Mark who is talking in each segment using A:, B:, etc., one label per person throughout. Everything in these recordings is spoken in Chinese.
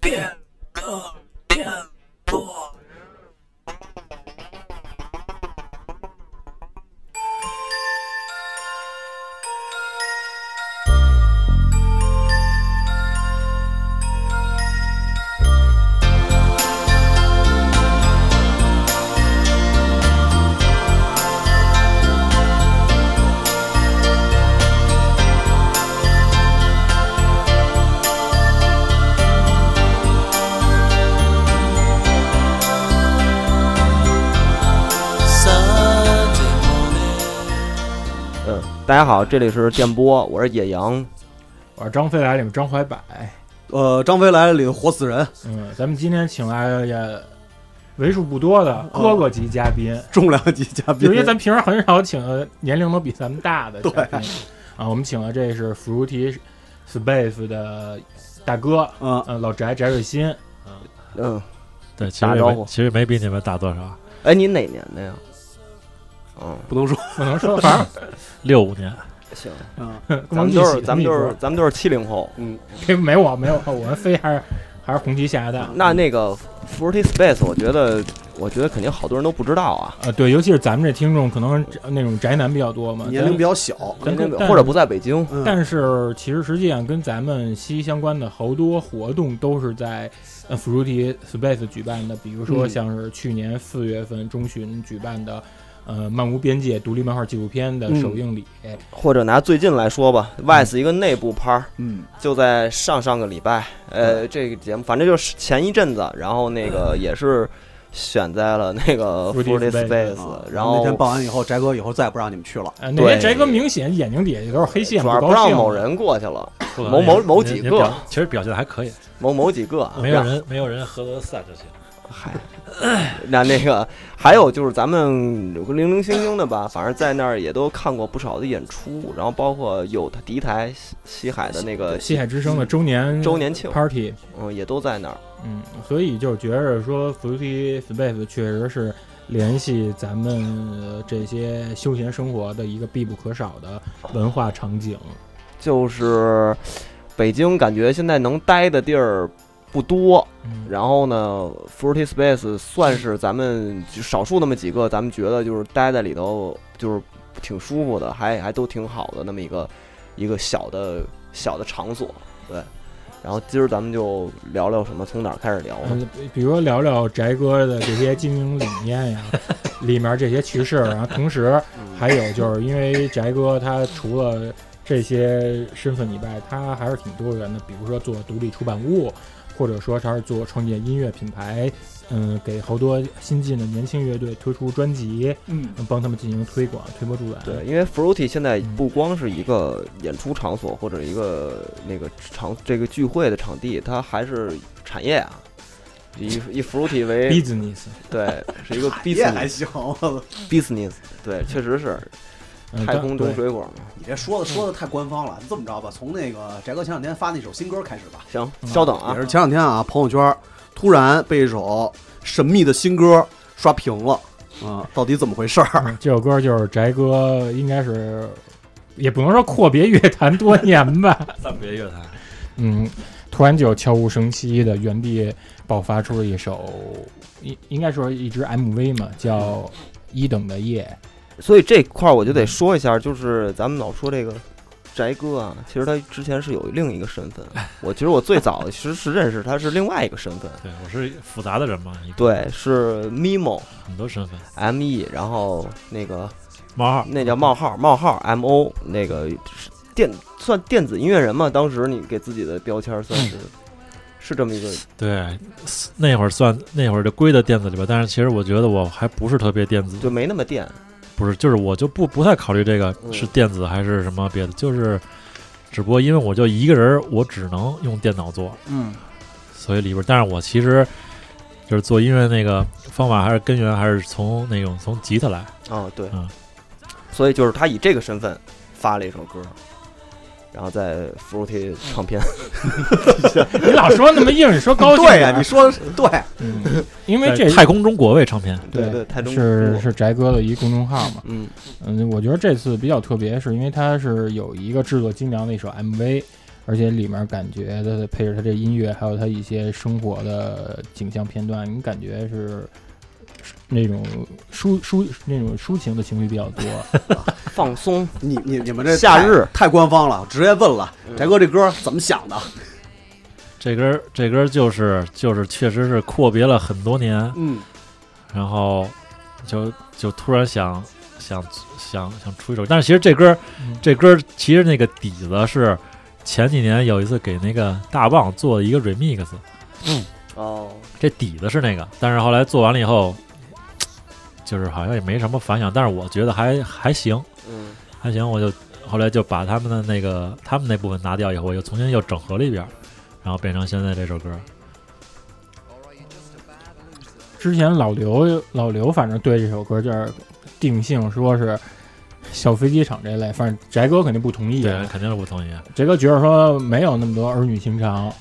A: 变个变弱。
B: 嗯，大家好，这里是电波，我是野羊。
C: 我是张飞来里面张怀柏，
D: 呃，张飞来了里活死人，
C: 嗯，咱们今天请来了也为数不多的哥哥级嘉宾，
D: 重量级嘉宾
C: 由于、咱平时很少请呃年龄都比咱们大的嘉宾
D: 对
C: 啊，我们请了这是 Fruity Space 的大哥，
D: 嗯，
C: 呃，老翟翟瑞新，
B: 嗯，
E: 对，其
B: 打
E: 实也
B: 招
E: 没
B: 呼
E: 其实没比你们大多少，
B: 哎，你哪年的呀？嗯，
D: 不能说，
C: 不能说，反
E: 六 五年，
B: 行，
D: 嗯，
C: 正
B: 咱们都是
C: 跟
B: 咱们
C: 一
B: 就
C: 波
B: 是咱们都是七零后。
C: 这没我没我，我们飞还是还是红旗下的
B: 那那个 Forty Space，我觉得我觉得肯定好多人都不知道啊，
C: 呃，对，尤其是咱们这听众可能是那种宅男比较多嘛，
D: 年龄
C: 咱
D: 比较小，
C: 咱跟但
B: 或者不在北京。
D: 嗯，
C: 但是其实实际上跟咱们息息相关的好多活动都是在呃 Fruity Space 举办的，比如说
D: 嗯
C: 像是去年四月份中旬举办的。呃，漫无边界独立漫画纪录片的
D: 嗯
C: 首映礼，呃
B: 或者拿最近来说吧，Vice 一个内部拍儿，
D: 嗯，
B: 就在上上个礼拜，呃，这个节目反正就是前一阵子，然后那个也是选在了那个
C: Fruity
B: Forty
C: Space，
D: 啊
B: Space，然
D: 那
B: 后
D: 天办完以后，翟哥以后再也不让你们去了，
C: 呃，那
B: 对
C: 些翟哥明显眼睛底下都是黑线，
B: 主要是
C: 不
B: 不
C: 高
B: 让
C: 兴
B: 某人过去了，
E: 不可
B: 某
E: 能
B: 某某
E: 你
B: 几
E: 你
B: 个
E: 表其实表现得还可以，
B: 某某几个啊
E: 没有人没有人合得散就行。
B: 嗨，那那个还有就是咱们有个零零星星的吧，反正在那儿也都看过不少的演出，然后包括有他第一台西西海的那个
C: 西海之声的周年
B: 周年庆，
C: party，
B: 嗯，也都在那儿。
C: 嗯，所以就觉着说 Fruity Space 确实是联系咱们呃这些休闲生活的一个必不可少的文化场景。
B: 就是北京感觉现在能待的地儿不多，
C: 嗯，
B: 然后呢，Forty Space 算是咱们就少数那么几个，咱们觉得就是待在里头就是挺舒服的，还还都挺好的那么一个一个小的小的场所，对。然后今儿咱们就聊聊什么，从哪儿开始聊啊呢？
D: 嗯
C: 呃，比如聊聊翟哥的这些经营理念呀，里面这些趣事儿，然后同时还有就是因为翟哥他除了这些身份以外，他还是挺多元的，比如说做独立出版物，或者说他是做创建音乐品牌，嗯，给好多新进的年轻乐队推出专辑，
D: 嗯，
C: 帮他们进行推广、推波助澜。
B: 对，，因为 Fruity 现在不光是一个演出场所或者一个那个场这个聚会的场地，它还是产业啊，以以 Fruity 为
C: business，
B: 对是一个
D: 也还
B: business
D: 行，我操
B: business，对，确实是
C: 嗯
B: 太空中。水果嘛。
D: 你这说的说的太官方了，你这么着吧，从那个翟哥前两天发那首新歌开始吧，
B: 行，
C: 嗯
B: 稍等啊
D: 也，是前两天啊，朋友圈突然被一首神秘的新歌刷屏了，啊，到底怎么回事儿？
C: 对嗯 这首歌就是翟哥，应该是也不能说阔别乐坛多年吧，
E: 暂别乐坛，
C: 嗯，突然就悄无声息的原地爆发出了一首，应应该说一支 MV 嘛，叫《一等的夜》。
B: 所以这块儿我就得说一下，就是咱们老说这个翟哥啊，其实他之前是有另一个身份，我其实我最早其实是认识他是另外一个身份，
E: 对我是复杂的人嘛，一个
B: 对，是 Mimo
E: 很多身份，
B: M E，然后那个
E: 冒号
B: 那叫冒号冒号 M O 那个是电算电子音乐人嘛？当时你给自己的标签算是是这么一个
E: 对，那会儿算那会儿就归到电子里边，但是其实我觉得我还不是特别电子，
B: 就没那么电，
E: 不是，就是我就不不太考虑这个
B: 嗯
E: 是电子还是什么别的，就是只不过因为我就一个人儿，我只能用电脑做，
D: 嗯，
E: 所以里边儿，但是我其实就是做音乐那个方法还是根源还是从那种从吉他来，
B: 哦，对
E: 嗯，
B: 所以就是他以这个身份发了一首歌，然后在 Fruity 唱片，
C: 你老说那么硬，你说高兴
D: 对
C: 呀、
D: 呀，你说的是对，
C: 嗯，因为这
E: 在太空中国味唱片，
B: 对对，太中
C: 是是翟哥的一公众号嘛。
B: 嗯
C: 嗯，我觉得这次比较特别，是因为它是有一个制作精良的一首 MV，而且里面感觉它的配着它这音乐，还有它一些生活的景象片段，你感觉是那种抒抒那种抒情的情绪比较多。
B: 放松，
D: 你你你们这
B: 夏
D: 太
B: 日
D: 太官方了，直接问了
B: 嗯，
D: 翟哥这歌怎么想的？
E: 这歌儿这歌儿就是就是确实是阔别了很多年，
D: 嗯，
E: 然后就就突然想想想想出一首，但是其实这歌儿
C: 嗯
E: 这歌儿其实那个底子是前几年有一次给那个大棒做的一个 remix，
B: 哦，
E: 这底子是那个，但是后来做完了以后，就是好像也没什么反响，但是我觉得还还行
B: 嗯
E: 还行，我就后来就把他们的那个他们那部分拿掉以后，我又重新又整合了一遍儿，然后变成现在这首歌。
C: 之前老刘老刘反正对这首歌就是定性说是小飞机场这类，反正翟哥肯定不同意啊。
E: 对，肯定是不同意。
C: 翟哥觉得说没有那么多儿女情长，
D: 啊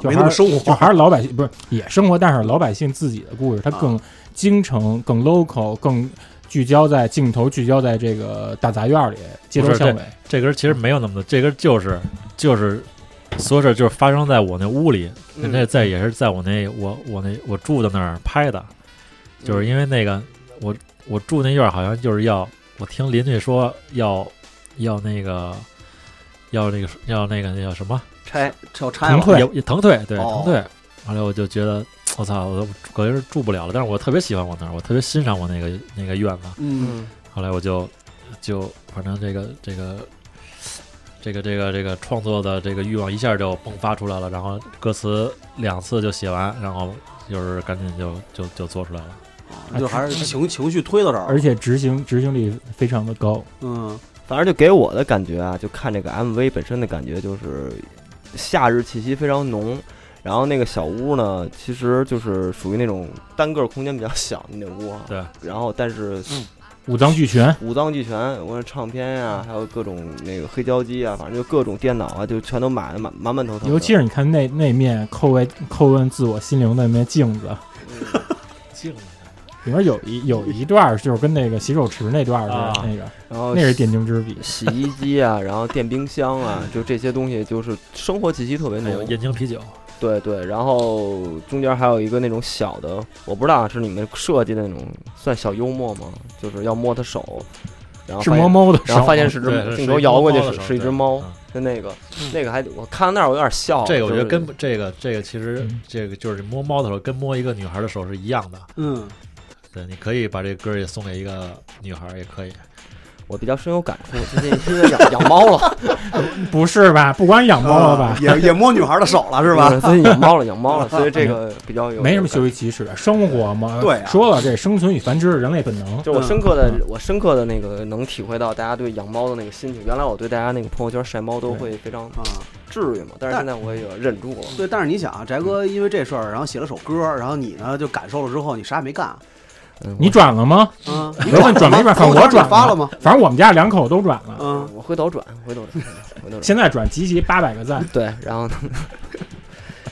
C: 就
D: 没
C: 还
D: 那么
C: 是
D: 生
C: 就
D: 活，
C: 还是老百姓不是也生活，但是老百姓自己的故事，它
D: 啊
C: 更京城、更 local、更聚焦在镜头聚焦在这个大杂院里、街头
E: 不是
C: 巷尾。
E: 这歌其实没有那么多，这歌就是就是所有事儿就是发生在我那屋里，
B: 嗯
E: 那在也是在我那我我那我住的那儿拍的，
D: 嗯
E: 就是因为那个我我住那院儿好像就是要我听邻居说要要那个要那个要那个那叫什么
D: 拆要拆
C: 腾
D: 了，
C: 退
E: 也也腾退对、
D: 哦
E: 腾退，后来我就觉得我操我感觉是住不了了，但是我特别喜欢我那儿，我特别欣赏我那个那个院子，
D: 嗯，
B: 嗯
E: 后来我就就反正这个这个这个这个这个创作的这个欲望一下就迸发出来了，然后歌词两次就写完，然后就是赶紧就就就做出来了。
D: 啊就还是情情绪推到这儿
C: 而
D: 了，
C: 且执行执行力非常的高，
D: 嗯，
B: 反正就给我的感觉啊，就看这个 MV 本身的感觉就是夏日气息非常浓，然后那个小屋呢，其实就是属于那种单个空间比较小的那种屋啊。
E: 对。
B: 然后，但是
C: 五脏俱全。
B: 五脏俱全，我说唱片呀、还有各种那个黑胶机啊，反正就各种电脑啊，就全都买的满满满头头的。
C: 尤其是你看那那面叩问叩问自我心灵的那面镜子，
B: 嗯
E: 镜子
C: 里面有一有一段儿就是跟那个洗手池那段儿
E: 啊
C: 似的，那个
B: 然后
C: 那是点睛之笔。
B: 洗衣机啊，然后电冰箱啊，就这些东西，就是生活气息特别
E: 还有
B: 浓。
E: 燕京啤酒，
B: 对对，然后中间还有一个那种小的，我不知道是你们设计的那种，算小幽默吗？就是要摸他手，然后
C: 是
B: 发
C: 猫
B: 现，
C: 猫的手，啊
B: 然后发现是只
E: 对，
B: 镜头摇过去是
E: 是
B: 是一只猫，哦就那个那个还我看到那儿我有点笑。
E: 嗯这个我觉得
B: 就是
E: 跟这个这个其实
C: 嗯
E: 这个就是摸猫的时候跟摸一个女孩的手是一样的。
D: 嗯，
E: 对，你可以把这个歌儿也送给一个女孩儿也可以。
B: 嗯我比较深有感触，最近因为养养猫了，
C: 不是吧？不光养猫了
D: 啊
C: 吧？
D: 也也摸女孩的手了是吧？
B: 最近养猫了，养 猫了，所以这个比较有
C: 没什么
B: 有感
C: 羞于启齿，生活嘛。
D: 对啊
C: 说了这生存与繁殖是人类本能。
B: 就我
D: 嗯
B: 深刻的，我深刻的那个能体会到大家对养猫的那个心情。原来我对大家那个朋友圈晒猫都会非常
D: 啊，
B: 至于嘛，但是现在我也有点忍住了。
D: 对，但是你想啊，翟哥因为这事儿，然后写了首歌，然后你呢就感受了之后，你啥也没干啊，
B: 嗯
C: 你转了吗？
D: 你
C: 别问转没
D: 了
C: 转，
D: 吗
C: 反正
D: 朋友
C: 我
D: 圈
C: 转
D: 你发了吗？？
C: 反正我们家两口都转了，
B: 我
D: 嗯，
B: 我回头转，回头转，回头转。
C: 现在转集齐八百个赞。
B: 对，然后呢？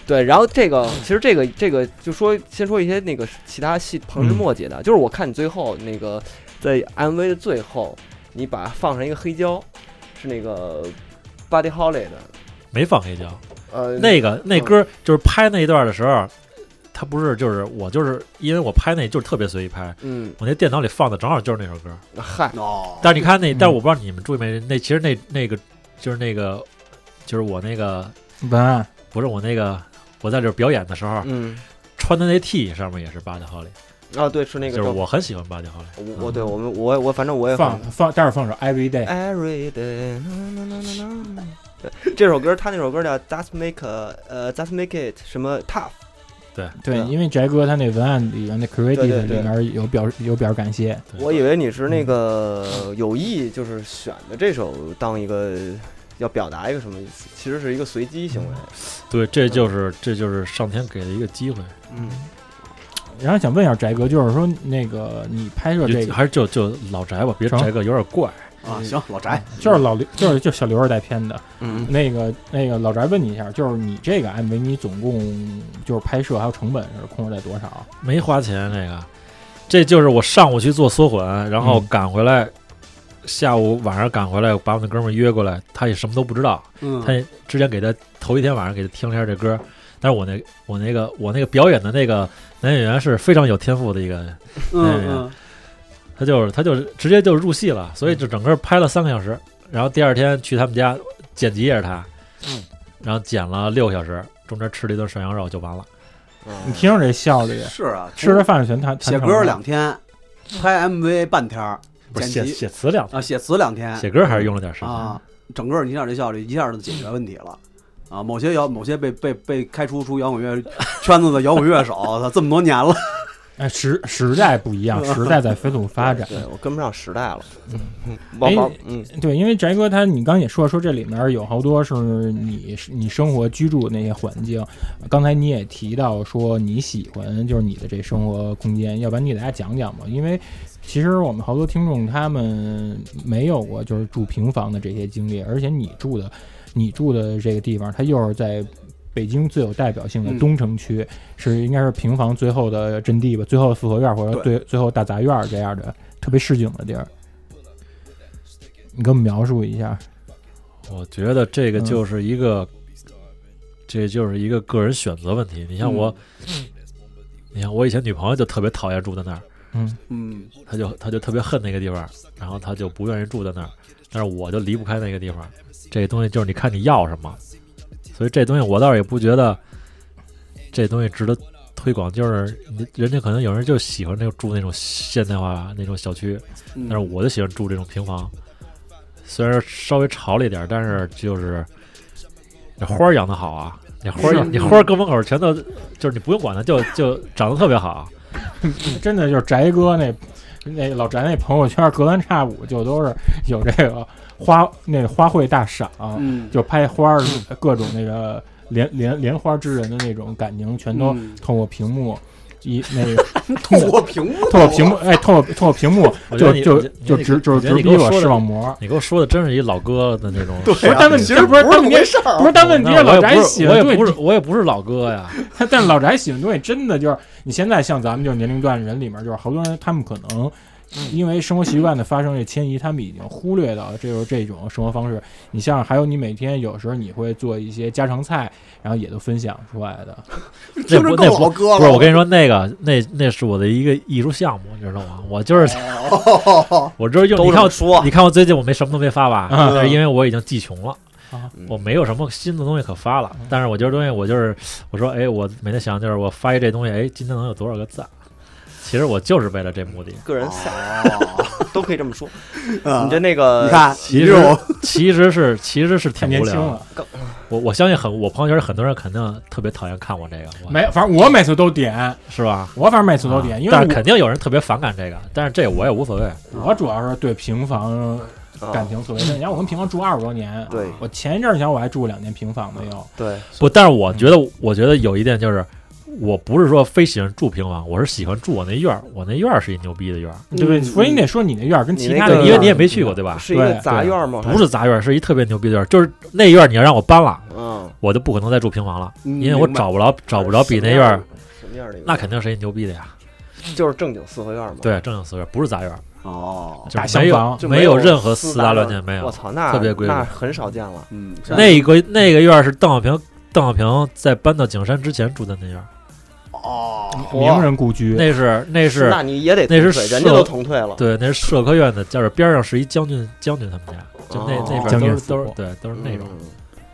B: 对，然后这个其实这个这个就说先说一些那个其他细旁
C: 嗯
B: 枝末节的，啊就是我看你最后那个在 MV 的最后，你把放上一个黑胶，是那个 Buddy Holly 的，
E: 没放黑胶，
B: 呃，
E: 那个
C: 嗯
E: 那歌就是拍那一段的时候，他不是就是我就是因为我拍那就是特别随意拍，
B: 嗯，
E: 我那电脑里放的正好就是那首歌。
B: 嗨，
D: 哦，
E: 但是你看那，
C: 嗯
E: 但是我不知道你们注意没，那其实那那个就是那个就是我那个
C: 文案
E: 不是我那个我在这表演的时候
B: 嗯，
E: 穿的那 T 上面也是巴迪浩里，
B: 啊，对，是那个
E: 就是
B: 叫
E: 我很喜欢巴迪浩里。
B: 我我对我们我我反正我也
C: 放放，待会儿放首 Every
B: 哎
C: Day，
B: Every day，na, na, na, na, na, na 对这首歌，他那首歌叫 Does Make a- 呃 Does Make It 什么 Tough，
C: 对，
B: 对
C: 因为翟哥他那文案里面那 Credit
B: 对对
C: 里
B: 对
C: 面有表有表示感谢，
E: 对
B: 我以为你是那个有意就是选的这首当一个要表达一个什么意思，其实是一个随机行为。
E: 对，这就是这就是上天给的一个机会，
B: 嗯，
C: 然后想问一下翟哥，就是说那个你拍摄嗯这
E: 就
C: 个，
E: 还是就就老宅吧，别
C: 成
E: 宅个有点怪。
D: 啊，行，老翟，
C: 就是老刘，就是就小刘二代编的，
B: 嗯
C: 那个那个老翟问你一下，就是你这个 MV 你总共就是拍摄还有成本是控制在多少？
E: 没花钱这个，这就是我上午去做缩混，然后
C: 嗯
E: 赶回来，下午晚上赶回来，我把我那哥们儿约过来，他也什么都不知道。
D: 嗯
E: 他之前给他头一天晚上给他听了一下这歌，但是我那我那个我那个表演的那个男演员是非常有天赋的一个，
D: 嗯嗯
E: 他就是他就是直接就入戏了，所以就整个拍了三个小时。然后第二天去他们家剪辑也是他，然后剪了六个小时，中间吃了一顿涮羊肉就完了。
B: 嗯
C: 你听着这效率，
D: 是啊，
C: 吃着饭全谈
D: 写歌两天，拍 MV 半天儿，
E: 不是写
D: 剪辑
E: 写词两
D: 啊写词两天，
E: 写歌还是用了点时间。
D: 啊，整个你想这效率一下就解决问题了。啊，某些摇某些被被被开除出摇滚乐圈子的摇滚乐手， 他这么多年了，
C: 哎，时时代不一 样，时代在飞速发展。
B: 对我跟不上时代了。王王，嗯，
C: 对，因为翟哥他，你刚也说说这里面有好多是你你生活居住的那些环境，刚才你也提到说你喜欢就是你的这生活空间，要不然你给大家讲讲吧，因为其实我们好多听众他们没有过就是住平房的这些经历，而且你住的你住的这个地方，它又是在。北京最有代表性的
D: 嗯
C: 东城区、是应该是平房最后的阵地吧，最后的复合院或者最最后大杂院这样的特别市井的地儿。你给我们描述一下。
E: 我觉得这个
C: 嗯
E: 就是一个，这就是一个个人选择问题。你像我，你像我以前女朋友就特别讨厌住在那儿，
C: 嗯，
D: 嗯，
E: 她就她就特别恨那个地方，然后她就不愿意住在那儿。但是我就离不开那个地方，这个东西就是你看你要什么。所以这东西我倒是也不觉得这东西值得推广，就是你人家可能有人就喜欢那种住那种现代化那种小区，
D: 嗯
E: 但是我就喜欢住这种平房，虽然稍微潮了一点，但是就是那花儿养得好啊，你花儿
D: 是
E: 养
C: 嗯
E: 你花儿搁门口全都就是你不用管它，就就长得特别好。
C: 真的就是翟哥那那老翟那朋友圈隔三差五就都是有这个花那花卉大赏，
D: 嗯，
C: 就拍花儿各种那个莲莲莲花之人的那种感情，全都
D: 嗯
C: 透过屏幕。一那 个
D: 透过屏幕，
C: 透过屏幕，哎，透过透过屏幕，
E: 我觉
C: 就
E: 得你
C: 就就
E: 我觉得你你
C: 直就是
E: 我觉得
C: 直
E: 你
C: 逼
E: 跟我
C: 我
E: 说
C: 视
E: 的
C: 网膜。
E: 你给我说的真是一老哥的那种，
D: 对啊
C: 但问题
D: 其
C: 是
D: 实
C: 不是
D: 那
C: 但
D: 么
C: 你
D: 回事儿，啊
C: 不是，但问题
E: 那
C: 是
E: 我
C: 老
E: 也
C: 翟
E: 不
C: 喜
E: 是我
C: 欢
E: 也
C: 对
E: 不是我也不是老哥呀，
C: 但但老宅喜欢的东西真的就是，你现在像咱们这种年龄段的人里面，就是好多人他们可能因为生活习惯的发生这迁移，他们已经忽略到这就是这种生活方式。你像还有你每天有时候你会做一些家常菜，然后也都分享出来的。
E: 那
D: 听着
E: 不
D: 够
E: 那不
D: 老哥了。
E: 不是我跟你说那个那那是我的一个艺术项目，你知道吗？我就是
D: 哦，
E: 我就是用
B: 都
E: 你
B: 这
E: 看
B: 么
E: 我
B: 说
E: 你看我最近我没什么都没发吧，
C: 啊
E: 但是因为我已经记穷了
C: 啊。
E: 我没有什么新的东西可发了，但是我觉得东西，我就是我说，哎，我每天想就是我发一这东西，哎，今天能有多少个赞？其实我就是为了这目的。
B: 个人赛
D: 哦
B: 都可以这么说。
D: 啊
B: 你这那个，
D: 你看，
E: 其
D: 你
E: 实
D: 这种
E: 其实是其实是
C: 太
E: 挺
C: 年
E: 无
C: 轻
E: 聊的。
C: 了，
E: 我我相信很，我朋友圈很多人肯定特别讨厌看我这个，我
C: 没，反正我每次都点，
E: 是吧？
C: 我反正每次都
E: 啊
C: 点，因为
E: 但是
C: 我
E: 肯定有人特别反感这个，但是这我也无所谓。
C: 我主要是对平房
B: 啊
C: 感情特别深。你看我跟平房住二十多年，
B: 对
C: 我前一阵儿你想我还住两年平房的又，
B: 对，
E: 不，但是我觉得，我觉得有一点就是，我不是说非喜欢住平房，我是喜欢住我那院儿，我那院儿是一牛逼的院儿，
C: 对不对？
D: 嗯
C: 所以你得说你那院儿跟
B: 你
C: 其
B: 那
C: 他
B: 个
C: 的院儿不一样，
E: 因为你也没去过，对吧？
B: 是一个
C: 对
B: 杂院吗？
E: 不是杂院儿，是一特别牛逼的院儿，就是那院儿你要让我搬了，
B: 嗯，
E: 我就不可能再住平房了，
D: 嗯
E: 因为我找不着找不着比那院儿，
B: 什么样的一个？
E: 那肯定是一牛逼的呀。
B: 就是正经四合院嘛。，
E: 对，正经四院儿不是杂院儿，
D: 哦，
E: 就
C: 大
E: 是
C: 厢
E: 没有
C: 房
B: 就
E: 没
B: 有
E: 任何
B: 私
E: 私搭
B: 乱
E: 乱箭没有
B: 我。操，那
E: 特别规矩
B: 那很少见了。
D: 嗯，
E: 那个那个院儿是邓小平邓小平在搬到景山之前住的那院儿，
D: 哦，
C: 名人故居。
E: 那是那是
B: 那你也得
E: 那
B: 同
E: 是
B: 退
E: 社
B: 人家都同退了。
E: 对，那是社科院的，就是边儿上是一将军将军他们家，就那、
B: 哦
E: 那
C: 将
E: 边
C: 军
E: 都是
C: 府
E: 都是对都是那种，
B: 嗯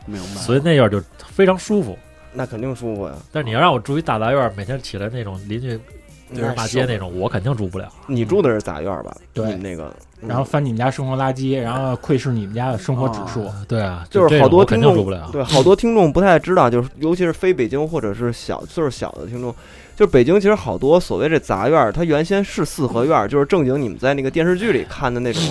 D: 明白了。
E: 所以那院儿就非常舒服。
B: 那肯定舒服呀。
E: 但是你要让我住一大杂院儿，每天起来那种邻居对
B: 嗯那
E: 着骂街
B: 受不
E: 那种，我肯定住不了。
B: 你住的是杂院吧？
C: 对
B: 你们那个，嗯
C: 然后翻你们家生活垃圾，然后窥视你们家的生活指数。
E: 对啊，
B: 就是
E: 这
B: 好
E: 种
B: 多
E: 我肯
B: 听
E: 定
B: 众
E: 住不了。
B: 对好多听众不太知道，就是尤其是非北京或者是小岁数小的听众，就是北京其实好多所谓这杂院儿，它原先是四合院儿，就是正经你们在那个电视剧里看的那种，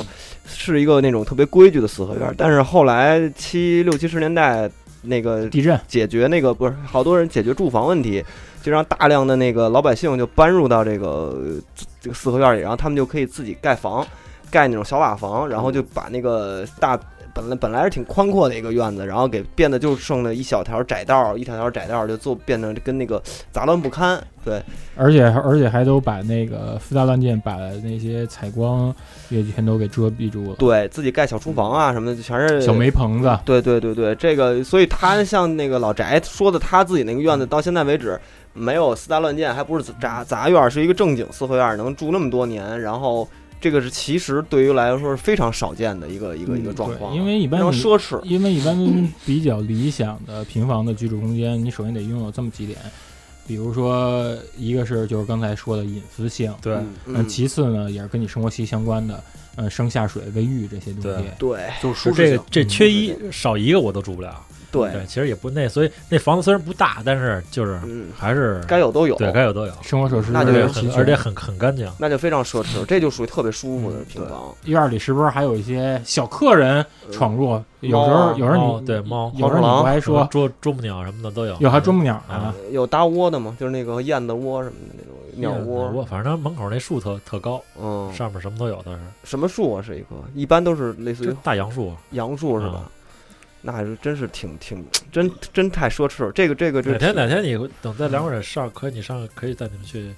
B: 是一个那种特别规矩的四合院儿。但是后来七六七十年代那个
C: 地震，
B: 解决那个不是好多人解决住房问题，就让大量的那个老百姓就搬入到这个呃这个四合院里，然后他们就可以自己盖房，盖那种小瓦房，然后就把那个大本来本来是挺宽阔的一个院子，然后给变得就剩了一小条窄道儿，一条条窄道儿就做变得跟那个杂乱不堪。对，
C: 而且而且还都把那个复杂乱箭把那些采光也全都给遮蔽住了，
B: 对自己盖小厨房啊什么的，就全是
C: 小煤棚子，
B: 对对对对，这个，所以他像那个老翟说的，他自己那个院子到现在为止没有四大乱建，还不是杂杂院，是一个正经四合院，能住那么多年。然后这个是其实对于来说是非常少见的一个一个一个状况，
C: 对因为一
B: 非
C: 般
B: 常
C: 你
B: 奢侈。
C: 因为一般比较理想的平房的居住空间，你首先得拥有这么几点，比如说一个是就是刚才说的隐私性，
E: 对
D: 嗯
C: 嗯，
B: 嗯，
C: 其次呢也是跟你生活息息相关的，嗯，生下水、卫浴这些东西
E: 对。
B: 对
D: 就是
E: 就
D: 舒适
E: 这
D: 性
E: 个。
B: 嗯
E: 这缺一少一个我都住不了。
B: 对，
E: 其实也不那，所以那房子虽然不大，但是就是
B: 嗯，
E: 还是
B: 该有都有，
E: 对该有都有，
C: 生活设施
B: 那
E: 而
B: 就
E: 且
B: 是
E: 很
C: 齐
E: 而且
C: 全，
E: 很很干净。
B: 那就非常奢侈，这就属于特别舒服的平房。呃
C: 院里时不时还有一些小客人闯入，有时
B: 猫啊
C: 候有时候
E: 猫
C: 你
E: 对猫
C: 有时
B: 黄鼠
C: 候你
B: 狼
C: 不还说
E: 捉啄木鸟什么的都有，
C: 有
B: 嗯
C: 还啄木鸟呢
E: 啊，
B: 有搭窝的嘛，就是那个燕子窝什么的那种鸟窝，
E: 嗯我反正门口那树特特高，
B: 嗯，
E: 上面什么都有，都是
B: 什么树啊？是一棵，一般都是类似于
E: 这大杨树。
B: 杨树是吧
E: 啊？
B: 那还是真是挺挺真真太奢侈了。这个这个这
E: 哪
B: 个
E: 天
B: 挺
E: 哪天你等在两会上，可以你上可以带你们去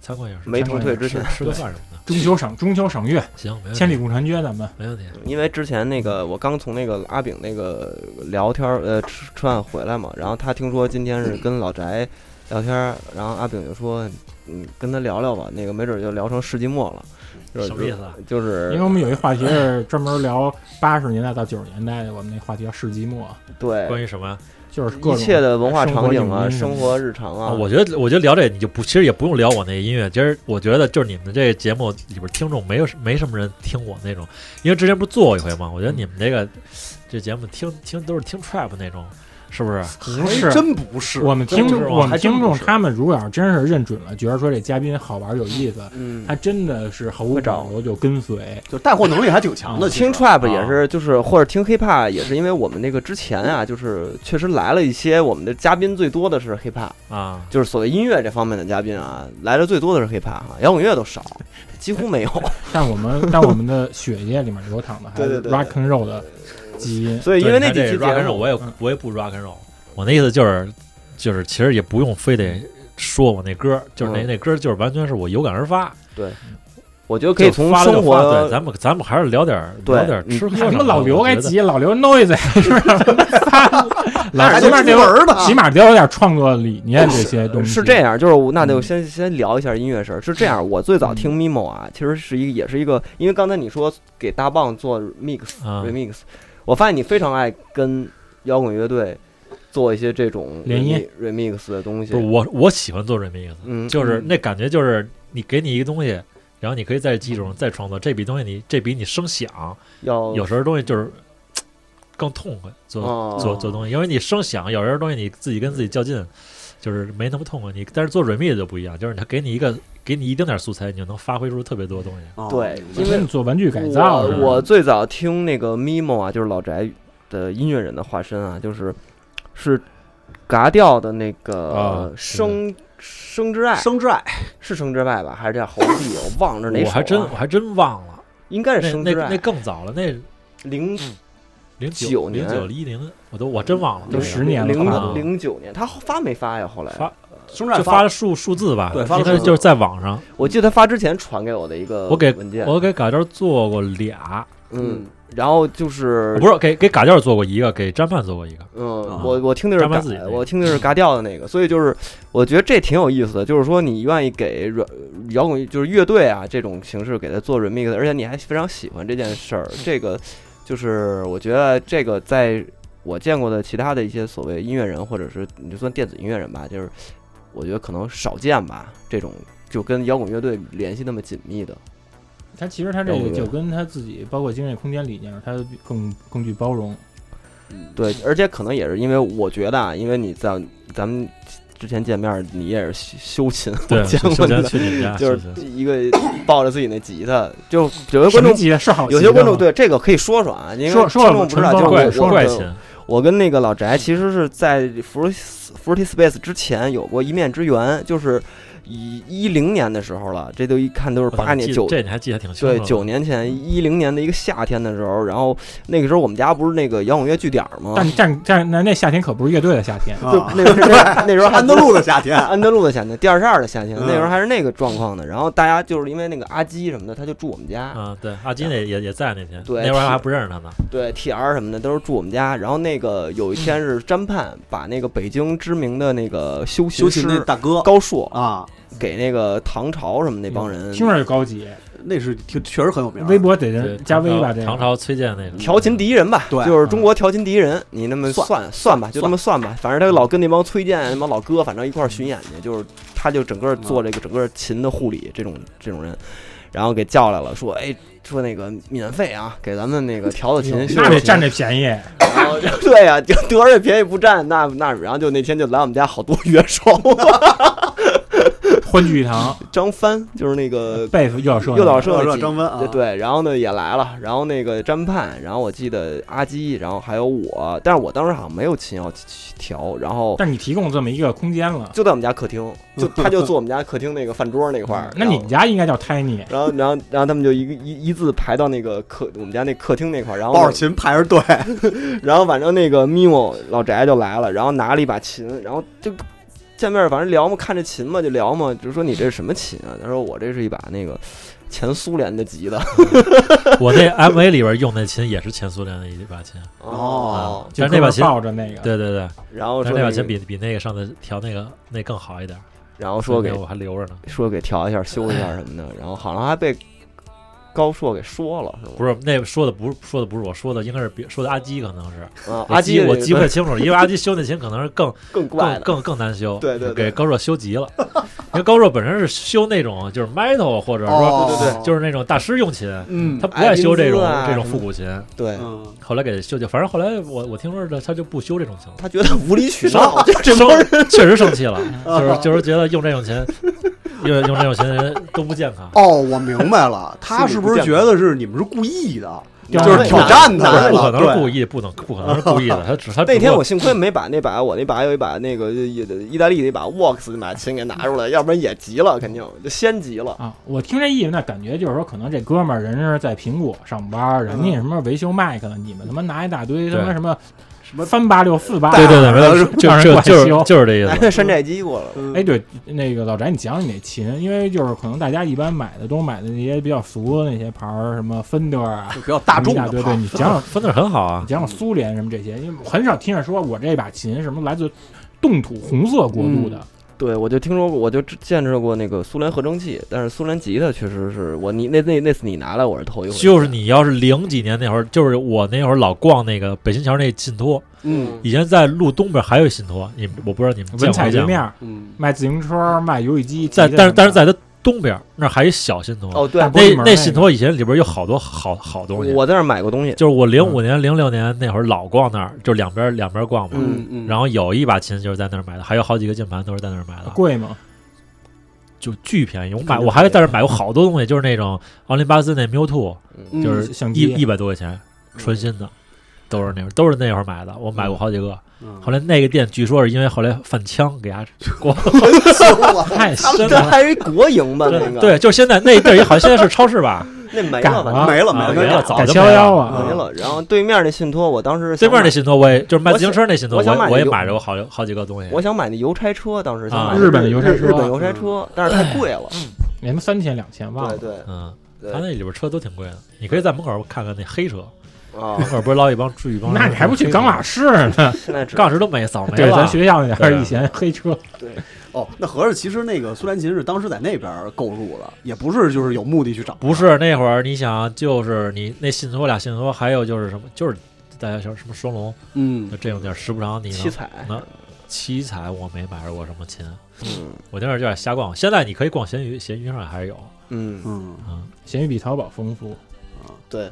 E: 参观一下，
B: 没腾退之
E: 吃
B: 前，
E: 吃个饭什么
C: 中秋赏中秋赏月，
E: 的，行，没问题
C: 千里共婵娟，咱们
E: 没问题。
B: 因为之前那个我刚从那个阿炳那个聊天儿呃吃吃饭回来嘛，然后他听说今天是跟老翟聊天儿，然后阿炳就说你跟他聊聊吧，那个没准就聊成世纪末了。就是
E: 什么意思啊？
B: 就是
C: 因为我们有一话题是专门聊八十年代到九十年代的，我们那话题叫世纪末，
B: 对
E: 关于什么呀？
C: 就是各
B: 一
C: 种
B: 切的文化场景啊，
C: 生
B: 生
C: 活
B: 活日常啊，
E: 啊，我觉得，我觉得聊这你就不，其实也不用聊我那音乐。其实我觉得，就是你们这节目里边听众没有没什么人听我那种，因为之前不是做过一回吗？我觉得你们这
B: 嗯
E: 个这节目听听都是听 trap 那种，是不是？
C: 不
D: 还
C: 是。
D: 真不是，
C: 我们听
E: 真不是
C: 众，我
E: 还
C: 们
E: 真
C: 听
E: 不
C: 众，
E: 是
C: 他们如果要真是认准了，觉得说这嘉宾好玩有意思，
B: 嗯
C: 他。真的是毫无
B: 会找
C: 保留就跟随。
D: 就带货能力还挺强的。其实
B: 听 trap 也是，就是或者听 hiphop 也是，因为我们那个之前啊，就是确实来了一些我们的嘉宾最多的是 hiphop，
E: 啊，
B: 就是所谓音乐这方面的嘉宾啊，来的最多的是 hiphop 哈，摇滚乐都少，几乎没有。
C: 但我们但我们的血液里面流淌的还
B: 对
C: 是
B: 对对
C: rock and roll 的基因。
B: 所以因为那几
E: 对
B: 期
E: 你看这
B: 节
E: rock and roll
B: 目，
E: 我也
C: 嗯
E: 我也不 rock and roll，我那意思就是就是其实也不用非得说我那歌，就是那
B: 嗯
E: 那歌就是完全是我有感而发，
B: 我觉得可以
E: 就
B: 从
E: 发了就
B: 生
E: 发对，
B: 活，
E: 咱们咱们还是聊点儿
B: 对
E: 聊点儿
B: 你
E: 吃
C: 什
E: 喝什
C: 么
E: 么
C: 老刘该
E: 该
C: 急，老刘 noise 是 不是？老
D: 还
C: 起
D: 就
C: 码
D: 出
C: 得有，
D: 门的，
C: 起码得有点创作理念这些东西。
B: 是这样，就是我那就
C: 嗯
B: 先先聊一下音乐事儿。是这样，我最早听 Mimo 啊，其实是一个也是一个，因为刚才你说给大棒做 mix
E: 啊，
B: remix，我发现你非常爱跟摇滚乐队做一些这种
C: 联姻
B: remi- remix 的东西
E: 不是。我我喜欢做 remix。
B: 嗯，
E: 就是
B: 嗯
E: 那感觉，就是你给你一个东西，然后你可以在基础上再创作。这比东西你这比你声
B: 哦
E: 响，
B: 要
E: 有时候东西就是更痛快做
B: 哦
E: 做做东西，因为你声响有时候东西你自己跟自己较劲，就是没那么痛快。你但是做 remix 就不一样，就是他给你一个给你一丁点儿素材，你就能发挥出特别多东西。
D: 哦
B: 对
C: 嗯，
B: 因为
C: 做玩具改造
B: 我
C: 是吧，
B: 我最早听那个 Mimo 啊，就是老翟的音乐人的化身啊，就是是嘎调的那
E: 啊
B: 个
E: 是的
B: 生生之爱，
D: 生之爱，
B: 是生之爱吧？还是叫猴帝？ 我忘了哪首
E: 我
B: 啊
E: 还真我还真忘了，
B: 应该是
E: 那
B: 生
E: 那
B: 之
E: 那
B: 爱，
E: 更早了，那嗯
B: 零
E: 零
B: 九
E: 零
B: 年
E: 九一零，我都我真忘了
C: 都
E: 那个
C: 十年了快
B: 零
E: 了
B: 零九年，他发没发呀？后来
E: 发
D: 生之爱
E: 就发了数数字吧，
D: 对发了
E: 应
D: 数
E: 该
D: 字
E: 就是在网上，
B: 我记得他发之前传给我的一个
E: 我给
B: 文件，
E: 我给嘎这做过俩。
B: 嗯，然后就是
E: 哦不是给给嘎调做过一个，给詹盼做过一个。
B: 嗯
D: 啊，
B: 我我听的是
E: 张曼
B: 嘎
E: 自己那，个
B: 我听的是嘎调的那个，所以就是我觉得这挺有意思的，就是说你愿意给软摇滚就是乐队啊这种形式给它做 remix，而且你还非常喜欢这件事儿，这个就是我觉得这个在我见过的其他的一些所谓音乐人或者是你就算电子音乐人吧，就是我觉得可能少见吧，这种就跟摇滚乐队联系那么紧密的，
C: 他其实他这
B: 对
C: 个
B: 对
C: 就跟他自己，包括经济空间理念，他更更具包容。
B: 对，而且可能也是因为我觉得啊，因为你在咱们之前见面，你也是修修琴，我
E: 对，
B: 见
E: 之
B: 过你
E: 前
B: 的
E: 去你们家，
B: 就是
E: 是
B: 一个抱着自己那吉他，就有些观
C: 啊什么
B: 众，
C: 级的是好级
B: 有
C: 的吗，
B: 些观众对这个可以说说啊，因为
C: 说
B: 听
C: 说
B: 众不知道，
C: 说
B: 就是
E: 怪
B: 我
E: 怪
B: 我
E: 琴，
B: 我跟那个老翟其实是在 Fruity Fruity Space 之前有过一面之缘，就是一一零年的时候了，这都一看都是
E: 我操
B: 八年
E: 记
B: 九
E: 这你还记得挺清楚
B: 对
E: 的。
B: 九年前一零年的一个夏天的时候，然后那个时候我们家不是那个摇滚乐据点儿吗？
C: 但但但那那夏天可不是乐队的夏天，
B: 就
D: 啊，
B: 那时候那那时候还
D: 安德路的夏天，
B: 安德路的夏天，第二十二的夏天，
D: 嗯
B: 那时候还是那个状况呢。然后大家就是因为那个阿基什么的，他就住我们家，
D: 嗯
E: 啊，对，阿金也也也在那天，
B: 对
E: 那会儿
B: 是
E: 还不认识他呢。
B: 对 T R 什么的都是住我们家。然后那个有一天是詹盼把那个北京知名的那个修
D: 修
B: 琴
D: 琴那
B: 师
D: 大哥
B: 高硕
D: 啊，
B: 给那个唐朝什么那帮
D: 嗯
B: 人啊
C: 听着就高级。
D: 那是挺确实很有名儿。
C: 微博得
E: 对，
C: 加微吧，
E: 唐
C: 这
E: 朝
C: 个
E: 唐朝崔健那个
B: 调琴第一人吧，
D: 对
B: 就是中国调琴第一人，你那么
D: 算
B: 算算吧，就这么算吧。反正他老跟那帮崔健那帮老哥，反正一块儿巡演去，就是他就整个做这个整个琴的护理这种这种人，然后给叫来了，说哎。说那个免费啊，给咱们那个调的琴，修
C: 哎那
B: 的
C: 得
B: 琴
C: 占这便宜。
B: 然后就对呀、就得而且便宜不占，那那然后就那天就来我们家好多 乐手，
C: 欢聚 一堂，
B: 张帆就是那个
C: 贝又要说
B: 诱导社
D: 热
B: 那
D: 热
B: 几
D: 张温啊，
B: 对，对，然后呢也来了，然后那个詹盼，然后我记得阿基，然后还有我，但是我当时好像没有琴要调，然后
C: 但是你提供这么一个空间了，
B: 就在我们家客厅，就他就坐我们家客厅那个饭桌那块儿
C: 嗯。那你
B: 然
C: 们
B: 后
C: 家应该叫 tiny，
B: 然后然后然后他们就一个一一字排到那个客我们家那客厅那块儿，然后
D: 抱着琴排着队，
B: 然后反正那个 Mimo 老翟就来了，然后拿了一把琴，然后就见面，反正聊嘛，看这琴嘛就聊嘛，就说你这是什么琴啊？他说我这是一把那个前苏联的级的。
E: 我那 MV 里边用那琴也是前苏联的一把琴，
B: 哦，
E: 但
C: 就是
E: 那把
C: 哥
E: 琴
C: 们儿，抱着那个，
E: 对对对，
B: 然后
E: 但是
B: 说
E: 那把
B: 那
E: 琴
B: 个
E: 比比那个上次调那个那更好一点。
B: 然后说给
E: 那个我还留着呢，
B: 说给调一下、修一下什么的，然后好像还被高硕给说了，是吗？
E: 不是那说的不是说的不是我说的，应该是别说的阿基可能是
B: 啊，
E: 我
B: 阿
E: 记
B: 基
E: 我
B: 这
E: 记不太清楚了，因为阿基修那琴可能是更
B: 更 怪的，
E: 更更更难修，
B: 对对对
E: 给高若修急了。因为高若本身是修那种就是 metal 或者说
D: 哦
B: 对对对
E: 就是那种大师用琴，
D: 嗯
E: 他不爱修这种
B: 艾宾斯啊
E: 这种复古琴。
B: 对。
D: 嗯，
E: 后来给修就，反正后来我我听说的他就不修这种琴了。
B: 他觉得无理取 闹，就 这
E: 生
B: 帮人
E: 确实生 气了，就是就是觉得用这种琴，用用这种琴的人都不健康。
D: 哦，我明白 了，他是不是
B: 心理不健康
D: 觉得是你们是故意的？
C: 就
D: 就是挑战他来
E: 不
D: 了，
E: 可能是故
D: 对，
E: 意，不能不可能是故意的，他只他
B: 那 天我
E: 只
B: 幸亏没把那把我那把有一把那个意意大利那把 Vox 那把琴给拿出来，要不然也急了，肯定就先急了。
C: 啊，我听这意思，那感觉就是说，可能这哥们儿人是在苹果上班，人
D: 嗯
C: 家什么维修麦克呢，你们他妈拿一大堆他妈
E: 对
C: 什么什么三八六四八，
E: 不过对对对，没
D: 然
E: 有
D: 后
E: 就
C: 让人
E: 就
C: 管
E: 就是
C: 修
E: 就是这意
B: 来
E: 思。
B: 个 山寨机过来了，
C: 哎，
D: 哎，
C: 对，那个老翟，你讲讲你那琴，因为就是可能大家一般买的都买的那些比较俗的那些牌儿，什么芬德啊，
D: 就比较 大众
C: 一大
D: 的
C: 堆，
D: 吧
C: 对你讲讲，
E: 分的很好
C: 你
E: 啊，
C: 讲讲苏联什么这些，因为我很少听着说我这把琴什么来自冻土红色国度的，
B: 对我就听说过，我就见识过那个苏联合成器，但是苏联吉他确实是我你那那那次你拿来我是头一回，
E: 就是你要是零几年那会儿，就是我那会儿老逛那个北新桥那信托，
D: 嗯
E: 以前在路东边还有信托，你们我不知道你们见
C: 文
E: 没
C: 采
E: 见
C: 街
E: 过
C: 面儿
D: 嗯，
C: 卖自行车，卖游戏机，
E: 在
C: 吉他什
E: 但是
C: 么
E: 但是
C: 的
E: 在它东边那儿还有一小信托，
B: 哦对
C: 大，玻璃门
E: 那那
C: 那
E: 信
C: 个
E: 托以前里边有好多好好东西，
B: 我在那儿买过东 西，
E: 就是我零
C: 嗯
E: 五年、零六年那会儿老逛那儿，就两边两边逛嘛。
B: 嗯
D: 嗯
E: 然
D: 后
E: 后有一把琴就是在那儿买的，还有好几个键盘都是在那儿买的，
C: 啊贵吗？
E: 就巨便宜。我
B: 肯
E: 买
B: 定
E: 我还在那儿买过好多东西，就是那种奥林巴斯那 Mewtwo，
B: 嗯
E: 就
C: 嗯
E: 是
C: 相
E: 一
C: 机
E: 一百多块钱，
C: 嗯
E: 纯新的，都是那会儿都是那会儿买的。我买过好几个。后
D: 来
E: 来那个店据说是因为后来犯枪给它 关了，
C: 太
B: 他
C: 深
B: 们 这
C: 了，
B: 还是国营吧？那
E: 对
B: 个
E: 对，就是现在那地儿也好，像现在是超市吧？
B: 那没
C: 赶
B: 了吧？
C: 了
D: 没了
E: 啊
D: 没
E: 没了，
D: 了，
E: 早
C: 改
E: 就
C: 七幺幺啊
B: 没了。然后对面那信 托，我当时
E: 对面那
B: 那
E: 信托我也就是卖自行车那信托，
B: 我想
E: 我
B: 买
E: 我
B: 那
E: 也
B: 个
E: 买着过好好几个东西。
B: 我想买那邮差车，当时想
E: 啊
B: 买
C: 日本的邮差车
B: 日本邮差车，但是太贵了。
C: 连他妈三千两千忘
B: 对
C: 了。
B: 对
E: 嗯。
B: 对
E: 他那里边车都挺贵的，你可以在门口看看那黑车，
B: 啊
E: 门，口不是捞一帮住一帮人，
C: 那你还不去
E: 黑车
C: 冈瓦市呢？
B: 现在只
E: 杠石都没扫 没
C: 对，咱
E: 了，
C: 学校那点
E: 对
C: 儿以前黑车，
D: 哦，那合着其实那个苏联琴是当时在那边购入的，也不是就是有目的去找，
E: 不是那会儿你想就是你那信托俩信托，还有就是什么就是大家说什么双龙，
D: 嗯
E: 就这种地儿时不常你能
B: 七彩，
E: 能七彩我没买着过什么琴，
B: 嗯
E: 我那会儿有点瞎逛，现在你可以逛闲鱼，闲鱼上还是有，
B: 嗯，
D: 嗯，
E: 嗯，
C: 咸鱼比淘宝丰富。
B: 对，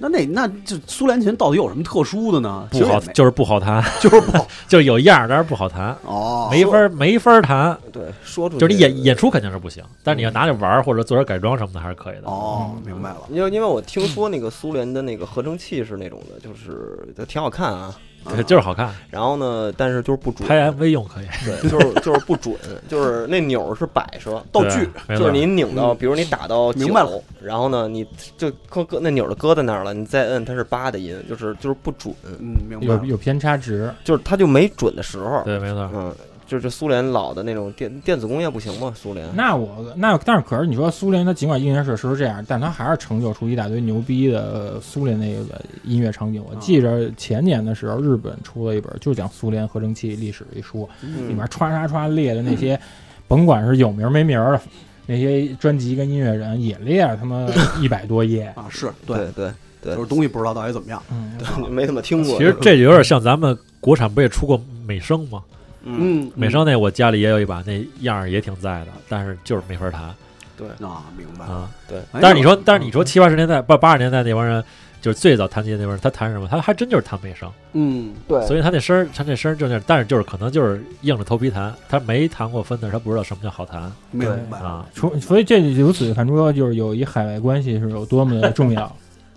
D: 那那那这苏联琴到底有什么特殊的呢？其
E: 不好
D: 实也没
E: 就是不好弹，
D: 就是不好
E: 就是有样儿，但是不好弹，
D: 哦，
E: 没法没法弹，
B: 嗯对，说出
E: 就是你
B: 去
E: 演演出肯定是不行，但是你要拿着玩儿或者做点改装什么的还是可以的，
D: 嗯哦，明白了，
B: 因为因为我听说那个苏联的那个合成器是那种的，就是就挺好看啊，
E: 对，就是好看，
B: 然后呢，但是就是不准，
E: 拍 MV 用可以。
B: 对，就是就是不准，就是那钮儿是摆设，
D: 道
E: 对
D: 具，
E: 没
B: 就是
E: 错
B: 你拧到，
D: 嗯
B: 比如你打到
D: 明白了
B: 九，然后呢，你就搁搁那钮儿就搁在那儿了，你再摁它是八的音，就是就是不准，
D: 嗯，明白
C: 有
D: 了。
C: 有偏差值，
B: 就是它就没准的时候。
E: 对，没错。
B: 嗯，就是苏联老的那种电电子工业不行嘛，苏联。
C: 那我那但是可是你说苏联，它尽管音乐设施是这样，但它还是成就出一大堆牛逼的呃苏联那个音乐场景。我记着前年的时候，日本出了一本就讲苏联合成器历史一书，
D: 嗯
C: 里面歘歘歘列的那些，甭管是有名没名儿的那些专辑跟音乐人，也列了他妈一百多页。
D: 啊，是对，
B: 对对，对
D: 就是东西不知道到底怎么样。
C: 嗯，
B: 没怎么听过。
E: 其实这有点像咱们国产不也出过美声吗？
B: 嗯，
D: 嗯，
E: 美声那我家里也有一把，那样儿也挺在的，但是就是没法弹
D: 啊，明白。
E: 啊。
B: 对，
D: 哎
E: 但是你说，但是你
D: 嗯
E: 说七八十年代不八十年代那帮人，就是最早弹吉他那帮人，他弹什么？他还真就是弹美声，
D: 嗯，
B: 对
E: 所以他那声儿，他那声儿就那样，但是就是可能就是硬着头皮弹，他没弹过芬的，他不知道什么叫好弹
D: 明
C: 对
D: 白。
E: 啊。
C: 除所以这由此看出，就是有一海外关系是有多么的重 要。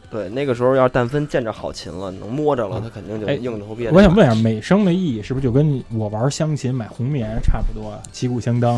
B: 对，那个时候要是但凡见着好琴了，能摸着
E: 嗯
B: 了，他肯定就
C: 哎
B: 硬着头皮。
C: 我想问一下，美声的意义是不是就跟我玩湘琴买红棉差不多，啊旗鼓相当？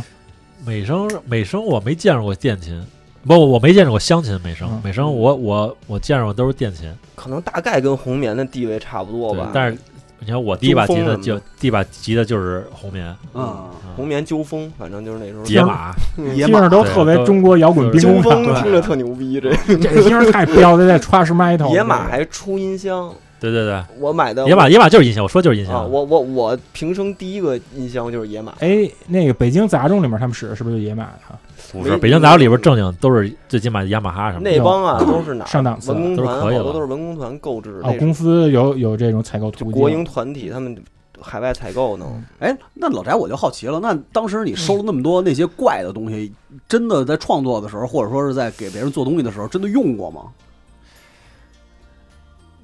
E: 美声美声我没见着过电琴，不，我没见着过湘琴美声
C: 嗯，
E: 美声我我我见着过都是电琴，
B: 可能大概跟红棉的地位差不多
E: 对
B: 吧，。
E: 但是。你看我第一把吉
B: 中
E: 他
B: 锋什
E: 就
B: 么
E: 第一把吉他就是红棉，
D: 嗯，
E: 啊
B: 红棉纠风，反正就是那时候。
E: 野马，
D: 野
C: 听
D: 马
C: 着都特别中国摇滚兵
B: 纠
C: 工
B: 风
C: 厂，
B: 听着特牛逼，这
C: 这个听 着太彪了，在歘什麦头。
B: 野马还出音箱，
E: 对对对，
B: 呃我买的
E: 野马野马就是音箱，我说就是音
B: 啊，
E: 箱，
B: 我我我平生第一个音箱就是野马，
C: 哎，那个北京杂种里面他们使的是不是就野马啊呀？
E: 不是北京杂志里边正经都是最起码雅马哈什么的，
B: 那帮啊都是哪儿
C: 上档次
B: 文工
E: 都是
B: 团，好
E: 可以
B: 多
E: 了
B: 都是文工团购置，
C: 哦
B: 那，
C: 公司有有这种采购
B: 就
C: 途
B: 国营
C: 径。
B: 团体他们海外采购
E: 嗯
B: 呢，
D: 哎，那老翟我就好奇了，那当时你收了那么多那些怪的东西，真的在创作的时候，或者说是在给别人做东西的时候，真的用过吗？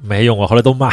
E: 没用过，后来都骂，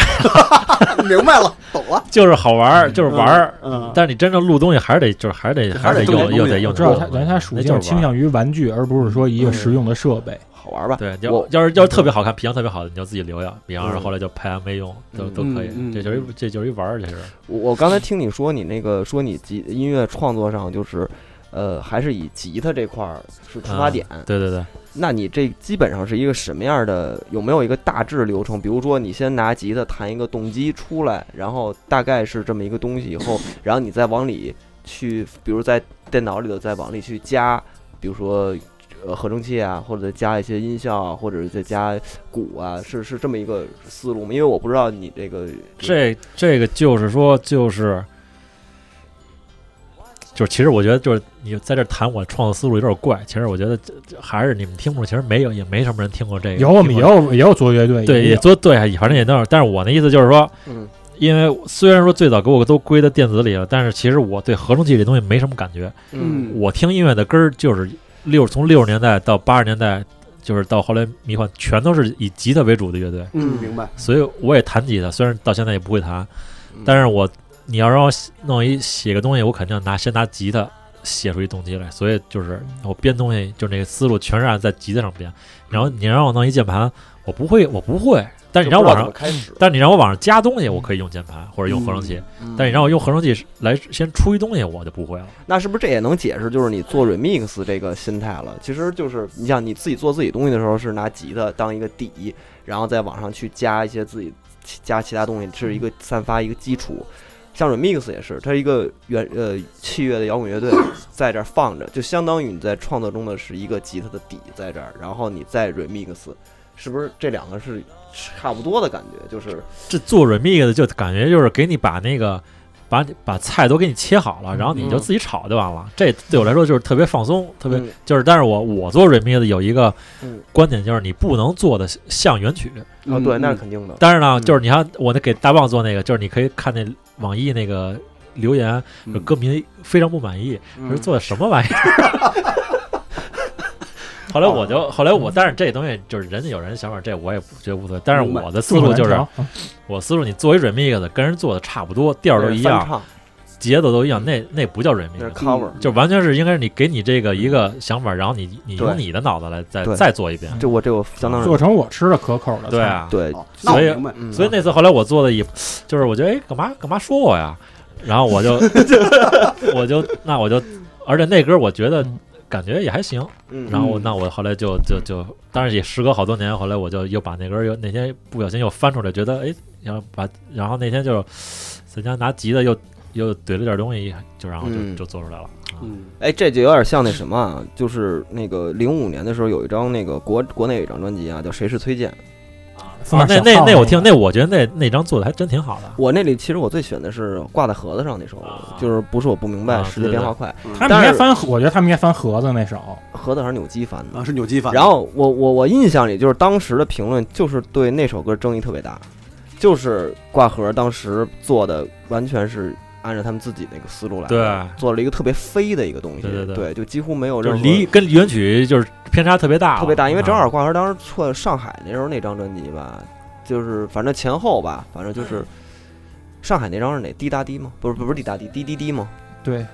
D: 明白了，懂了，
E: 就是好玩儿，就是玩儿。
D: 嗯，
E: 但是你真正录东西还是得，就是还是得，
D: 还
E: 还
D: 是得
E: 是
D: 用东西
E: 用，又得用
C: 我
E: 得
C: 知道它，
E: 用。
C: 它属
E: 那
C: 性
E: 就是玩
C: 倾
E: 儿。
C: 向于玩具，而不是说
B: 嗯
C: 一个实用的设备。
B: 好玩吧？
E: 对，
B: 我
E: 要要是要是特别好看，皮箱特别好的，你就自己留下，比方说
B: 嗯
E: 后来就拍 MV 用，都
B: 嗯
E: 都可以
D: 嗯嗯。
E: 这就是一这就是一玩儿，这是
B: 我我刚才听你说你那个说你吉音乐创作上就是。呃，还是以吉他这块儿是出发
E: 啊
B: 点。
E: 对对对，
B: 那你这基本上是一个什么样的？有没有一个大致流程？比如说，你先拿吉他弹一个动机出来，然后大概是这么一个东西，以后，然后你再往里去，比如在电脑里头再往里去加，比如说呃合成器啊，或者再加一些音效啊，或者是再加鼓啊，是是这么一个思路吗？因为我不知道你这个
E: 这这个就是说就是。就是，其实我觉得，就是你在这谈我创作思路有点怪。其实我觉得这，这还是你们听不懂。其实没有，也没什么人听过这个。
C: 有我们
E: 听
C: 也
E: 过
C: 有也有做乐队，
E: 嗯对，
C: 也
E: 也
C: 有
E: 做对，反正也都是。但是我的意思就是说，
B: 嗯
E: 因为虽然说最早给我都归到电子里了，但是其实我对合成器这东西没什么感觉。
D: 嗯
E: 我听音乐的根儿就是六，从六十年代到八十年代，就是到后来迷幻，全都是以吉他为主的乐队，
D: 嗯，明白，
E: 所以我也弹吉他，虽然到现在也不会弹，但
B: 是
E: 是我你要让我写弄一写个东西，我肯定拿先拿吉他。写出一动机来，所以就是我编东西，就是那个思路全是按在吉他上编。然后你让我弄一键盘，我不会，我不会。但是你让我往上
B: 开始，
E: 但你让我往上加东西，我可以用键盘或者用合成器。但你让我用合成器来先出一东西，我就不会了。
B: 那是不是这也能解释，就是你做 remix 这个心态了？其实就是你想你自己做自己东西的时候，是拿吉他当一个底，然后在网上去加一些自己其加其他东西，是一个散发一个基础。像 remix 也是，它是一个原呃器乐的摇滚乐队在这儿放着，就相当于你在创作中的是一个吉他的底在这儿，然后你再 remix，是不是这两个是差不多的感觉？就是
E: 这做 remix 就感觉就是给你把那个把你把菜都给你切好了，然后你就自己炒就完了。这对我来说就是特别放松，特别、
B: 嗯
E: 就是。但是我我做 remix 有一个
B: 嗯
E: 观点，就是你不能做的像原曲。
B: 哦，对，
D: 嗯
B: 那是肯定的。
E: 但是呢，
D: 嗯
E: 就是你看我那给大棒做那个，就是你可以看那网易那个留言，有歌迷非常不满意，
B: 嗯
E: 是嗯做的什么玩意儿？后来我
B: 哦
E: 就，后来我，但是这东西就是人家有人的想法，这我也不觉得无所谓。但是我的思路就是，我思路你做一 remix 的，跟人做的差不多，调儿都一样，
B: 唱，
E: 节奏都一样，那那不叫 remix，
B: 那是 cover，
E: 就完全是应该是你给你这个一个想法，然后你你
B: 嗯对
E: 用你的脑子来再
B: 对
E: 再做一遍，
B: 这我这我相当
C: 做成我吃的可口的。
E: 对，啊，
B: 对，
D: 哦那我
E: 所以
D: 明白，
B: 嗯
E: 所以那次后来我做的也，就是我觉得哎，干嘛干嘛说我呀？然后我就 我就那我就，而且那歌我觉得
C: 嗯
E: 感觉也还行。
B: 嗯
E: 然后我
C: 嗯
E: 那我后来就就就，当然也时隔好多年，后来我就又把那歌又那天不小心又翻出来，觉得哎，然后把然后那天就在家拿吉他又又怼了点东西，就然后就
B: 嗯
E: 就做出来了。
D: 嗯
B: 哎，这就有点像那什么啊，就是那个零五年的时候有一张那个国国内有一张专辑啊，叫《谁是崔健》。
C: 放
E: 啊那
C: 点
E: 那
C: 小号
E: 那我听
C: 那
E: 那我觉得那那张做的还真挺好的。
B: 我那里其实我最选的是挂在盒子上那首，
E: 啊
B: 就是不是我不明白，
E: 啊
B: 世界变化快，
C: 他们应该翻，我觉得他们应该翻盒子那首。
B: 盒子还是扭机翻的。
D: 啊，是扭机法。
B: 然后我我我印象里就是当时的评论就是对那首歌争议特别大，就是挂盒当时做的完全是按照他们自己那个思路来的，
E: 对
B: 做了一个特别飞的一个东西，
E: 对对对
B: 就几乎没有
E: 就
B: 任
E: 是
B: 何
E: 离跟原曲就是偏差特别大了，
B: 特别大，因为正
E: 啊
B: 好挂盒当时出上海那时候那张专辑吧，就是反正前后吧，反正就是
C: 嗯
B: 上海那张是哪滴答滴吗？不是不是滴答滴，滴滴滴吗？
C: 对，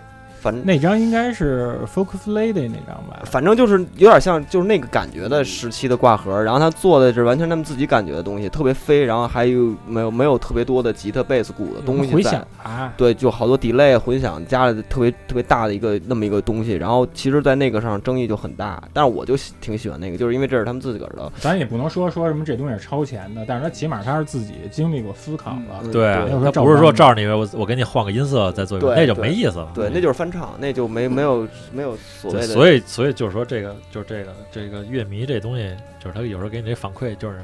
B: 反正
C: 那张应该是 Focus Lady 那张吧？
B: 反正就是有点像就是那个感觉的时期的挂盒，然后他做的是完全他们自己感觉的东西，特别飞，然后还有没有没有特别多的吉他、贝斯、鼓的东西
C: 回
B: 在
C: 响。啊，
B: 对，就好多 delay 混响加了特别特别大的一个那么一个东西，然后其实，在那个上争议就很大，但是我就喜挺喜欢那个，就是因为这是他们自个儿的，
C: 咱也不能说说什么这东西是超前的，但是他起码他是自己经历过思考了。
B: 嗯
E: 对啊，
C: 要说
E: 那
C: 照
E: 不是
C: 搬
E: 说
C: 的
E: 照着你，我我给你换个音色再做一遍，
B: 对
E: 那就
B: 对
E: 没意思了。
B: 对，那就是翻唱，那就没没有没有所谓
E: 嗯对
B: 的，
E: 所以所以就是说这个就是这个这个乐迷这东西，就是他有时候给你这反馈，就是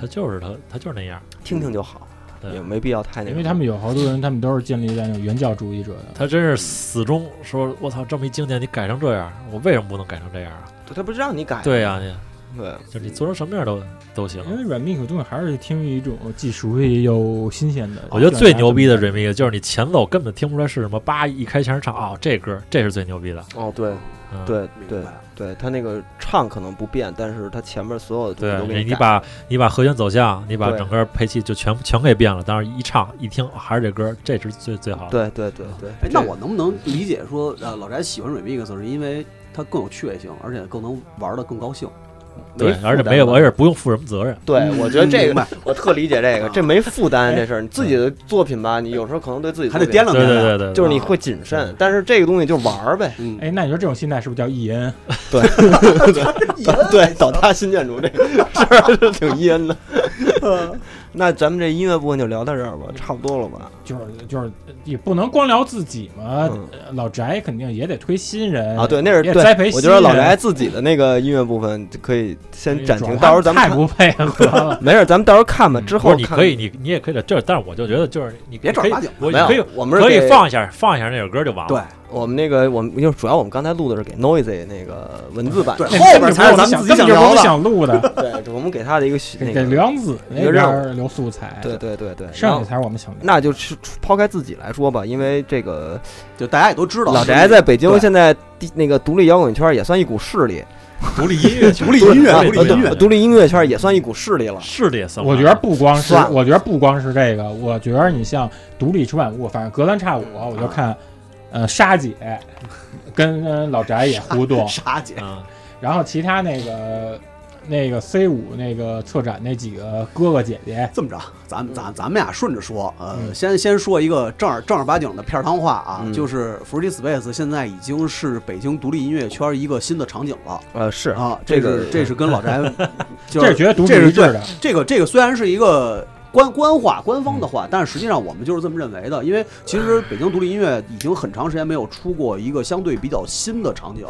E: 他
B: 嗯，
E: 就是他他就是那样，
B: 听听就好，
E: 对
B: 也没必要太那
C: 因
B: 个，
C: 为他们有好多人，他们都是建立在那种原教主义者的。
E: 他真是死忠说，我操，这么一经典你改成这样，我为什么不能改成这样啊？
B: 他不是让你改，
E: 对呀、你
B: 对，啊嗯
E: 就是你做成什么样都都行。
C: 因为软命可东西还是听一种既熟悉又新鲜的。
E: 我觉得最牛逼的 remix 就是你前奏根本听不出来是什么，叭一开腔唱哦，这歌这是最牛逼的。
B: 哦对
E: 嗯、
B: 对
D: 明白
B: 对
D: 了
B: 对，他那个唱可能不变，但是他前面所有的东西都给
E: 对，
B: 你
E: 你
B: 改，
E: 把你把和弦走向，你把
B: 对
E: 整个配器就全全给变了，当然一唱一听哦还是这歌，这是最最好的。
B: 对对对对
D: 哎，，那我能不能理解说，呃，老翟喜欢 remix 是因为它更有趣味性，而且更能玩的更高兴？
E: 对，
B: 负
E: 而且
B: 担
E: 没有，
B: 吧
E: 而且不用负什么责任。
B: 对，我觉得这
D: 明
B: 个
D: 白嗯
B: 我特理解 这个，这没负担
C: 哎
B: 这事儿。你自己的作品吧，你有时候可能对自己
D: 还得
B: 作品
D: 掂量掂
E: 对对
D: 量。
E: 对对，
B: 就是你会谨慎，
E: 嗯
B: 但是这个东西就玩儿呗。
D: 嗯，
C: 哎，那你说这种心态是不是叫 E 意淫？
B: 对，倒塌新建筑这个事儿是挺阴的。
D: 嗯
B: 那咱们这音乐部分就聊到这儿吧，差不多了吧？
C: 就是就是也不能光聊自己嘛，
B: 嗯
C: 呃老翟肯定也得推新人
B: 啊，对，那是
C: 呃也
B: 对
C: 栽培，
B: 我
C: 新
B: 觉得老
C: 人
B: 翟自己的那个音乐部分就可以先暂停，
C: 转
B: 到时候咱们
C: 太
B: 看
C: 不配合 了。
B: 没事儿，咱们到时候看吧。
C: 嗯
B: 之
E: 不
B: 后
E: 是你
B: 看
E: 可以，你你也可以的，就是，但是我就觉得就是你
D: 别
E: 你可以
D: 正儿八经
E: 我
B: 没
E: 你可以
B: 有，我们是
E: 可以
B: 给
E: 放一下放一下那首歌就完了。
D: 对，
B: 我们那个，我们就主要我们刚才录的是给 Noisy 那个文字版的，
D: 对后边才是咱们自
C: 根
D: 己
C: 本就
D: 想
C: 不
D: 聊
C: 是
D: 的
C: 想录的，
B: 对，我们给他的一个 那
C: 给
B: 个
C: 给刘洋子
B: 一
C: 那
B: 个任
C: 边
B: 务
C: 儿留素材。
B: 对，对对对，然
C: 剩
B: 后
C: 下才是我们想聊。
B: 那就是抛开自己来说吧，因为这个
D: 就大家也都知道，
B: 老翟在北京
D: 对
B: 现在地那个独立摇滚圈也算一股势力，
E: 独立音乐，独
D: 立音乐
B: 啊
D: 独立音乐
B: 独立音乐圈也算一股势力了。
E: 是的也算。
C: 我觉得不光是
B: 算了，
C: 我觉得不光是这个，我觉得你像独立出版物，反正隔三差五
B: 啊
C: 我就看，呃，沙姐跟呃老翟也互动，
D: 傻姐，
E: 啊，
C: 然后其他那个那个 C 五那个策展那几个哥哥姐姐，
D: 这么着，咱咱咱们俩顺着说，呃，
C: 嗯
D: 先先说一个正儿正儿八经的片儿汤话啊，
B: 嗯
D: 就是 Free Space 现在已经是北京独立音乐圈一个新的场景了
B: 呃，是
D: 啊，
B: 这
D: 是
B: 个
D: 这是跟 老翟，就
C: 这是绝对独
D: 这
C: 立
D: 是
C: 一致
D: 对
C: 的。
D: 这个这个虽然是一个官官话、官方的话，但是实际上我们就是这么认为的。因为其实北京独立音乐已经很长时间没有出过一个相对比较新的场景，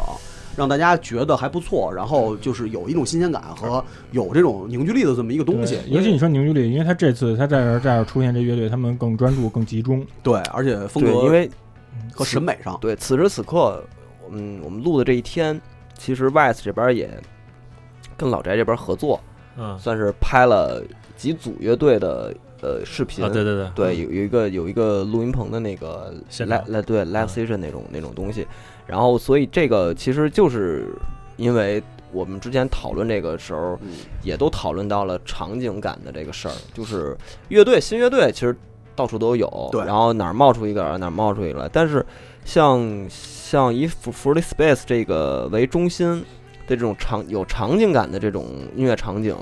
D: 让大家觉得还不错，然后就是有一种新鲜感和有这种凝聚力的这么一个东西
C: 对。尤其你说凝聚力，因为他这次他在这儿这儿出现这乐队，他们更专注、更集中。
D: 对，而且风
B: 对，
D: 格
B: 因为嗯
D: 和审美上，
B: 对此时此刻，嗯，我们录的这一天，其实 Vice 这边也跟老翟这边合作，
E: 嗯啊，
B: 算是拍了几组乐队的呃视频。
E: 啊对对对，
B: 对，有有一个有一个录音棚的那个
E: 现
B: live
E: 场
B: 来对 live session 那种那种东西，然后所以这个其实就是因为我们之前讨论这个时候
D: 嗯，
B: 也都讨论到了场景感的这个事儿，就是乐队新乐队其实到处都有，
D: 对
B: 然后哪儿冒出一个来哪儿冒出一个来。但是像像以 Free Space 这个为中心的这种场有场景感的这种音乐场景，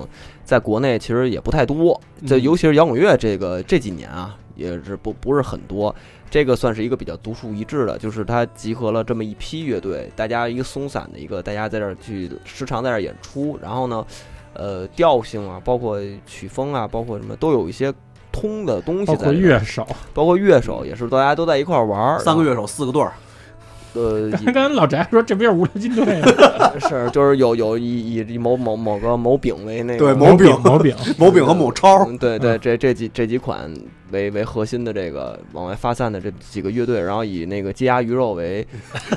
B: 在国内其实也不太多，这
D: 嗯
B: 尤其是摇滚乐这个这几年啊，也是不不是很多。这个算是一个比较独树一帜的，就是它集合了这么一批乐队，大家一个松散的一个，大家在这儿去时常在这儿演出，然后呢，呃，调性啊，包括曲风啊，包括什么，都有一些通的东西
C: 包
B: 在
C: 括
B: 里面，
C: 乐手。
B: 包括乐手也是，大家都在一块儿玩儿，
D: 三个乐手四个队儿，
B: 呃，
C: 刚 刚老翟说这不就是无聊军队吗？
B: 也是就是有有以以以某某某个某丙为那个
D: 对
C: 某
D: 某
C: 饼
D: 饼
C: 某 饼，
D: 某饼和某超，
B: 嗯，对对，这这几这几款为为核心的这个往外发散的这几个乐队，然后以那个鸡鸭鱼肉为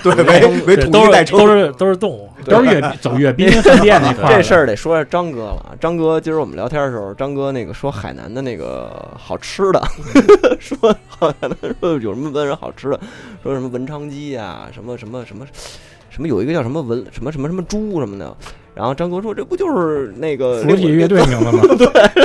D: 对，为为
E: 对
D: 统
E: 都
D: 一代
E: 是
D: 称，
E: 都是都是动
D: 嗯
E: 物，
C: 都是阅走阅兵饭 店那块儿的。
B: 这事儿得说张哥了。啊张哥今儿我们聊天的时候，张哥那个说海南的那个好吃的， 说好像说有什么文人好吃的，说什么文昌鸡呀、什么什么什么什么有一个叫什么文什么什么什么猪什么的。然后张哥说：“这不就是那个
C: 服务器乐队名字吗？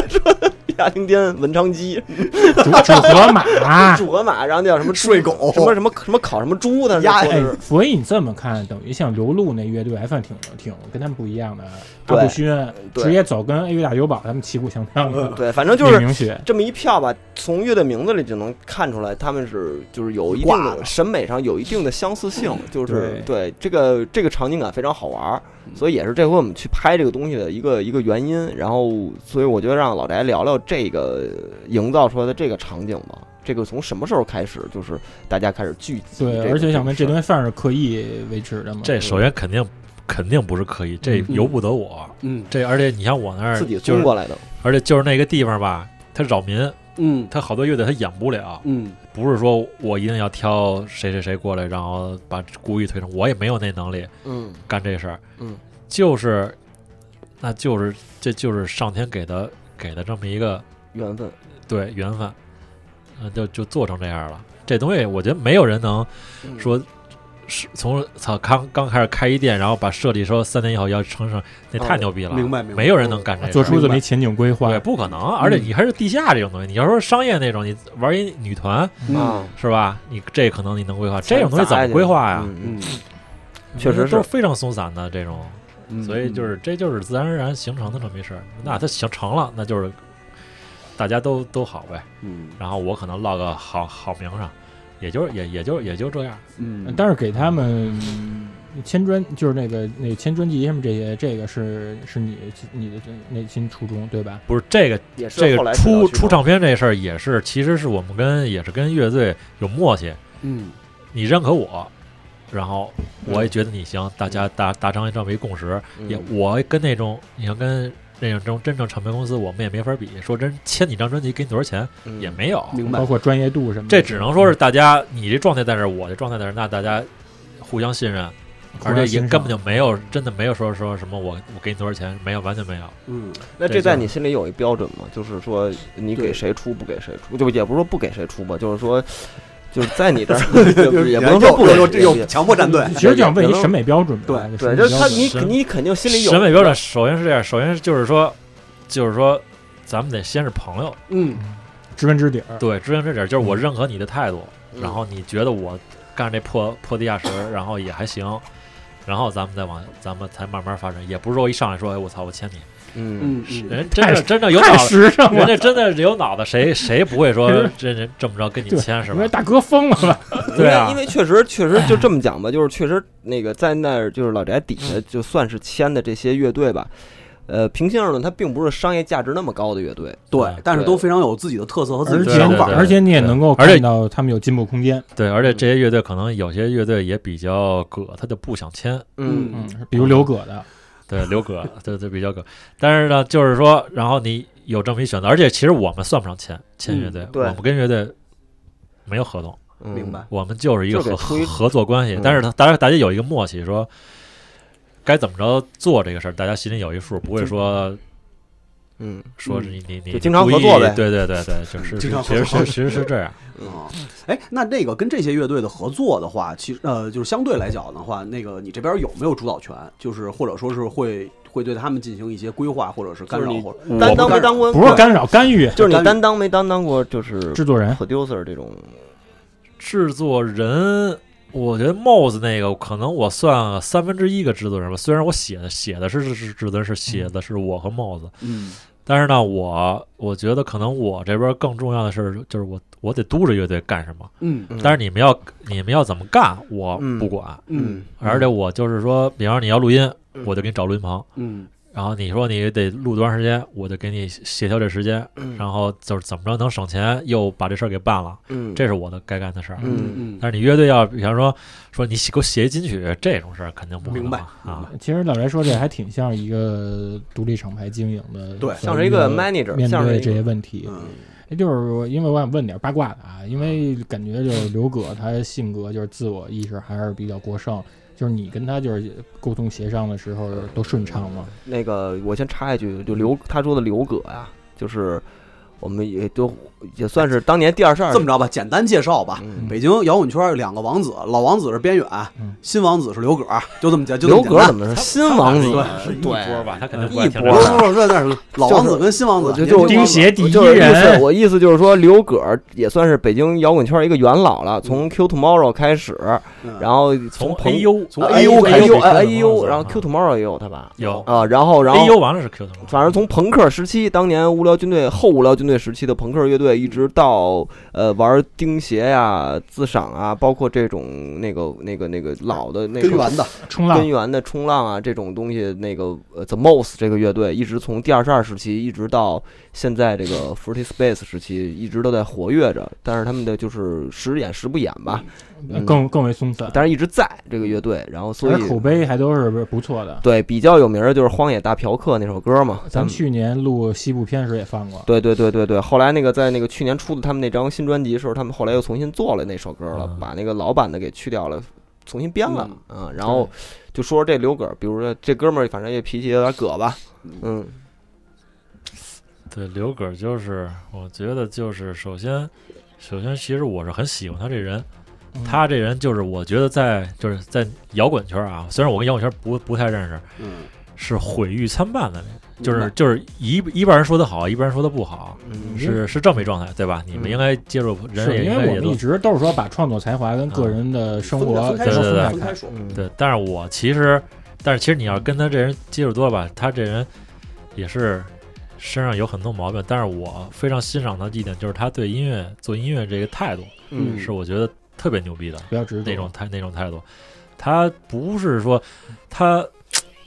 B: 亚丁颠文昌鸡、
C: 主主 河马。
B: 煮河马，然后那叫什么猪
D: 睡狗
C: 哦
B: 什么什么什么烤什么猪的
D: 鸭
B: 说
C: 哎
B: 是，
C: 所以你这么看，等于像刘露那乐队还算挺挺跟他们不一样的，
B: 对
C: 阿布勋
B: 对
C: 直接走跟 A 乐大酒保他们旗鼓相当的，
B: 对，反正就是
C: 明雪
B: 这么一票吧，从乐队名字里就能看出来，他们是就是有一定
D: 挂
B: 的
D: 了
B: 审美上有一定的相似性，
E: 嗯
B: 就是对这个这个场景感非常好玩儿，
E: 嗯
B: 所以也是这回我们去拍这个东西的一个一个原因。然后，所以我觉得让老翟聊聊这个营造出来的这个场景吧，这个从什么时候开始，就是大家开始聚集这个、
C: 对，而且想问这
B: 个
C: 东
B: 事
C: 西算是刻意维持的吗？
E: 这首先肯定肯定不是刻意，这
B: 嗯
E: 由不得我。
D: 嗯
E: 这而且你像我那
B: 儿
E: 儿
B: 自己
E: 就
B: 租
E: 是，
B: 过来的，
E: 而且就是那个地方吧，它扰民，
D: 嗯
E: 它好多乐队它演不了，
D: 嗯
E: 不是说我一定要挑谁谁谁过来，然后把故意推成，我也没有那能力
B: 嗯
E: 干这事儿，
B: 嗯，
E: 就是，那就是这就是上天给的给的这么一个
B: 缘分，
E: 对缘分，嗯、就就做成这样了。这东西我觉得没有人能
B: 嗯
E: 说是从操刚刚开始开一店，然后把设计说三年以后要成上，那太
B: 哦
E: 牛逼了，
D: 明白明白
E: 没有人能干这事儿
C: 做出这么一前景规划
E: 对，，不可能。而且你还是地下这种东西，你要说商业那种，你玩一女团
B: 啊，
E: 是吧？你这可能你能规划，嗯这种东西怎么规划呀？
B: 嗯，
D: 嗯
B: 确实是
E: 都是非常松散的这种，
D: 嗯，
E: 所以就是这就是自然而然形成的这么一事儿。那它形成了，那就是大家都都好呗。
D: 嗯
E: 然后我可能落个好好名上，也就是也也就也就这样。
D: 嗯，
C: 但是给他们签专就是那个那签专辑什么这些，这个是是你你的内心初衷对吧？
E: 不是这个
B: 也是
E: 这
B: 后来
E: 个
B: 才
E: 出
B: 聊去
E: 出
B: 的
E: 唱片这事儿也是，其实是我们跟也是跟乐队有默契，
D: 嗯
E: 你认可我，然后我也觉得你行，大家达达成这么一共识。
B: 嗯
E: 也我跟那种你要跟那种真正唱片公司，我们也没法比。说真，签你张专辑给你多少钱
B: 嗯
E: 也没有，
D: 明白
C: 包括专业度什么的，
E: 这只能说是大家你这状态在这儿，我这状态在这儿，那大家互相信任，
C: 互相
E: 而且
C: 欣
E: 也
C: 赏
E: 根本就没有真的没有说说什么我我给你多少钱，没有完全没有。
D: 嗯
B: 那
E: 对
B: 这在
E: 就
B: 你心里有一标准吗？就是说你给
D: 对
B: 谁出不给谁出，就也不是说不给谁出吧，就是说就是在你这儿也也不能说不给
D: 又
B: 谁
D: 又
B: 出
D: 又强迫站队，
C: 其实就想问一审美标准吧，
D: 对
B: 对，
C: 审
B: 就
C: 美
B: 是
C: 标
B: 他
C: 准
B: 你
E: 审
B: 你肯定心里有
E: 审美标准，首先是这样，首先就是说，就是说，咱们得先是朋友，
D: 嗯
C: 知根知底儿，
E: 对，知根知底儿，就是我认可你的态度，
B: 嗯
E: 然后你觉得我干这破破地下室，然后也还行，然后咱们再往，咱们才慢慢发展，也不是说一上来说，哎，我操，我签你，
B: 嗯
D: 嗯嗯，
E: 人真的真的有
C: 太
E: 脑子，
C: 时尚
E: 人
C: 了。嗯
E: 家真的有脑子，谁谁不会说这这这么着跟你
C: 对嗯
E: 签是
C: 我说
E: 吧？
C: 大哥
B: 嗯
C: 疯了吧？
E: 对啊
B: 因为因为确实确实就这么讲吧，就是确实那个在那儿就是老宅底下
E: 嗯
B: 就算是签的这些乐队吧，呃，平心而论，它并不是商业价值那么高的乐队，
D: 对，但是都非常有自己的特色和自
C: 而
D: 己
C: 且
D: 的想法
E: 对对，
C: 而且你也能够
E: 而且
C: 看到他们有进步空间。
E: 对，而且这些乐队可能有些乐队也比较葛，他就不想签，
B: 嗯
D: 嗯
C: 嗯，比如刘葛的，
E: 对，刘葛，对对，比较葛。但是呢，就是说，然后你有这么一选择，而且其实我们算不上签签乐队，
B: 嗯对
E: 我们跟乐队没有合同，
B: 嗯
D: 明白。
E: 我们就是一个
B: 就
E: 合
B: 得出一
E: 合合作关系
B: 嗯。
E: 但是呢，大家大家有一个默契，说该怎么着做这个事儿，大家心里有一数，不会说
B: 嗯，
E: 说你你你
B: 就经常合作呗
E: 对对对对， 就是
D: 经常合
E: 其实
D: 作
E: 是其实是 这样，
D: 啊，哎，那那个跟这些乐队的合作的话，其实呃，就是相对来讲的话，那个你这边有没有主导权？就是或者说是会会对他们进行一些规划，或者是干
B: 就是
D: 扰，
B: 你
D: 或者
B: 担当没当过，
C: 不是干扰干预，
B: 就是你
D: 干
B: 担当没担当过，就是
C: 制作人
B: producer 这种，
E: 制作人，我觉得 Moz 那个可能我算三分之一个制作人吧。虽然我写的写的是是制作人是写的是我和 Moz，
D: 嗯
E: 但是呢，我我觉得可能我这边更重要的是，就是我我得督着乐队干什么。
D: 嗯
B: 嗯
E: 但是你们要你们要怎么干，我
B: 嗯
E: 不管。
D: 嗯
E: 而且我就是说，比方说你要录音，
B: 嗯
E: 我就给你找录音棚。
D: 嗯
E: 然后你说你得录多长时间，我就给你协调这时间。
B: 嗯
E: 然后就是怎么着能省钱，又把这事儿给办了，
B: 嗯
E: 这是我的该干的事儿。
D: 嗯嗯，
E: 但是你乐队要，比方说说你写给我写一金曲这种事儿，肯定不可能
D: 明白
E: 啊。
C: 其实老来说，这还挺像一个独立厂牌经营的，
D: 对
B: 像是一个 manager，
C: 呃面
B: 像是一
C: 对
B: 个
C: 这些问题，
D: 嗯
C: 哎就是我因为我想问点八卦的啊，因为感觉就是刘葛他性格就是自我意识还是比较过剩，就是你跟他就是沟通协商的时候都顺畅吗？
B: 那个，我先插一句，就刘他说的刘葛呀、就是我们也都也算是当年第二十二
D: 这么着吧，简单介绍吧。
B: 嗯
D: 北京摇滚圈有两个王子，老王子是边远
C: 嗯，
D: 新王子是刘葛，就这么简，就这
B: 刘
D: 么简
B: 葛
D: 单
B: 怎。么是新王子？
E: 是
B: 对
E: 一波吧，他肯定不
B: 一
E: 爱听这
B: 波
D: 不是
E: 个
D: 不是不是，那是老王子跟新王
B: 我
D: 子
B: 就，就
D: 年轻
C: 钉
D: 王子
C: 鞋第一
B: 就是意思，
C: 人，
B: 我意思就是说，刘葛也算是北京摇滚圈一个元老了，从 Q Tomorrow 开始，
D: 嗯
B: 然后
E: 从
B: 朋
E: A U
D: 从
B: A
D: AU 开始
B: U 哎
E: 开始
B: A U，
E: 啊
B: 然后 Q Tomorrow 也有他吧？
E: 有
B: 啊，然后然
E: A
B: 后
E: U 完了是 Q 的，
B: 反正从朋克时期，当年无聊军队后无聊军队时期的朋克乐队，一直到呃玩钉鞋呀、自赏啊，包括这种那个那个那个老的那
D: 根
B: 个
D: 源的，
C: 冲浪
B: 根源的冲浪啊这种东西，那个呃 The Most 这个乐队，一直从第二十二时期一直到现在这个 Forty Space 时期，一直都在活跃着，但是他们的就是时演时不演吧，嗯
C: 呃更更为松散，
B: 但是一直在这个乐队，然后所
C: 而口
B: 以
C: 碑还都是不错的。
B: 对比较有名的就是《荒野大嫖客》那首歌嘛，
C: 咱们去年录西部片时也放过，
B: 对对对对对，后来那个在那个去年出的他们那张新专辑的时候，他们后来又重新做了那首歌了，
E: 嗯
B: 把那个老版的给去掉了，重新编了，嗯，然后就说这刘葛，比如说这哥们儿，反正也脾气有点葛吧，嗯
E: 对刘葛就是，我觉得就是首先首先其实我是很喜欢他这人，
C: 嗯
E: 他这人就是我觉得在就是在摇滚圈啊，虽然我跟摇滚圈不不太认识，
D: 嗯，
E: 是毁誉参半的人，就
D: 明
E: 是
D: 白
E: 就是一一半人说的好，一半人说的不好。
B: 嗯
E: 是是这么一状态，对吧？你们应该接触人也
C: 是因
E: 应
C: 为
E: 该
C: 我
E: 也
C: 们一
E: 多
C: 直都是说把创作才华跟个人的生活
D: 分开
E: 对
D: 说，
E: 对对
D: 分开说，
B: 嗯，
E: 对。但是我其实，但是其实你要跟他这人接触多了吧，他这人也是身上有很多毛病。但是我非常欣赏他的一点就是他对音乐做音乐这个态度，
B: 嗯
E: 是我觉得特别牛逼的
C: 不要执着
E: 那种态那种态度。他不是说他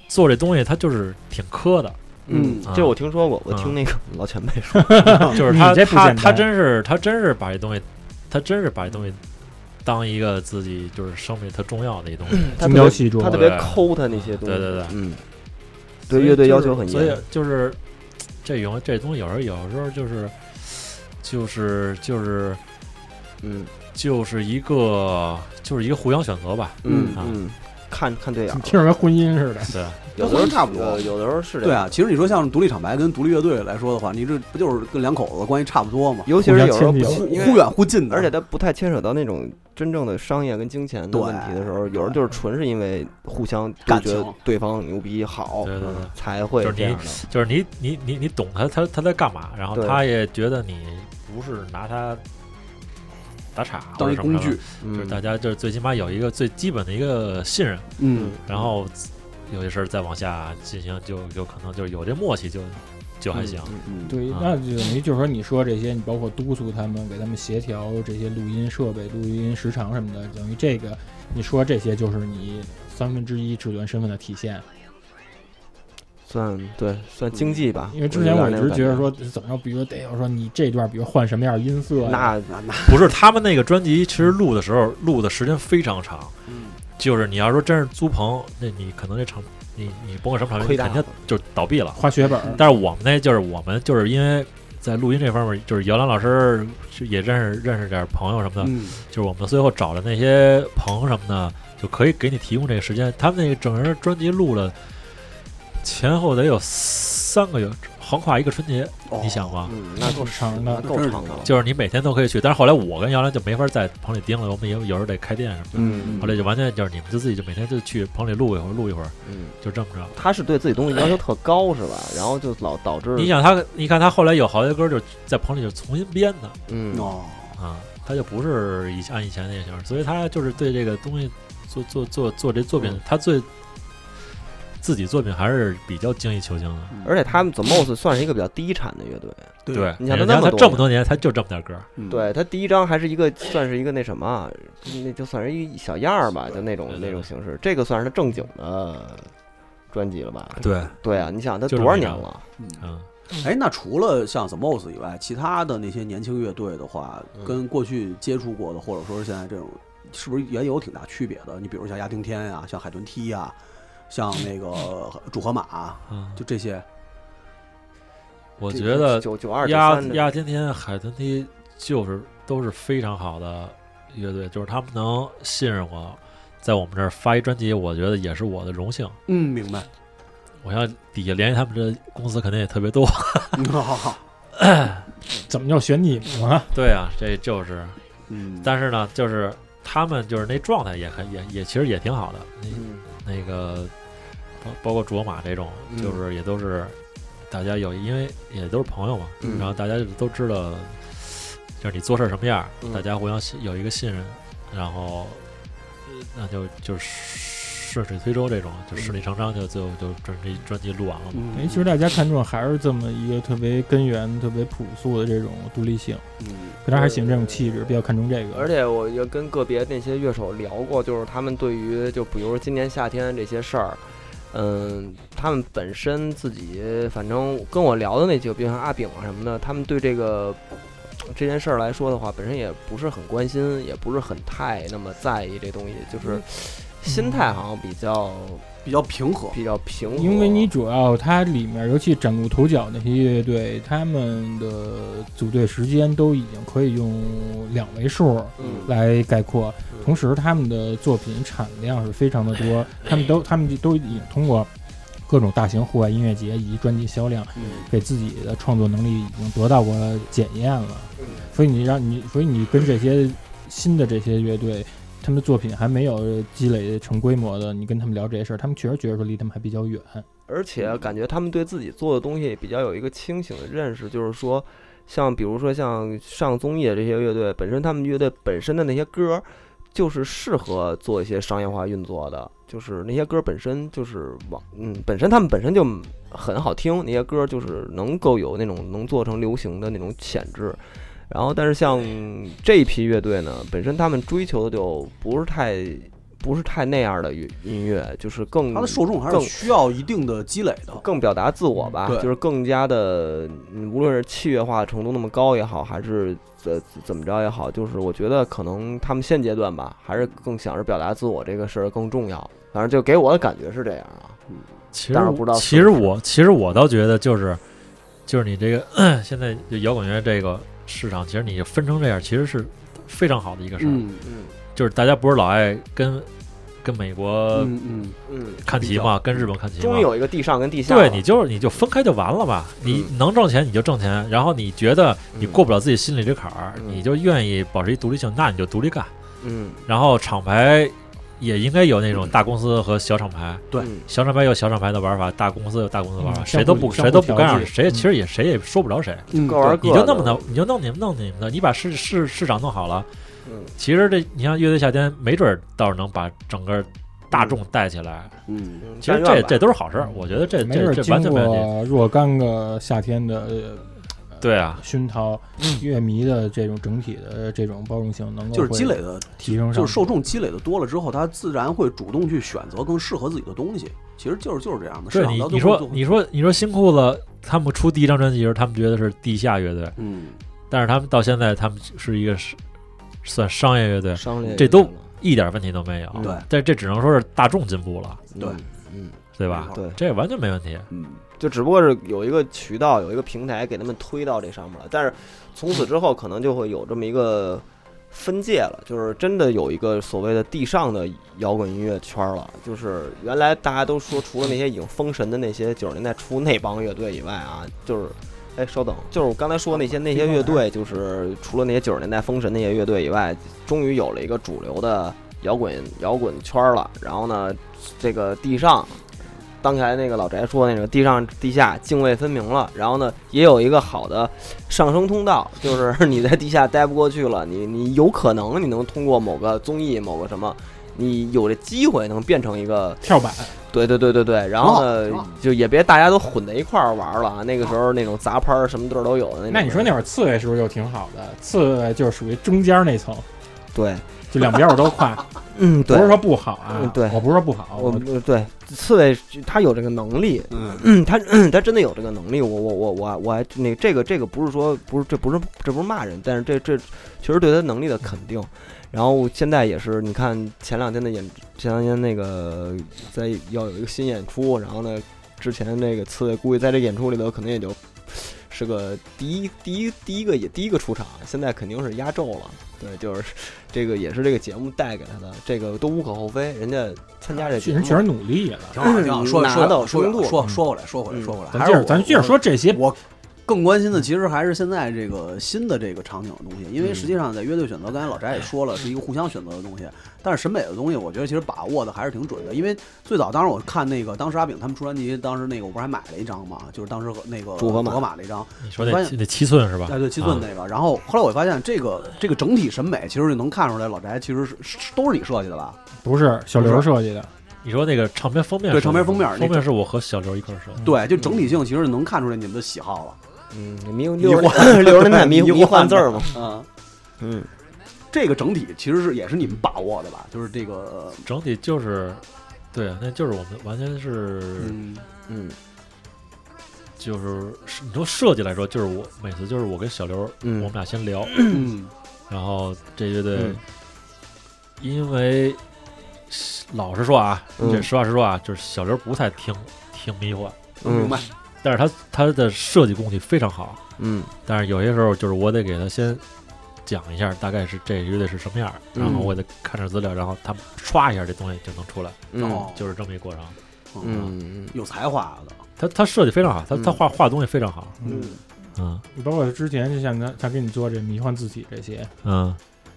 E: 做这东西，他就是挺磕的，
D: 嗯
E: 啊
B: 这我听说过，我听那个老前辈 说，
E: 就是他
C: 啊你这不简
E: 他
C: 单
E: 他真是他真是把这东西，他真是把这东西当一个自己就是生命特重要的一东西。
B: 他特
C: 精雕
B: 别
C: 细琢
B: 他特别抠他那些东西，
E: 对对对
B: 嗯，
E: 所
B: 对
E: 以
B: 乐队
E: 就
B: 要
E: 是
B: 求很
E: 所以
B: 严，
E: 就是这有这东西有时候有时候就是就是就是
B: 嗯
E: 就是一个就是一个互相选择吧，
B: 嗯
E: 啊嗯
B: 嗯，看看对眼儿，
C: 听着跟婚姻似的。
E: 对，
B: 有的时候
D: 差不多
B: 呃有的时候是这
D: 对
B: 样，
D: 啊，其实你说像独立厂牌跟独立乐队来说的话，你这不就是跟两口子关系差不多吗？
B: 尤其是有时候不
C: 互相
D: 忽
C: 迁
B: 亲因为
D: 忽远忽近的，
B: 而且他不太牵扯到那种真正的商业跟金钱的
D: 对
B: 问题的时候，有人就是纯是因为互相都
D: 感
B: 觉
D: 情
B: 得对方牛逼好，
E: 对对对
B: 才会
E: 就是
B: 这样的。
E: 就是你你你你懂他他他在干嘛，然后
B: 对
E: 他也觉得你不是拿他打岔
D: 当一工具，，
E: 或者什么的就是大
B: 嗯，
E: 家就是最起码有一个最基本的一个信任，
D: 嗯
E: 然后有些事儿再往下进行就有可能就是有这默契就就还行，
D: 嗯，
C: 对，
E: 啊
C: 那就等于就是说，你说这些，你包括督促他们，给他们协调这些录音设备、录音时长什么的，等于这个，你说这些就是你三分之一制作人身份的体现。
B: 算对算经济吧。
C: 嗯因为之前
B: 有
C: 我一
B: 点那
C: 直
B: 种
C: 觉得
B: 感
C: 说，怎么着，比如得有说你这段，比如换什么样的音色
B: 觉，
C: 呀，
B: 那
D: 那那
E: 不是他们那个专辑，其实录的时候录的时间非常长，
D: 嗯
E: 就是你要说真是租棚，那你可能这厂你你甭管什么厂，
B: 亏
E: 你
B: 大
E: 肯定
B: 了
E: 就倒闭了。
C: 画血本儿，
E: 但是我们那就是我们就是因为在录音这方面，就是姚兰老师是也认识认识点朋友什么的，
D: 嗯
E: 就是我们最后找的那些棚什么的，就可以给你提供这个时间。他们那个整个专辑录了前后得有三个月，横跨一个春节，
D: 哦
E: 你想吧，
B: 嗯，那够
C: 长的
B: 那够长的了，
E: 就是你每天都可以去。但是后来我跟姚澜就没法在棚里盯了，我们也有时候得开店什么的。
B: 嗯
E: 后来就完全就是你们就自己就每天就去棚里录一会儿，录一会儿，
B: 嗯，
E: 就这么着。
B: 他是对自己东西要求特高是吧？然后就老导致
E: 你想他，你看他后来有好些歌就在棚里就重新编的
B: 嗯
D: 哦，
E: 啊，他就不是以按以前那个形式，所以他就是对这个东西做做做做这作品
B: 嗯，
E: 他最自己作品还是比较精益求精的。
B: 而且他们 The Most 算是一个比较低产的乐队，
D: 对
E: 对，
B: 你想他
E: 人家
B: 那么
E: 他
B: 多
E: 这么多年，他就这么点歌，
D: 嗯
B: 对他第一张还是一个算是一个那什么，那就算是一小样儿吧，就那种
E: 对对对
B: 那种形式。这个算是他正经的专辑了吧？
E: 对，
B: 对啊，你想他
E: 就
B: 多少
E: 是这
B: 年
E: 样
B: 了？
E: 嗯，
D: 哎，那除了像 The Moss 以外，其他的那些年轻乐队的话，
B: 嗯
D: 跟过去接触过的，或者说是现在这种，是不是也有挺大区别的？你比如像亚丁天呀、像海豚踢呀、像那个主河马、
E: 嗯，
D: 就这些。
E: 我
B: 这
E: 觉得
B: 九九二九
E: 压
B: 三的
E: 压天天海豚踢就是都是非常好的乐队，就是他们能信任我，在我们这儿发一专辑，我觉得也是我的荣幸。
D: 嗯，明白。
E: 我要底下联系他们这公司肯定也特别多。
D: 嗯好好好。
C: 怎么就选你们了？
E: 对啊，这就是，
D: 嗯，
E: 但是呢，就是他们就是那状态也很也也其实也挺好的，
B: 嗯
E: 那那个包包括卓玛这种，
B: 嗯
E: 就是也都是大家有因为也都是朋友嘛，
B: 嗯
E: 然后大家就都知道就是你做事儿什么样儿，
B: 嗯
E: 大家互相信有一个信任，然后呃那就就是顺水推舟这种，就顺理成章就就就专辑专辑录完了嘛。
D: 嗯，
C: 哎，其实大家看重还是这么一个特别根源、特别朴素的这种独立性，
D: 嗯
C: 可能还是喜欢这种气质，比较看重这个。
B: 而且我也跟个别那些乐手聊过，就是他们对于就比如说今年夏天这些事儿，嗯，他们本身自己反正跟我聊的那几个，比如像阿炳啊什么的，他们对这个这件事儿来说的话，本身也不是很关心，也不是很太那么在意这东西，就是心态好像比较
D: 比较平和。
B: 比较平和。
C: 因为你主要它里面，尤其崭露头角那些乐队，他们的组队时间都已经可以用两位数
B: 嗯
C: 来概括
B: 嗯，
C: 同时他们的作品产量是非常的多，他们都他们都已经通过各种大型户外音乐节以及专辑销量，
B: 嗯
C: 给自己的创作能力已经得到过检验了。
B: 嗯
C: 所以你让你，所以你跟这些新的这些乐队，他们的作品还没有积累成规模的，你跟他们聊这些事儿，他们确实觉得说离他们还比较远。
B: 而
D: 嗯
B: 且感觉他们对自己做的东西比较有一个清醒的认识，就是说，像比如说像上综艺的这些乐队，本身他们乐队本身的那些歌，就是适合做一些商业化运作的，就是那些歌本身就是往嗯，本身他们本身就很好听，那些歌就是能够有那种能做成流行的那种潜质。然后，但是像这一批乐队呢，本身他们追求的就不是太不是太那样的乐音乐，就是更
D: 它的受众还是
B: 更
D: 需要一定的积累的。
B: 更表达自我吧
D: 嗯对，
B: 就是更加的，嗯无论是器乐化程度那么高也好，还是呃怎怎么着也好，就是我觉得可能他们现阶段吧，还是更想着表达自我这个事儿更重要。反正就给我的感觉是这样啊，
E: 其实
B: 当然
E: 我
B: 不知道
E: 其
B: 是
E: 实
B: 不是
E: 我其实我倒觉得就是就是你这个现在就摇滚乐这个市场，其实你分成这样，其实是非常好的一个事儿。
D: 嗯
B: 嗯
E: 就是大家不是老爱跟跟美国
D: 嗯嗯，
B: 嗯，
E: 看齐嘛，跟日本看齐嘛
B: 终于。有一个地上跟地下了，
E: 对你就是你就分开就完了吧，你能挣钱你就挣钱，然后你觉得你
B: 嗯
E: 过不了自己心里这坎儿，
B: 嗯
E: 你就愿意保持一独立性，那你就独立干。
B: 嗯，
E: 然后厂牌也应该有那种大公司和小厂牌，
D: 对
B: 嗯
E: 小厂牌有小厂牌的玩法，大公司有大公司的玩法，
C: 嗯
E: 谁都
C: 相
E: 不
C: 互
E: 谁都不
C: 相互
E: 干
C: 调
E: 扰，
C: 剂
E: 谁也
C: 嗯
E: 其实也谁也说不着谁，
D: 嗯
B: 各玩
D: 对
B: 各
E: 你
B: 的，
E: 就那么的，你就弄你们弄你们的，你把市市市场弄好了，
B: 嗯
E: 其实这你像乐队夏天，没准儿倒是能把整个大众带起来。
D: 嗯
B: 嗯，
E: 其实
B: 但
E: 这
B: 愿吧
E: 这都是好事儿，我觉得这
C: 嗯没准
E: 这
C: 儿
E: 这
C: 经
E: 完全没问题。
C: 过若干个夏天的呃
E: 对啊，
C: 熏陶，乐迷的这种整体的这种包容性能够
D: 嗯就是
C: 会
D: 积累的
C: 提升上去，
D: 就是受众积累的多了之后，他自然会主动去选择更适合自己的东西。其实就是就是这样的。市
E: 对
D: 场
E: 你
D: 到最
E: 你
D: 后
E: 说
D: 就会
E: 你说你说新裤子他们出第一张专辑时，他们觉得是地下乐队，
D: 嗯，
E: 但是他们到现在他们是一个是算商业乐队，
B: 商业
E: 这都一点问题都没有。
D: 对
E: 但这只能说是大众进步了，
B: 嗯
D: 对
B: 嗯，
E: 对吧？
B: 对，
E: 这完全没问题。
D: 嗯，
B: 就只不过是有一个渠道，有一个平台给他们推到这上面了。但是从此之后，可能就会有这么一个分界了，就是真的有一个所谓的地上的摇滚音乐圈了。就是原来大家都说，除了那些已经封神的那些九十年代初那帮乐队以外啊，就是。哎，稍等，就是我刚才说那些那些乐队，就是除了那些九十年代封神那些乐队以外，终于有了一个主流的摇滚摇滚圈了。然后呢，这个地上，刚才那个老翟说那个地上地下泾渭分明了。然后呢，也有一个好的上升通道，就是你在地下待不过去了，你你有可能你能通过某个综艺某个什么，你有这机会能变成一个
C: 跳板，
B: 对对对对对，然后呢
D: 挺好挺好，
B: 就也别大家都混在一块儿玩了啊。那个时候那种杂拍儿什么队儿都有的种。
C: 那你说那会儿刺猬是不是就挺好的？刺猬就是属于中间那层，
B: 对，
C: 就两边我都跨，
B: 嗯
C: 不
B: 对
C: 是，说不好啊
B: 嗯，对
C: 我不是说不好，
B: 我们对刺猬他有这个能力，
D: 嗯，
B: 嗯，他他真的有这个能力，我我我我我还那这个这个不是说不是这不是这不是骂人，但是这这确实对他能力的肯定。然后现在也是，你看前两天的演，前两天那个在要有一个新演出，然后呢，之前那个刺猬估计在这演出里头可能也就是个第一第一第一个也第一个出场，现在肯定是压轴了。对，就是这个也是这个节目带给他的，这个都无可厚非，人家参加这节
C: 人确实
B: 目，
C: 努力了。
D: 挺好，挺好。说
B: 拿
D: 说
B: 到
D: 说
B: 程度嗯
D: 说说回来，说回来，说回来。
C: 咱
D: 还
C: 接
D: 是
C: 着，
D: 我
C: 咱接着说这些
D: 我更关心的其实还是现在这个新的这个场景的东西，因为实际上在乐队选择，刚才老翟也说了，是一个互相选择的东西。但是审美的东西，我觉得其实把握的还是挺准的。因为最早当时我看那个，当时阿炳他们出专辑，当时那个我不是还买了一张嘛，就是当时和那个
B: 组合码
D: 合码那
C: 啊
D: 张，
E: 你说
D: 我
E: 那
D: 发现
E: 那七寸是吧？
D: 哎对七寸
E: 啊
D: 那个。然后后来我发现这个这个整体审美，其实就能看出来，老翟其实是是都是你设计的吧？
C: 不是小刘设计的，
E: 你说那个唱片封面
D: 对
E: 是吗，
D: 唱片封面那
E: 封面是我和小刘一块儿设的。
D: 对，
C: 嗯
D: 就整体性其实能看出来你们的喜好了。
B: 嗯，迷
D: 迷
B: 六
D: 幻
B: 六十年代迷
D: 迷
B: 迷幻
D: 幻
B: 字儿嘛，
D: 嗯。
B: 嗯，
D: 这个整体其实是也是你们把握的吧？就是这个，
E: 整体就是，对啊，那就是我们完全是、
D: 嗯，
B: 嗯
E: 就是是你从设计来说，就是我每次就是我跟小刘，
B: 嗯
E: 我们俩先聊，
D: 嗯
E: 然后这乐队，
B: 嗯
E: 因为老实说啊，
B: 嗯
E: 这实话实说啊，就是小刘不太听听迷幻，
D: 明
B: 嗯
D: 白，
E: 但是他他的设计功底非常好，
B: 嗯
E: 但是有些时候就是我得给他先讲一下大概是这乐队是什么样儿，然后
B: 嗯
E: 我得看着资料，然后他唰一下这东西就能出来，
B: 嗯
D: 哦，
E: 就是这么一过程。
B: 嗯
D: 有才华的，
E: 他他设计非常好，他他
B: 嗯
E: 画画东西非常好，
C: 嗯，
E: 嗯
C: 包括之前就像他他给你做这迷幻字体这些，
E: 嗯，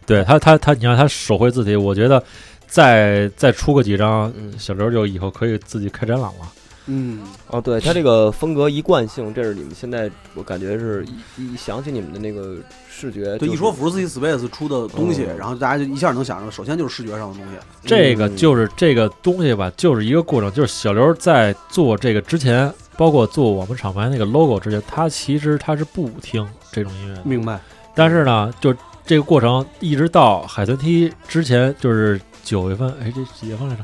E: 对他他他，你让他手绘字体，我觉得再再出个几张，
B: 嗯
E: 小刘就以后可以自己开展览了。
D: 嗯，
B: 哦，对，他这个风格一贯性，这是你们现在我感觉是一一想起你们的那个视觉，
D: 对，
B: 就
D: 一
B: 是
D: 说 f r z y Space 出的东西，
B: 嗯
D: 然后大家就一下能想到，首先就是视觉上的东西，
E: 这个就是这个东西吧，就是一个过程，就是小刘在做这个之前，包括做我们厂牌那个 logo 之前，他其实他是不听这种音乐的，
D: 嗯明白？
E: 但是呢，就这个过程一直到海豚踢之前，就是九月份，哎，这几月份来着？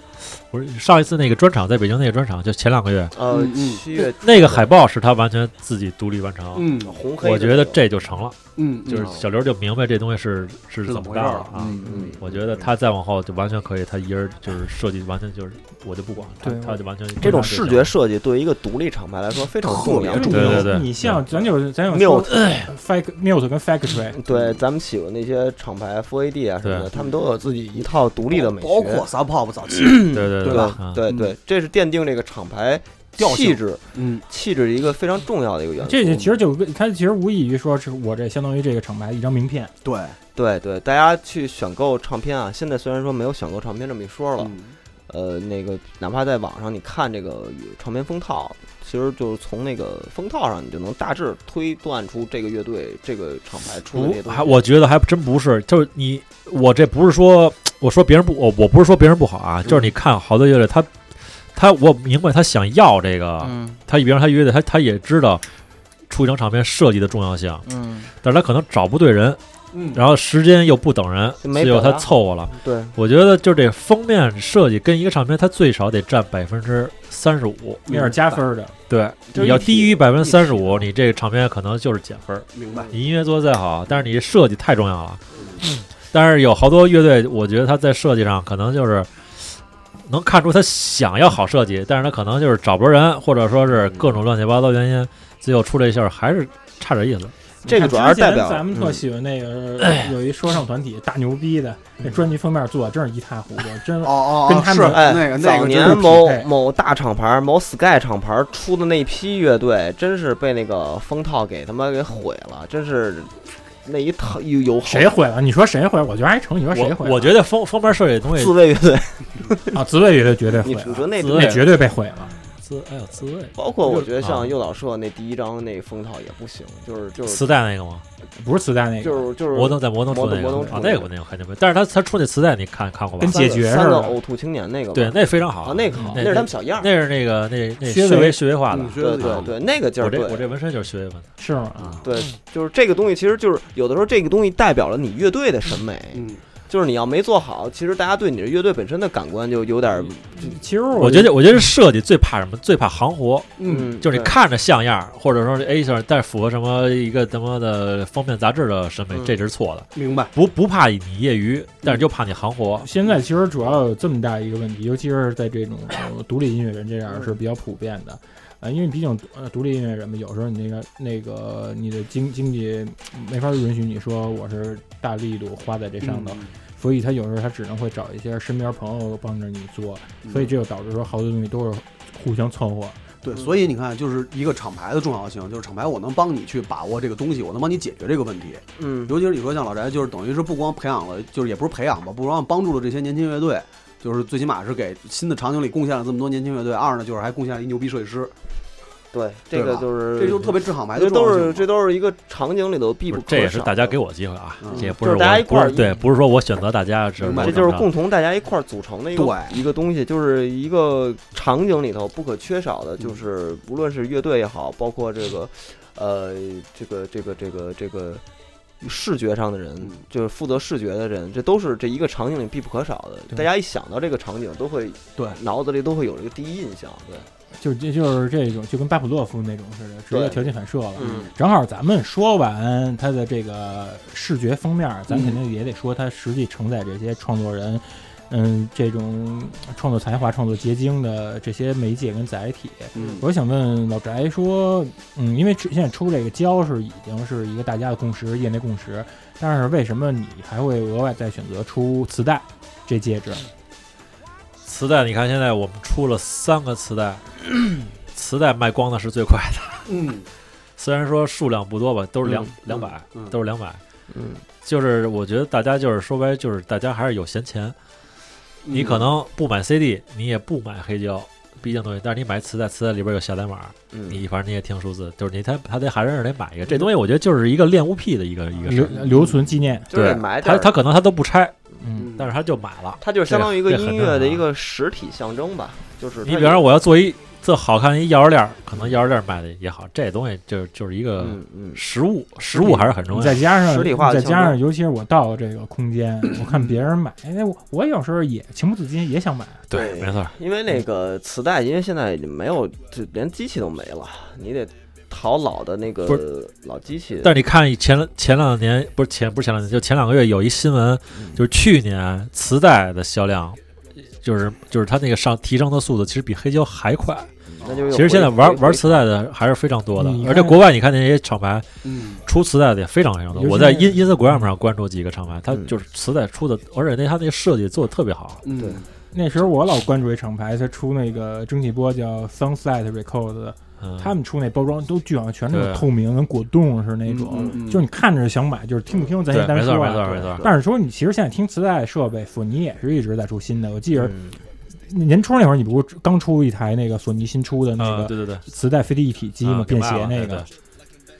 E: 我说上一次那个专场在北京那个专场，就前两个月，
B: 呃
D: 嗯嗯
B: 七月
E: 那个海报是他完全自己独立完成。
D: 嗯
B: 红黑的那个，
E: 我觉得这就成了，
D: 嗯，
E: 就是小刘就明白这东西是
D: 是
E: 是怎
D: 怎么
E: 么
D: 回
E: 着
D: 事
E: 了
D: 了
E: 啊。
B: 嗯
E: 我觉得他再往后就完全可以，他一人就是设计，完全就是我就不管，他
C: 对
E: 他就完全
B: 这种视觉设计对于一个独立厂牌来说非常重要
D: 特别。重
E: 对对对
C: 你像咱有咱有
B: Mute
C: fact mute 跟 factory，
B: 对，咱们喜欢那些厂牌 f a d 啊什么的，
E: 对
B: 他们都有自己一套独立的美学，
D: 包括 Sub Pop 早期，
E: 对对
B: 对
E: 吧？
B: 吧？
E: 啊
B: 对
D: 嗯
B: 对，这是奠定这个厂牌
D: 调性
B: 气质
D: 嗯，
B: 气质一个非常重要的一个元素。
C: 这就其实就跟他其实无异于说是我这相当于这个厂牌一张名片，
D: 对，
B: 对对，大家去选购唱片啊，现在虽然说没有选购唱片这么一说了，
D: 嗯
B: 呃，那个哪怕在网上你看这个唱片封套，其实就是从那个封套上，你就能大致推断出这个乐队、这个厂牌出的这些
E: 不，
B: 东
E: 还
B: 西。
E: 我觉得还真不是，就是你，我这不是说，我说别人不，我我不是说别人不好啊，就是你看好多乐队，他他我明白他想要这个，
F: 嗯
E: 他比方说他乐队，他他也知道出一张唱片设计的重要性，
F: 嗯，
E: 但是他可能找不对人，
D: 嗯，
E: 然后时间又不等人，
B: 没
E: 最后
B: 表
E: 他
B: 达
E: 凑合了。
B: 对，
E: 我觉得就这封面设计跟一个唱片，它最少得占百分之三十五。
B: 嗯
C: 那是加分的。
E: 对，
C: 就是
E: 你要
C: 一体
E: 低于百分之三十
C: 一
E: 五，
C: 体
E: 你这个唱片可能就是减分儿。
D: 明白，
E: 你音乐做得再好，但是你设计太重要了。但是有好多乐队，我觉得他在设计上可能就是能看出他想要好设计，但是他可能就是找不着人，或者说是各种乱七八糟原因，最后出这事儿还是差点意思。
B: 这个主要是代表
C: 咱们特
B: 嗯
C: 喜欢那个呃有一说唱团体大牛逼的，
B: 嗯
C: 那专辑封面做的真是一塌糊涂，真
D: 哦哦
C: 跟
D: 哦，
C: 他们
D: 是
B: 哎，
D: 那个那
B: 早
D: 个
B: 年
D: 真是
B: 某
C: 匹配
B: 某大厂牌、某 Sky 厂牌出的那批乐队，真是被那个封套给他妈给毁了，真是那一套有有好
C: 谁毁了？你说谁毁？我觉得还成，你说谁毁
E: 我
C: 了？
E: 我觉得封封面设计的东西
B: 啊自，卫乐队，
C: 啊，紫薇乐队绝对毁
B: 你你说
C: 了，
B: 那
E: 自
B: 种
E: 卫
C: 那绝对被毁了。
E: 滋哎呦滋味，
B: 包括我觉得像
E: 啊
B: 诱导社那第一张那封套也不行，就是就是
E: 磁带那个吗？
C: 不是磁带那个，
B: 就是就是
E: 摩登在摩登出
B: 摩登
E: 那
B: 摩
E: 个
B: 登出
E: 啊，
B: 那
E: 那
B: 个
E: 个那个还挺不，但是他他出那磁带你看看过吧
C: 跟？
B: 三个
C: 解决
B: 三
C: 似
B: 个
C: 的
B: 呕吐青年那个吧
E: 对，那非常好
B: 啊，那个好，
E: 那
B: 那是他们小样儿，
E: 那是那个那那
C: 薛
E: 学
C: 伟
E: 维学维化的
D: 嗯，薛
B: 对
D: 伟
B: 对对，那个劲儿
E: 我
B: 对
E: 这。我这纹身就是学维纹的
C: 是吗？
E: 啊，
B: 对，就是这个东西，其实就是有的时候这个东西代表了你乐队的审美，
D: 嗯，
B: 就是你要没做好，其实大家对你的乐队本身的感官就有点儿，
C: 其实
E: 我觉得我觉得设计最怕什么？最怕行活，
B: 嗯，
E: 就是你
B: 对
E: 看着像样儿，或者说是 A 但是符合什么一个他妈的封面杂志的审美
B: 嗯，
E: 这是错的。
D: 明白。
E: 不不怕你业余，但是就怕你行活。
B: 嗯
C: 现在其实主要有这么大一个问题，尤其是在这种呃独立音乐人这样是比较普遍的，呃，因为毕竟呃独立音乐人嘛，有时候你那个那个你的经经济没法允许你说我是大力度花在这上头，
D: 嗯
C: 所以他有时候他只能会找一些身边朋友帮着你做，
D: 嗯
C: 所以这就导致说好多东西都是互相凑合。
B: 嗯
D: 对，所以你看，就是一个厂牌的重要性，就是厂牌我能帮你去把握这个东西，我能帮你解决这个问题。
B: 嗯，
D: 尤其是你说像老翟，就是等于是不光培养了，就是也不是培养吧，不光帮助了这些年轻乐队，就是最起码是给新的场景里贡献了这么多年轻乐队。二呢，就是还贡献了一牛逼设计师，
B: 对，这个
D: 吧
B: 就是
D: 这就特别治厂牌的
B: 这
D: 重
B: 都
D: 要性
B: 是
D: 嘛
B: 这都是一个场景里头必不
E: 不是
B: 可
E: 这也是
B: 少
E: 大家
B: 的
E: 给我机会啊，
D: 嗯
E: 这也不
B: 就是是大家一
E: 我
B: 块
E: 不
B: 儿
E: 是对，不是说我选择大家是
D: 明白
E: 我
B: 这
E: 怎
B: 就是
E: 么着
B: 共同大家一块儿组成的一个
D: 对
B: 一个东西，就是一个场景里头不可缺少的，
E: 嗯
B: 就是无论是乐队也好，包括这个呃这个这个这个这个视觉上的人
D: 嗯，
B: 就是负责视觉的人，这都是这一个场景里必不可少的。
C: 对
B: 大家一想到这个场景，都会
D: 对
B: 脑子里都会有这个第一印象，对，
C: 就这就是这种，就跟巴甫洛夫那种似的，直接
B: 对
C: 条件反射了。
B: 嗯
C: 正好咱们说完它的这个视觉封面，咱
D: 嗯
C: 肯定也得说它实际承载这些创作人，嗯，这种创作才华、创作结晶的这些媒介跟载体。
D: 嗯
C: 我想问老翟说，嗯，因为之现在出这个胶是已经是一个大家的共识，业内共识，但是为什么你还会额外再选择出磁带这介质？
E: 磁带，你看现在我们出了三个磁带，磁带卖光的是最快的，
D: 嗯
E: 虽然说数量不多吧，都是两
B: 嗯
E: 两百
D: 嗯，
E: 都是两百。
B: 嗯，
E: 就是我觉得大家就是说白了，就是大家还是有闲钱，你
C: 嗯
E: 可能不买 CD，你也不买黑胶，毕竟东西，但是你买磁带，磁带里边有下载码，
B: 嗯，
E: 你反正你也听数字，就是你他他得还是得买一个，这东西我觉得就是一个练物癖的一个一个事
C: 留
E: 儿，
C: 留存纪念，
B: 就是
E: 对
B: 得埋点
E: 他
B: 儿
E: 他可能他都不拆，
C: 嗯，
E: 但是他就买了。
B: 它就是相当于一个
E: 这个
B: 音
E: 这很
B: 乐的
E: 正啊
B: 一个实体象征吧，就是
E: 你
B: 它
E: 比方
B: 有
E: 说我要做一这好看一钥匙链儿，可能钥匙链儿卖的也好，这东西就是就是一个
B: 嗯嗯，
E: 实物，实物还是很重
C: 你
E: 要
C: 再。加上
B: 实体化的
C: 你再加
B: 强
C: 上，
B: 调
C: 尤其是我到这个空间，我
E: 嗯
C: 看别人买，哎，我我有时候也情不自禁也想买，
E: 对，没错儿，
B: 因为那个磁带，因为现在没有，就连机器都没了，你得淘老的那
E: 不
B: 个老机器。
E: 但是你看前前两年不是前不是前两年，就前两个月有一新闻，
C: 嗯
E: 就是去年磁带的销量，就是就是它那个上提升的速度，其实比黑胶还快。
B: 那
C: 哎
B: 就是
E: 其实现在玩玩磁
B: 带，
E: 带的还是非常多的
C: 嗯你，看
E: 而且国外你看那些厂牌
D: 嗯
E: 出磁带的也非常非常多。
C: 尤其
E: 我在
C: 是
E: in Instagram 上关注几个厂牌，它
B: 嗯
E: 就是磁带出的，而且那它那个设计做的特别好。
D: 嗯
B: 对
C: 那时候我老关注一厂牌，他出那个蒸汽波叫 Sunset Records，的
E: 嗯，
C: 他们出那包装都巨好，全是那种
E: 对
C: 透明跟果冻似的那种，
D: 嗯嗯
C: 就是你看着想买，就是听不听咱
E: 对，
C: 先单
E: 没错
C: 说
E: 儿没错
C: 啊。
E: 儿没错儿。
C: 但是说你其实现在听磁带设备，索尼也是一直在出新的。我记着
B: 嗯
C: 年初那会儿，你不是刚出一台那个索尼新出的那
E: 嗯，
C: 个
E: 对对对，
C: 磁带飞碟一体机吗？
E: 啊
C: 便
E: 明
C: 携
E: 白了
C: 那
E: 对
C: 个
E: 对，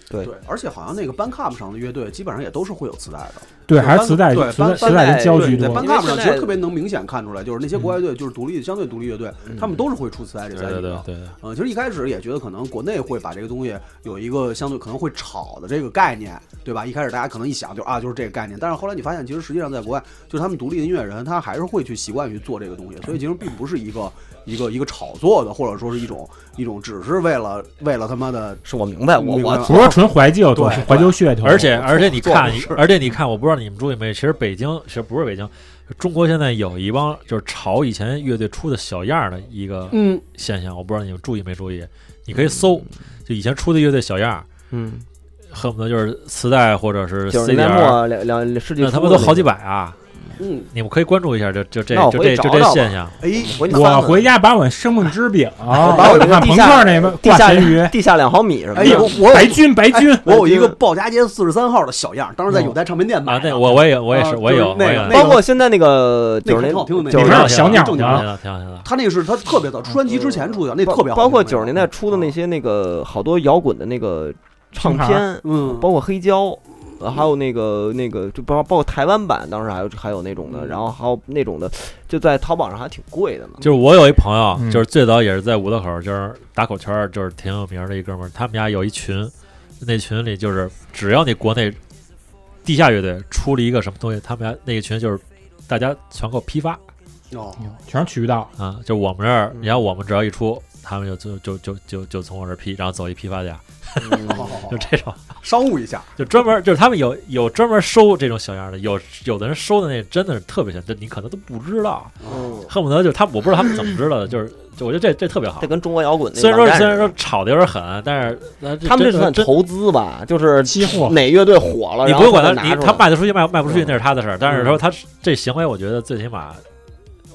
B: 对
D: 对，而且好像那个 Bandcamp 上的乐队基本上也都是会有磁带的，
C: 对，
D: 对
C: 还是
D: 搬
C: 磁带，
D: 对
C: 磁带
D: 搬
C: 磁带
B: 搬
C: 跟胶
B: 带
C: 居
D: 对，在
C: 多。
B: 因为
D: Bandcamp 上其
B: 现
D: 实
B: 在
D: 特别能明显看出来，就是那些国外乐队，就是独立相对独立乐队，
B: 嗯
D: 他们都是会出磁带这
E: 对
D: 载
E: 对
D: 体
E: 对
C: 啊
D: 的。
E: 对，
D: 嗯，其实一开始也觉得可能国内会把这个东西有一个相对可能会炒的这个概念，对吧？一开始大家可能一想就啊就是这个概念，但是后来你发现其实实际上在国外，就是他们独立的音乐人他还是会去习惯于做这个东西，所以其实并不是一个一个一个炒作的，或者说是一种一种只是为了为了他妈的
B: 是我明白，我
D: 明白
B: 我
D: 了
C: 不是纯怀旧，
D: 对
C: 是怀旧噱头，
E: 而且而且你
D: 做
E: 看
D: 的事，
E: 而且你看，我不知道你们注意没，其实北京其实不是北京，中国现在有一帮就是朝以前乐队出的小样儿的一个
D: 嗯
E: 现象，我不知道你们注意没注意，你可以搜，就以前出的乐队小样儿，
B: 嗯
E: 恨不得就是磁带或者是
B: 九
E: CD
B: 十年
E: 儿，
B: 末两两世纪
E: 那
B: 初的
E: 他妈都好几百啊！
B: 那个，嗯，
E: 你们可以关注一下，就就这
B: 那我
E: 就
B: 回
E: 这
B: 去
E: 就
B: 找
E: 这
B: 找吧
E: 现象，
D: 哎，
B: 我给你翻
C: 我
B: 翻
C: 回家把我生命之饼，啊
B: 把我这个
C: 看
B: 地
C: 朋
B: 下
C: 克那边
B: 地
C: 挂
B: 下
C: 咸鱼，
B: 地下两毫米什么
D: 哎
B: 的，
D: 呀，我我有
C: 白军白军，
D: 哎我有一个鲍家街四十三号的小样，当时在有台唱片店买
E: 啊，
D: 的。
E: 那我我也我也
D: 啊
E: 是我也有
D: 就是
E: 我也
D: 那
E: 有
D: 个那，
B: 包括现在那个
D: 那
B: 九
D: 个
B: 十年
D: 挺好听的那
B: 九
D: 个
B: 十
E: 里
B: 年
E: 面
C: 那
E: 有
C: 个小鸟
E: 挺
C: 呢
E: 好听的，挺好听的。
D: 他那个是他特别早，出专辑之前出的，那
B: 嗯
D: 嗯
B: 包
D: 特别好听
B: 包括九十年代，初的那些那个好多摇滚的那个唱
C: 拼
B: 片，
D: 嗯，
B: 包括黑胶，呃还有那个那个，就包包括台湾版，当时还有还有那种的，
D: 嗯
B: 然后还有那种的，就在淘宝上还挺贵的呢。
E: 就是我有一朋友，
C: 嗯
E: 就是最早也是在五道口，就是打口圈儿，就是挺有名儿的一哥们儿。他们家有一群，那群里就是只要你国内地下乐队出了一个什么东西，他们家那个群就是大家全购批发
D: 哦，
C: 全是渠道，
E: 啊，就我们这儿，
B: 嗯
E: 你看我们只要一出，他们就就就就就就从我这儿批，嗯然后走一批发价，
D: 好好好
E: 就，这种，
D: 商务一下，
E: 就专门就是他们有有专门收这种小样儿的，有有的人收的那真的是特别像，就你可能都不知道，
B: 嗯，
E: 恨不得就是他们我不知道他们怎么知道的，就是就我觉得这这特别好
B: 这。跟中国摇滚那
E: 虽然说
B: 网站
E: 虽然
B: 似的
E: 说炒的有点狠，但是呃
B: 他们这
E: 这
B: 算
E: 真
B: 投资吧，就是
C: 期货
B: 哪乐队火了，
E: 你
B: 然
E: 不
B: 后
E: 用管
B: 再拿
E: 他，你
B: 出
E: 他
B: 来
E: 卖得出去卖卖不出去
B: 嗯
E: 那是他的事儿，但是
B: 嗯
E: 说他是这行为，我觉得最起码，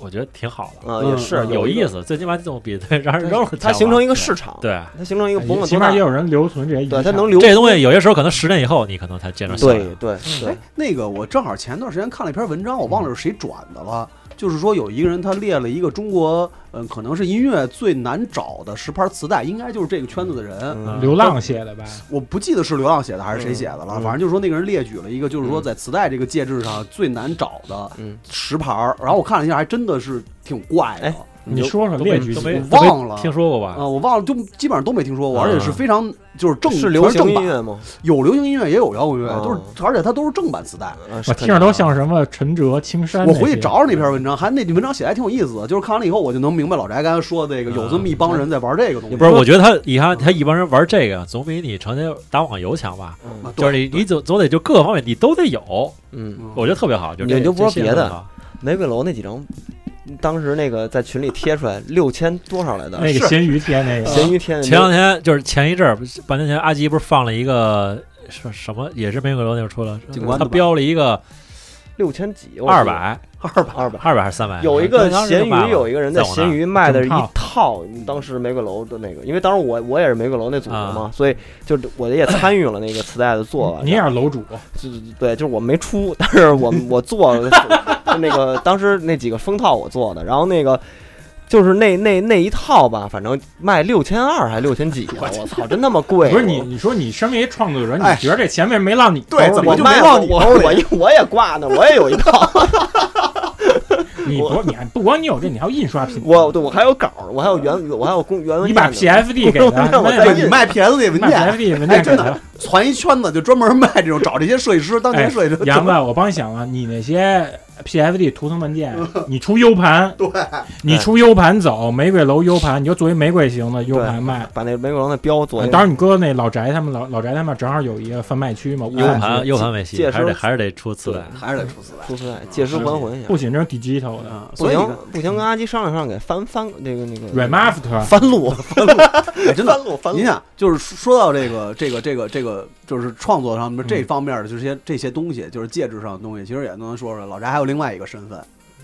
E: 我觉得挺好的，
B: 啊也
D: 嗯
B: 是
E: 有
B: 一
E: 意
B: 个，
E: 思，最起码这种比对让人扔了
B: 它
E: 强
B: 形
E: 嘛
B: 成一个市场，，
E: 对
B: 它形成一个甭管
C: 哎起
B: 多
C: 码
B: 大
C: 也，有人留存这些遗
B: 对，
C: 产，
B: 它能留
E: 这东西，有些时啊候可能十年以后你可能才见着效。
B: 嗯对对对
D: 哎，，那个我正好前段时间看了一篇文章，我忘了是谁转的了，就是说有一个人他列了一个中国，嗯，可能是音乐最难找的十盘磁带，应该就是这个圈子的人。
B: 嗯
C: 流浪写的吧？
D: 我不记得是流浪写的还是谁写的了，
B: 嗯嗯
D: 反正就是说那个人列举了一个，就是说在磁带这个介质上最难找的
B: 嗯，
D: 十盘儿，然后我看了一下，还真的是挺怪的
B: 哎
C: 你说说
E: 都
C: 列
E: 没
C: 举
E: 都嗯
C: 几
E: 没
C: 个
E: 都没
D: 忘了
E: 听说过吧？
B: 嗯
D: 啊，我忘了，就基本上都没听说过，而且是非常就是正
B: 是流行
D: 全正
B: 音
D: 版，
B: 乐吗？
D: 有流行音乐也有摇滚乐，
B: 哦
D: 都是而且它都是正版磁带。
B: 啊
C: 我
B: 是
C: 听着都像什么陈哲、青山那
D: 我
C: 些。
D: 回去找找那篇文章，还那文章写的还挺有意思的，就是看完了以后我就能明白老翟刚才说的那个
E: 嗯
D: 有这么一帮人在玩这个东西。
E: 不是，我觉得他你看他一帮人玩这个，总比你成天打网游强吧？
B: 嗯
E: 就是你你总总得就各个方面你都得有，
B: 嗯，
E: 我觉得特别好。就
B: 你
E: 这
B: 就不说
E: 这些
B: 别
E: 特别
B: 的
E: 好
B: 玫瑰楼那几张，当时那个在群里贴出来六千多少来的，
C: 那个
D: 是
C: 咸鱼贴那个，
B: 咸鱼天
E: 前两天就是前一阵儿，不是半年前阿基不是放了一个什什么，也是玫瑰楼那边出了
D: 警官，的
E: 他
D: 吧
E: 标了一个
B: 六千几，
E: 二百、哎
B: 二百二百。
E: 二百还是三百？
B: 有一个咸鱼，有
E: 一
B: 一个人在
E: 在我那
B: 咸
E: 儿
B: 鱼卖的一
C: 整
B: 套，
C: 套
B: 当时玫瑰楼的那个，因为当时我我也是玫瑰楼那组的嘛，所以就我也参与了那个磁带的做法。
C: 你也是楼主，
B: 就就对，就是我没出，但是我我做了，就那个当时那几个封套我做的，然后那个就是那那那一套吧，反正卖六千二还六千几啊，我操，真他妈贵！
C: 不是你，你说你身为一创作者，你
D: 哎
C: 觉得这钱为什么没落你
D: 对
C: 兜
B: 我
D: 怎
C: 里
D: 么
B: 我
D: 就
B: 卖
D: 没
B: 了
D: 到你
B: 我
D: 兜里
B: 我一我也挂呢，我也有一套，
C: 你
B: 我
C: 不你还不光你有这，你还有印刷品，
B: 我对我还有稿儿，我还有原我还有公原文件
C: 你把
B: 呢。
C: PFD 给他，
B: 让我
C: 卖
B: 再
D: 对
B: 印
D: 你卖 PS 那文
C: 卖
D: 件，
C: PFD 文件给
D: 真
C: 他
D: 的。传一圈子就专门卖这种，找这些设计师，当年
C: 哎
D: 设 计师，
C: 杨子，我帮你想了，啊你那些 PFD 图腾文件，你出 U 盘，对，你出 U 盘走，玫瑰楼 U 盘，你就作为玫瑰型的 U 盘卖。
B: 把那玫瑰楼那标做一个，
C: 啊当然，你搁那老翟他们老老翟他们正好有一个贩卖区嘛，无
E: U
C: 产
E: 盘
C: 区
E: U 盘没戏，
B: 届时
E: 还是得还是得出磁带
D: 对。，还是得出磁带。
B: 出出来借尸还魂一下
C: 不。仅这是 digital 的
D: 啊，
B: 不
D: 所以你
B: 行
D: 看
B: 不行，跟阿基商量商量，给翻翻那个那个
C: remaster，
B: 翻路
D: 哎真的
B: 翻。路翻
D: 您
B: 路。
D: 想，就是说到这个、这个、这个、这个，就是创作上面这方面的这些这些东西，就是介质上的东西，其实也能说说。老翟还有另外一个身份，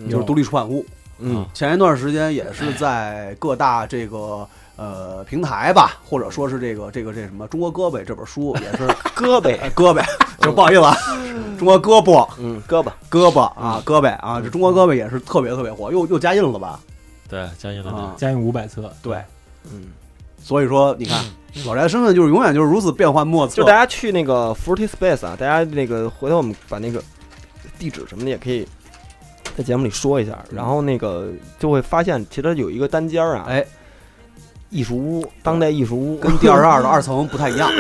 D: 就
C: 有
D: 是独立出版物。
B: 嗯
D: 前一段时间也是在各大这个呃平台吧，或者说是这个这个这什么《中国胳膊》这 本书也是
B: 嗯胳膊
D: 哎胳膊， 就不好意思啊，中国胳膊
B: 嗯胳膊
D: 胳膊
B: 嗯
D: 啊胳膊啊，这中国胳膊也是特别特别火，又又加印了吧？
E: 对，加印了
D: 啊，
C: 将近五百册，
D: 对，
B: 嗯，
D: 所以说你看老翟的身份就是永远就是如此变幻莫测
B: 就大。家去那个 Forty Space 啊，大家那个回头我们把那个地址什么的也可以在节目里说一下，然后那个就会发现其实有一个单间儿啊，
D: 哎，
B: 艺术屋，当代艺术屋，
D: 跟第二十二的二层不太 一样，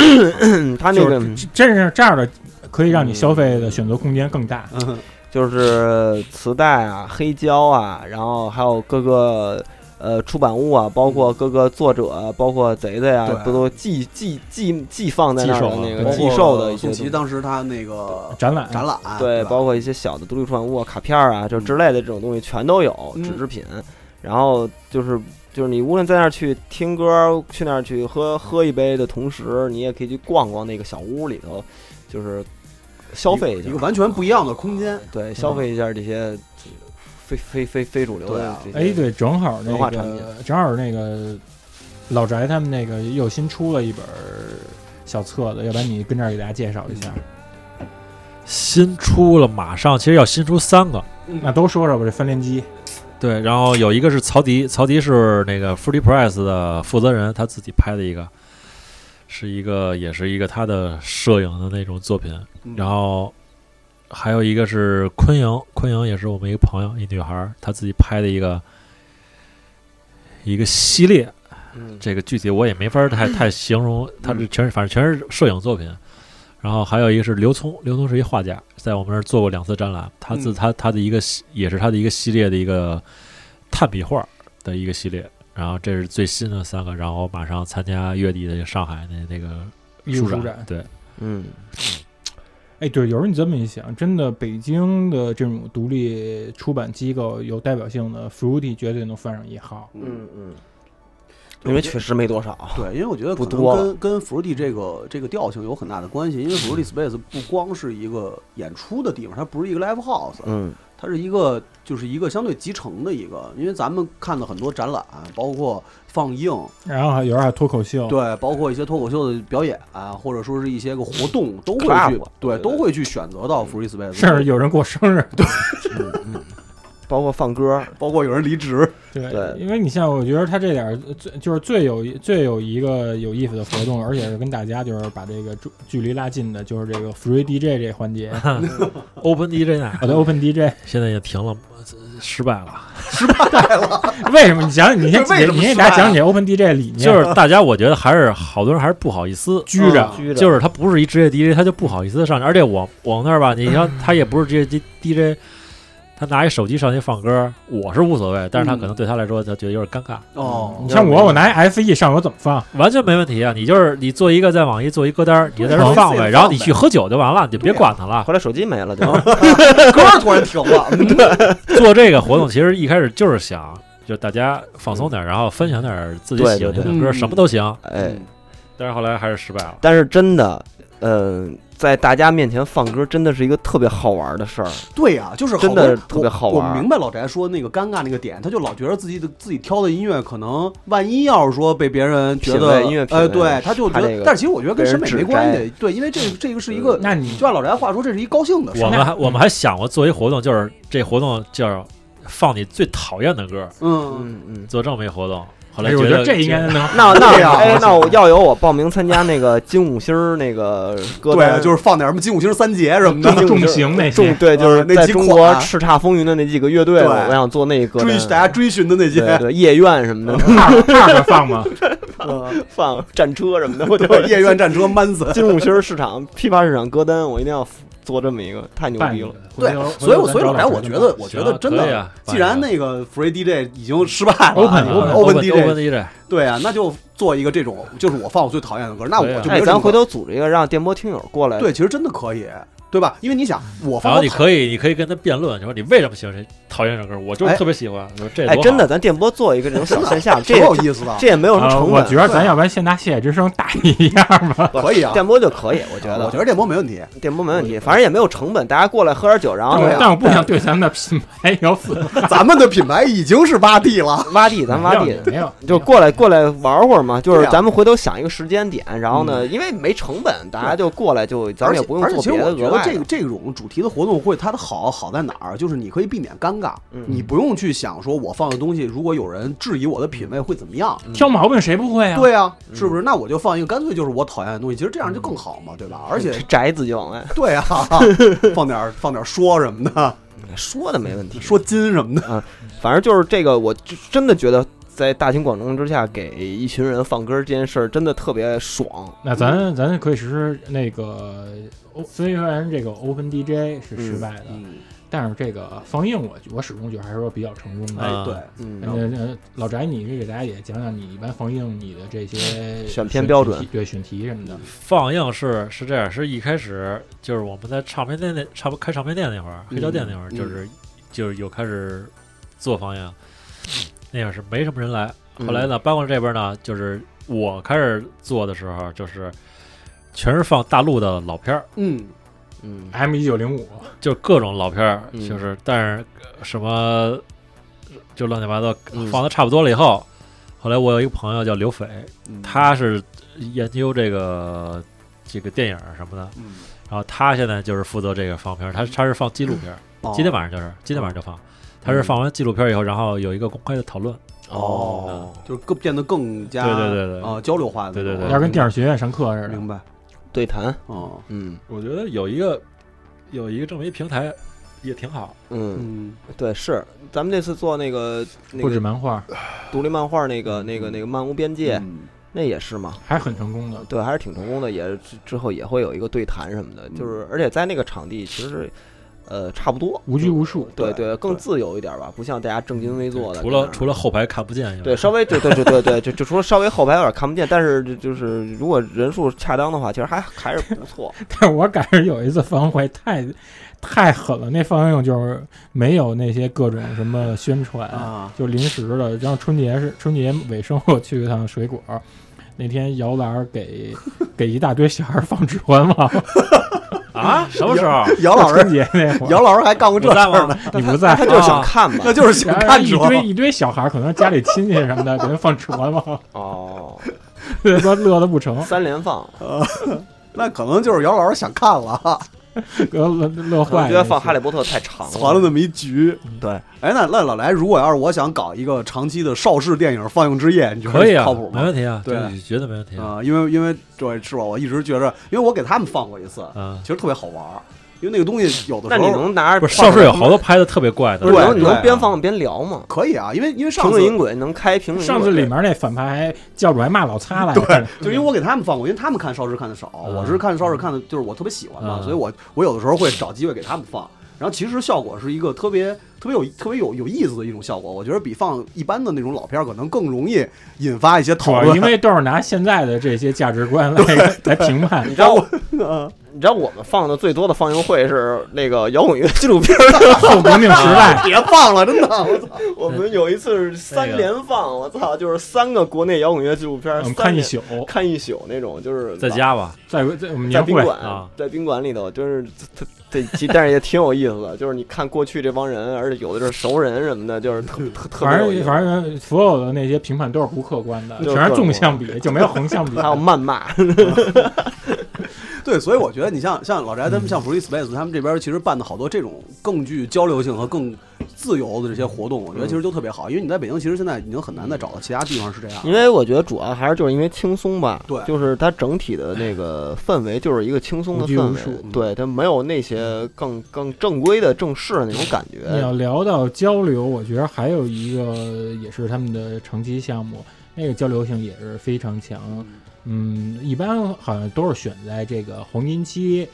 B: 嗯他那
C: 就
B: 个
C: 是这真是这样的，可以让你消费的选择空间更大。
D: 嗯
B: 就是磁带啊、黑胶啊，然后还有各个呃出版物啊，包括各个作者啊，包括贼贼啊
D: 对，
B: 不都寄寄寄寄放在那儿
E: 寄售
B: 的
E: 啊
B: 那个
D: 包括
B: 寄售的一些
D: 宋
B: 东西
D: 琦当时他那个
C: 展览，
D: 展览，
B: 对，
D: 吧
B: 包括一些小的独立出版物啊、卡片啊，就之类的这种东西全都有
D: 嗯
B: 纸制品。然后就是就是你无论在那儿去听歌，去那儿去
D: 嗯
B: 喝喝一杯的同时，你也可以去逛逛那个小屋里头，就是消费一下，
D: 一个完全不一样的空间。
B: 对，消费一下这些非非非非主流
D: 对
B: 的
D: 啊
B: 这些。
C: 哎，，对，正好那
B: 文化产品
C: 个，正好那个老翟他们那个又新出了一本小册子，要不然你跟这儿给大家介绍一下，
E: 新出了，马上其实要新出三个，
C: 那都说说吧，这翻联机，
E: 对，然后有一个是曹迪，曹迪是那个 Free Press 的负责人，他自己拍的一个，是一个也是一个他的摄影的那种作品。
D: 嗯
E: 然后还有一个是昆莹，昆莹也是我们一个朋友，一女孩儿，她自己拍的一个一个系列，
B: 嗯，
E: 这个具体我也没法儿太
C: 嗯
E: 太形容，它是全是反正全是摄影作品。然后还有一个是刘聪，刘聪是一画家，在我们这儿做过两次展览，他自
D: 嗯
E: 他他的一个系也是他的一个系列的一个炭笔画的一个系列。然后这是最新的三个，然后马上参加月底的上海那那个
C: 艺术
E: 展，
C: 展
E: 对，
B: 嗯，
C: 哎，对，有时候你这么一想，真的北京的这种独立出版机构有代表性的，Fruity 绝对能放上一号。
B: 嗯嗯，因为确实没多少。啊
D: 对，因为我觉得
B: 不
D: 可能
B: 多
D: 跟跟福 y 这个这个调性有很大的关系，因为福 y Space 不光是一个演出的地方，它不是一个 live house，
B: 嗯，
D: 它是一个就是一个相对集成的一个，因为咱们看的很多展览，包括放映，
B: 哦
C: 然后还有时候还有脱口秀，
D: 对，包括一些脱口秀的表演啊，或者说是一些个活动，都会
B: Club，
D: 去
B: 对
D: 对
B: 嗯
D: 都会去选择到福 y Space，
C: 甚至有人过生日，
B: 包括放歌，
D: 包括有人离职，
C: 对
B: 对
C: 因为你像我觉得他这点儿呃最就是最有最有一个有意思的活动，而且是跟大家就是把这个距距离拉近的，就是这个 Free DJ 这环节，
E: Open DJ 呢
C: 我的 Open DJ，
E: 现在也停了，呃失败了。
C: 为什么？你讲讲，你先
D: 为什么
C: 你给
D: 失败
C: 大
D: 啊
C: 家讲解 Open DJ 理念，
E: 就是大家，我觉得还是好多人还是不好意 思，
C: 拘着
D: 嗯
B: 啊拘着，
E: 就是他不是一职业 DJ，他就不好意思上去。而且我我那儿吧，你像他也不是职业 D DJ，他拿一手机上去放歌，我是无所谓，但是他可能对他来说，他觉得有点尴尬，
B: 嗯
D: 哦
C: 嗯你，像
B: 就是
C: 我，我拿 F E 上我怎么放？
E: 完全没问题啊。你就是你做一个在网易做一歌单儿，你就在这儿
D: 对
E: 放
D: 自己 放
E: 呗，然后你
D: 呗
E: 去喝酒就完了，你就别
D: 对啊
E: 管他了。
B: 后来手机没了， 就
D: 歌儿突然停了，嗯
E: 做这个活动其实一开始就是想，就大家放松点儿，然后分享点儿自己
B: 对
E: 喜欢
B: 对
E: 听的歌，
D: 对
E: 什么都行。
B: 哎，
E: 但是后来还是失败了。
B: 但是真的，嗯、在大家面前放歌真的是一个特别好玩的事儿。
D: 对呀、就是好
B: 真的
D: 多人
B: 特别好
D: 我。
B: 玩
D: 我明白老翟说那个尴尬那个点，他就老觉得自己的自己挑的音乐，可能万一要是说被别人觉
B: 品
D: 得
B: 味音乐品味
D: 呃，对，他就觉
B: 怕
D: 得，
B: 这个
D: 但是其实我觉得跟审美
B: 被人指
D: 没
B: 嗯
D: 关系，对，因为这这个是一个，
C: 那你
D: 就按老翟话说，这是一高兴的事
E: 我
D: 儿。
E: 们还我们还想过做一活动，就是这活动叫放你最讨厌的歌，
D: 嗯，
B: 嗯嗯。
E: 做这么一活动。后来
C: 哎，我
E: 觉
C: 觉
E: 得
C: 得这应该能
B: 那
D: 对
B: 那
D: 呀
B: 哎，那我要有我报名参加那个 金五星儿那个歌单，
D: 对，啊就是放点什么金五星三杰什么
B: 嗯
D: 的，
C: 重重型那
B: 中
C: 些。
B: 对，就是
D: 呃那
B: 在
D: 几
B: 中
D: 款
B: 国叱咤风云的那几个乐队，
D: 对
B: 我想做那一歌
D: 追
B: 单
D: 大家追寻的那
B: 对
D: 些，
B: 对夜愿什么的，
C: 帕帕克放吗？
B: 嗯放战车什么 的，我就
D: 对，夜愿战车 Manson。
B: 金五星儿市场批发市场歌单，我一定要做这么一个，太牛
C: 办
B: 逼
C: 一
B: 了
C: 个。，
D: 对
C: 回头，
D: 所以我所以
C: 回头咱找
D: 老翟，我
C: 找
D: 觉
C: 找
D: 得，我觉得
E: 行
D: 真
E: 可以
D: 的，
E: 啊
D: 既然
E: 办一
D: 那个 Free DJ 已经失败了啊
C: Open，
E: 个
D: Open
E: Open
D: DJ，
E: DJ，
D: 对啊，那就做一个这种，就是我放我最讨厌的歌，那我
E: 对啊
D: 就没
B: 哎，
D: 有
B: 咱
D: 这么
B: 回头组织一个，让电波听友过来。
D: 对，其实真的可以，对吧？因为你想，我
E: 然
D: 放
E: 后
D: 我
E: 你
D: 讨
E: 可以你可以跟他辩论，你说你为什么喜欢这讨厌这首歌？我就是特别喜欢，我说这
B: 哎，
E: 多好
B: 真的，，咱电波做一个这 种小线下，这
D: 挺有意思的，
B: 这也没有什么
D: 啊
C: 呃
B: 成
C: 我
B: 本，
C: 觉得咱要不然先拿《谢谢之声》打一样吧。
D: 可以啊。啊
B: 电波就可以，我觉
D: 我
B: 得
D: 觉得电波没问题，
B: 电波没问题，反正也没有成本，大家过来喝点酒，然后
D: 对啊
C: 但我不想对咱们的品牌有损
D: 咱们的品牌已经是八 D 了。
B: 挖地，咱挖地。
C: 没有，
B: 就过来过来玩会儿嘛，就
D: 对
B: 是
D: 啊嗯
B: 咱们回头想一个时间点，然后呢，因为没成本，大家就过来就， 咱
D: 而
B: 们
D: 且
B: 也不
D: 而
B: 用
D: 且
B: 做
D: 其实
B: 别的
D: 我
B: 额
D: 觉得
B: 外
D: 这
B: 的
D: 个。这种主题的活动会，它的好好在哪儿？就是你可以避免尴尬，
B: 嗯
D: 你不用去想说我放的东西，如果有人质疑我的品味会怎么样。
B: 嗯
C: 挑毛病谁不会啊？
D: 嗯对啊，是不是？那我就放一个干脆就是我讨厌的东西，其实这样就更好嘛，对
B: 嗯
D: 吧？而且，
B: 宅自己往外
D: 对啊，放点儿放点儿说什么的，
B: 嗯说的没问题，
D: 说金什么的，
B: 反正就是这个，我就真的觉得在大庭广众之下给一群人放歌这件事儿真的特别爽。
C: 那咱咱可以实施那个，哦虽然这个 Open DJ 是失败的，
D: 嗯，
C: 但是这个放映我我始终觉得还是说比较成功的。
E: 哎
D: 哎，
E: 啊
D: 对，
C: 呃
B: 嗯，
C: 呃，老翟，你给大家也讲讲你一般放映你的这些
B: 选片标准
C: 题对选题什么的。
E: 放映是是这样，是一开始就是我们在唱片店那唱开唱片店那会儿，黑胶店那会儿，
D: 嗯
E: 就是就是有开始做放映，那会儿是没什么人来，
B: 嗯
E: 后来呢，搬过来这边呢，就是我开始做的时候，就是全是放大陆的老片儿，
D: 嗯，
B: 嗯
C: M 一九零五，
E: 就各种老片儿，
B: 嗯
E: 就是但是呃什么就乱七八糟
B: 嗯
E: 放的差不多了以后，后来我有一个朋友叫刘斐，
D: 嗯，
E: 他是研究这个这个电影儿什么的，
D: 嗯
E: 然后他现在就是负责这个放片儿，他他是放纪录片儿，
D: 哦
B: 嗯
E: 今天晚上就是今天晚上就放，他是放完纪录片儿以后，然后有一个公开的讨论，
B: 哦，
D: 就是更变得更加
E: 对对对对
D: 啊交流化的那种，
E: 对对
C: 要跟电影学院上课似的
D: 明。白
B: 对谈，
D: 哦
B: 嗯
E: 我觉得有一个有一个这么一平台也挺好，
B: 嗯，
D: 嗯
B: 对，是咱们这次做那个那
C: 不止
B: 个
C: 漫画，
B: 独立漫画那个那个那个漫无边界，
D: 嗯
B: 那也是嘛，
C: 还很成功的。
B: 对，还是挺成功的，也之之后也会有一个对谈什么的，就是而且在那个场地其实，呃，差不多
C: 无拘无束
B: 对
D: 对
B: 对，更自由一点吧，不像大家正襟危坐的，
E: 除了
B: 在那儿
E: 除了后排看不见以外，
B: 对稍微对对对对对，就就除了稍微后排有点看不见，但是就就是如果人数恰当的话，其实还还是不错，
C: 但是我赶上有一次放映会太太狠了，那放映就是没有那些各种什么宣传，
D: 啊
C: 就临时的。然后春节是春节尾声，我去一趟水果，那天摇篮儿给 给一大堆小孩儿放《指环王》，
E: 啊，什么时候？
D: 姚老师
C: 春节那会儿
D: 姚老师还干过这
E: 我
D: 事
E: 在吗
D: 儿呢，
C: 你不
B: 啊那
C: 在
B: 他，就是想看嘛
D: 那，就是想
C: 然 后
D: 看
C: 哎一
D: 折
C: 堆一堆小孩儿，可能家里亲戚什么的，给他放《指环王》，
B: 哦，
C: 都乐得不 成，
B: 三连放，
D: 那可能就是姚老师想看了，
C: 给他乐乐
B: 我
C: 坏了。
B: 觉得放《哈利波特》太长
D: 攒了那么一局。
B: 对，
D: 哎，那那老来，如果要是我想搞一个长期的邵氏电影放映之夜，你觉
E: 可以
D: 得
E: 啊，
D: 靠谱
E: 没
D: 吗？
E: 问题啊，
D: 对
E: 这绝对没问题啊，
D: 啊，因为因为这是吧，我一直觉着，因为我给他们放过一次，
E: 嗯
D: 其，实特别好玩儿，因为那个东西有的
B: 那
D: 时
B: 你
D: 候
B: 能拿
E: 不是邵氏有好多拍的特别怪的
B: 不是，你能
D: 对
B: 你
D: 对
B: 能边放边聊吗？
D: 可以啊，因为因
B: 评
D: 为上次
B: 论音轨能开评论音轨，
C: 上次里面那反派教主还骂老擦来着，
D: 就因为我给他们放过，因为他们看邵氏看的少，
E: 嗯
D: 我是看邵氏看的，就是我特别喜欢嘛，
E: 嗯
D: 所以我我有的时候会找机会给他们放。然后其实效果是一个特别特别有特别有有意思的一种效果，我觉得比放一般的那种老片儿可能更容易引发一些
C: 主
D: 讨
C: 要
D: 论。
C: 因为都是拿现在的这些价值观来来评 判
B: 你。知道我，
D: 嗯
B: 你知道我们放的最多的放映会是那个摇滚乐纪录片儿，
C: 后革命时代，
D: 啊别放了，真的，我操！
B: 我们有一次是三连放，我操，就是三个国内摇滚乐纪录片
C: 我
B: 儿，
C: 们
B: 三
C: 嗯看一
B: 连
C: 宿，
B: 看一宿那种，就是
E: 在家吧，
C: 在在我们
B: 在
C: 年
B: 宾
C: 会，
B: 馆
E: 啊，
B: 在宾馆里头，就是这这这，但是也挺有意思的，就是你看过去这帮人，而且有的就是熟人什么的，就是特特特别
C: 反
B: 有意
C: 正
B: 思。
C: 反正所有的那些评判都是不客观的，
B: 就是
C: 全是纵 向比，就没有横向比。
B: 还有谩骂，
D: 对，所以我觉得你像像老翟他们，像 Free Space 他们这边其实办的好多这种更具交流性和更自由的这些活动，我觉得其实都特别好，因为你在北京其实现在已经很难再找到其他地方是这样的。
B: 因为我觉得主要还是就是因为轻松吧，
D: 对
B: 就是它整体的那个氛围就是一个轻松的
C: 无拘无
B: 氛
C: 束
B: 围，
D: 嗯
B: 对，它没有那些更更正规的正式的那种感觉。
C: 你要聊到交流，我觉得还有一个也是他们的长期项目，那个交流性也是非常强。嗯，一般好像都是选在这个黄金期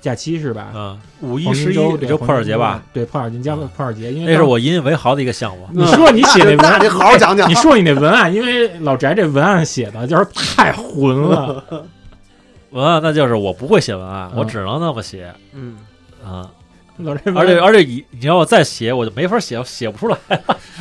C: 假期是吧？
E: 嗯，五一
C: 黄金
E: 十一
C: 周啊
E: 也就破二节吧，，
C: 对黄金周对，破二节加破
E: 嗯
C: 二节，因为
E: 那是
C: 当
E: 我引以为豪的一个项目，
C: 你说你写那文
D: 那
C: 案
D: 得，好好讲讲
C: 你。说你那文案，因为老翟这文案写的就是太混 了，
E: 文案嗯那就是我不会写文案，我
C: 嗯
E: 只能那么写
B: 嗯，
E: 啊，
C: 老翟文案
E: 而且而且你你要我再写，我就没法写，写不出来。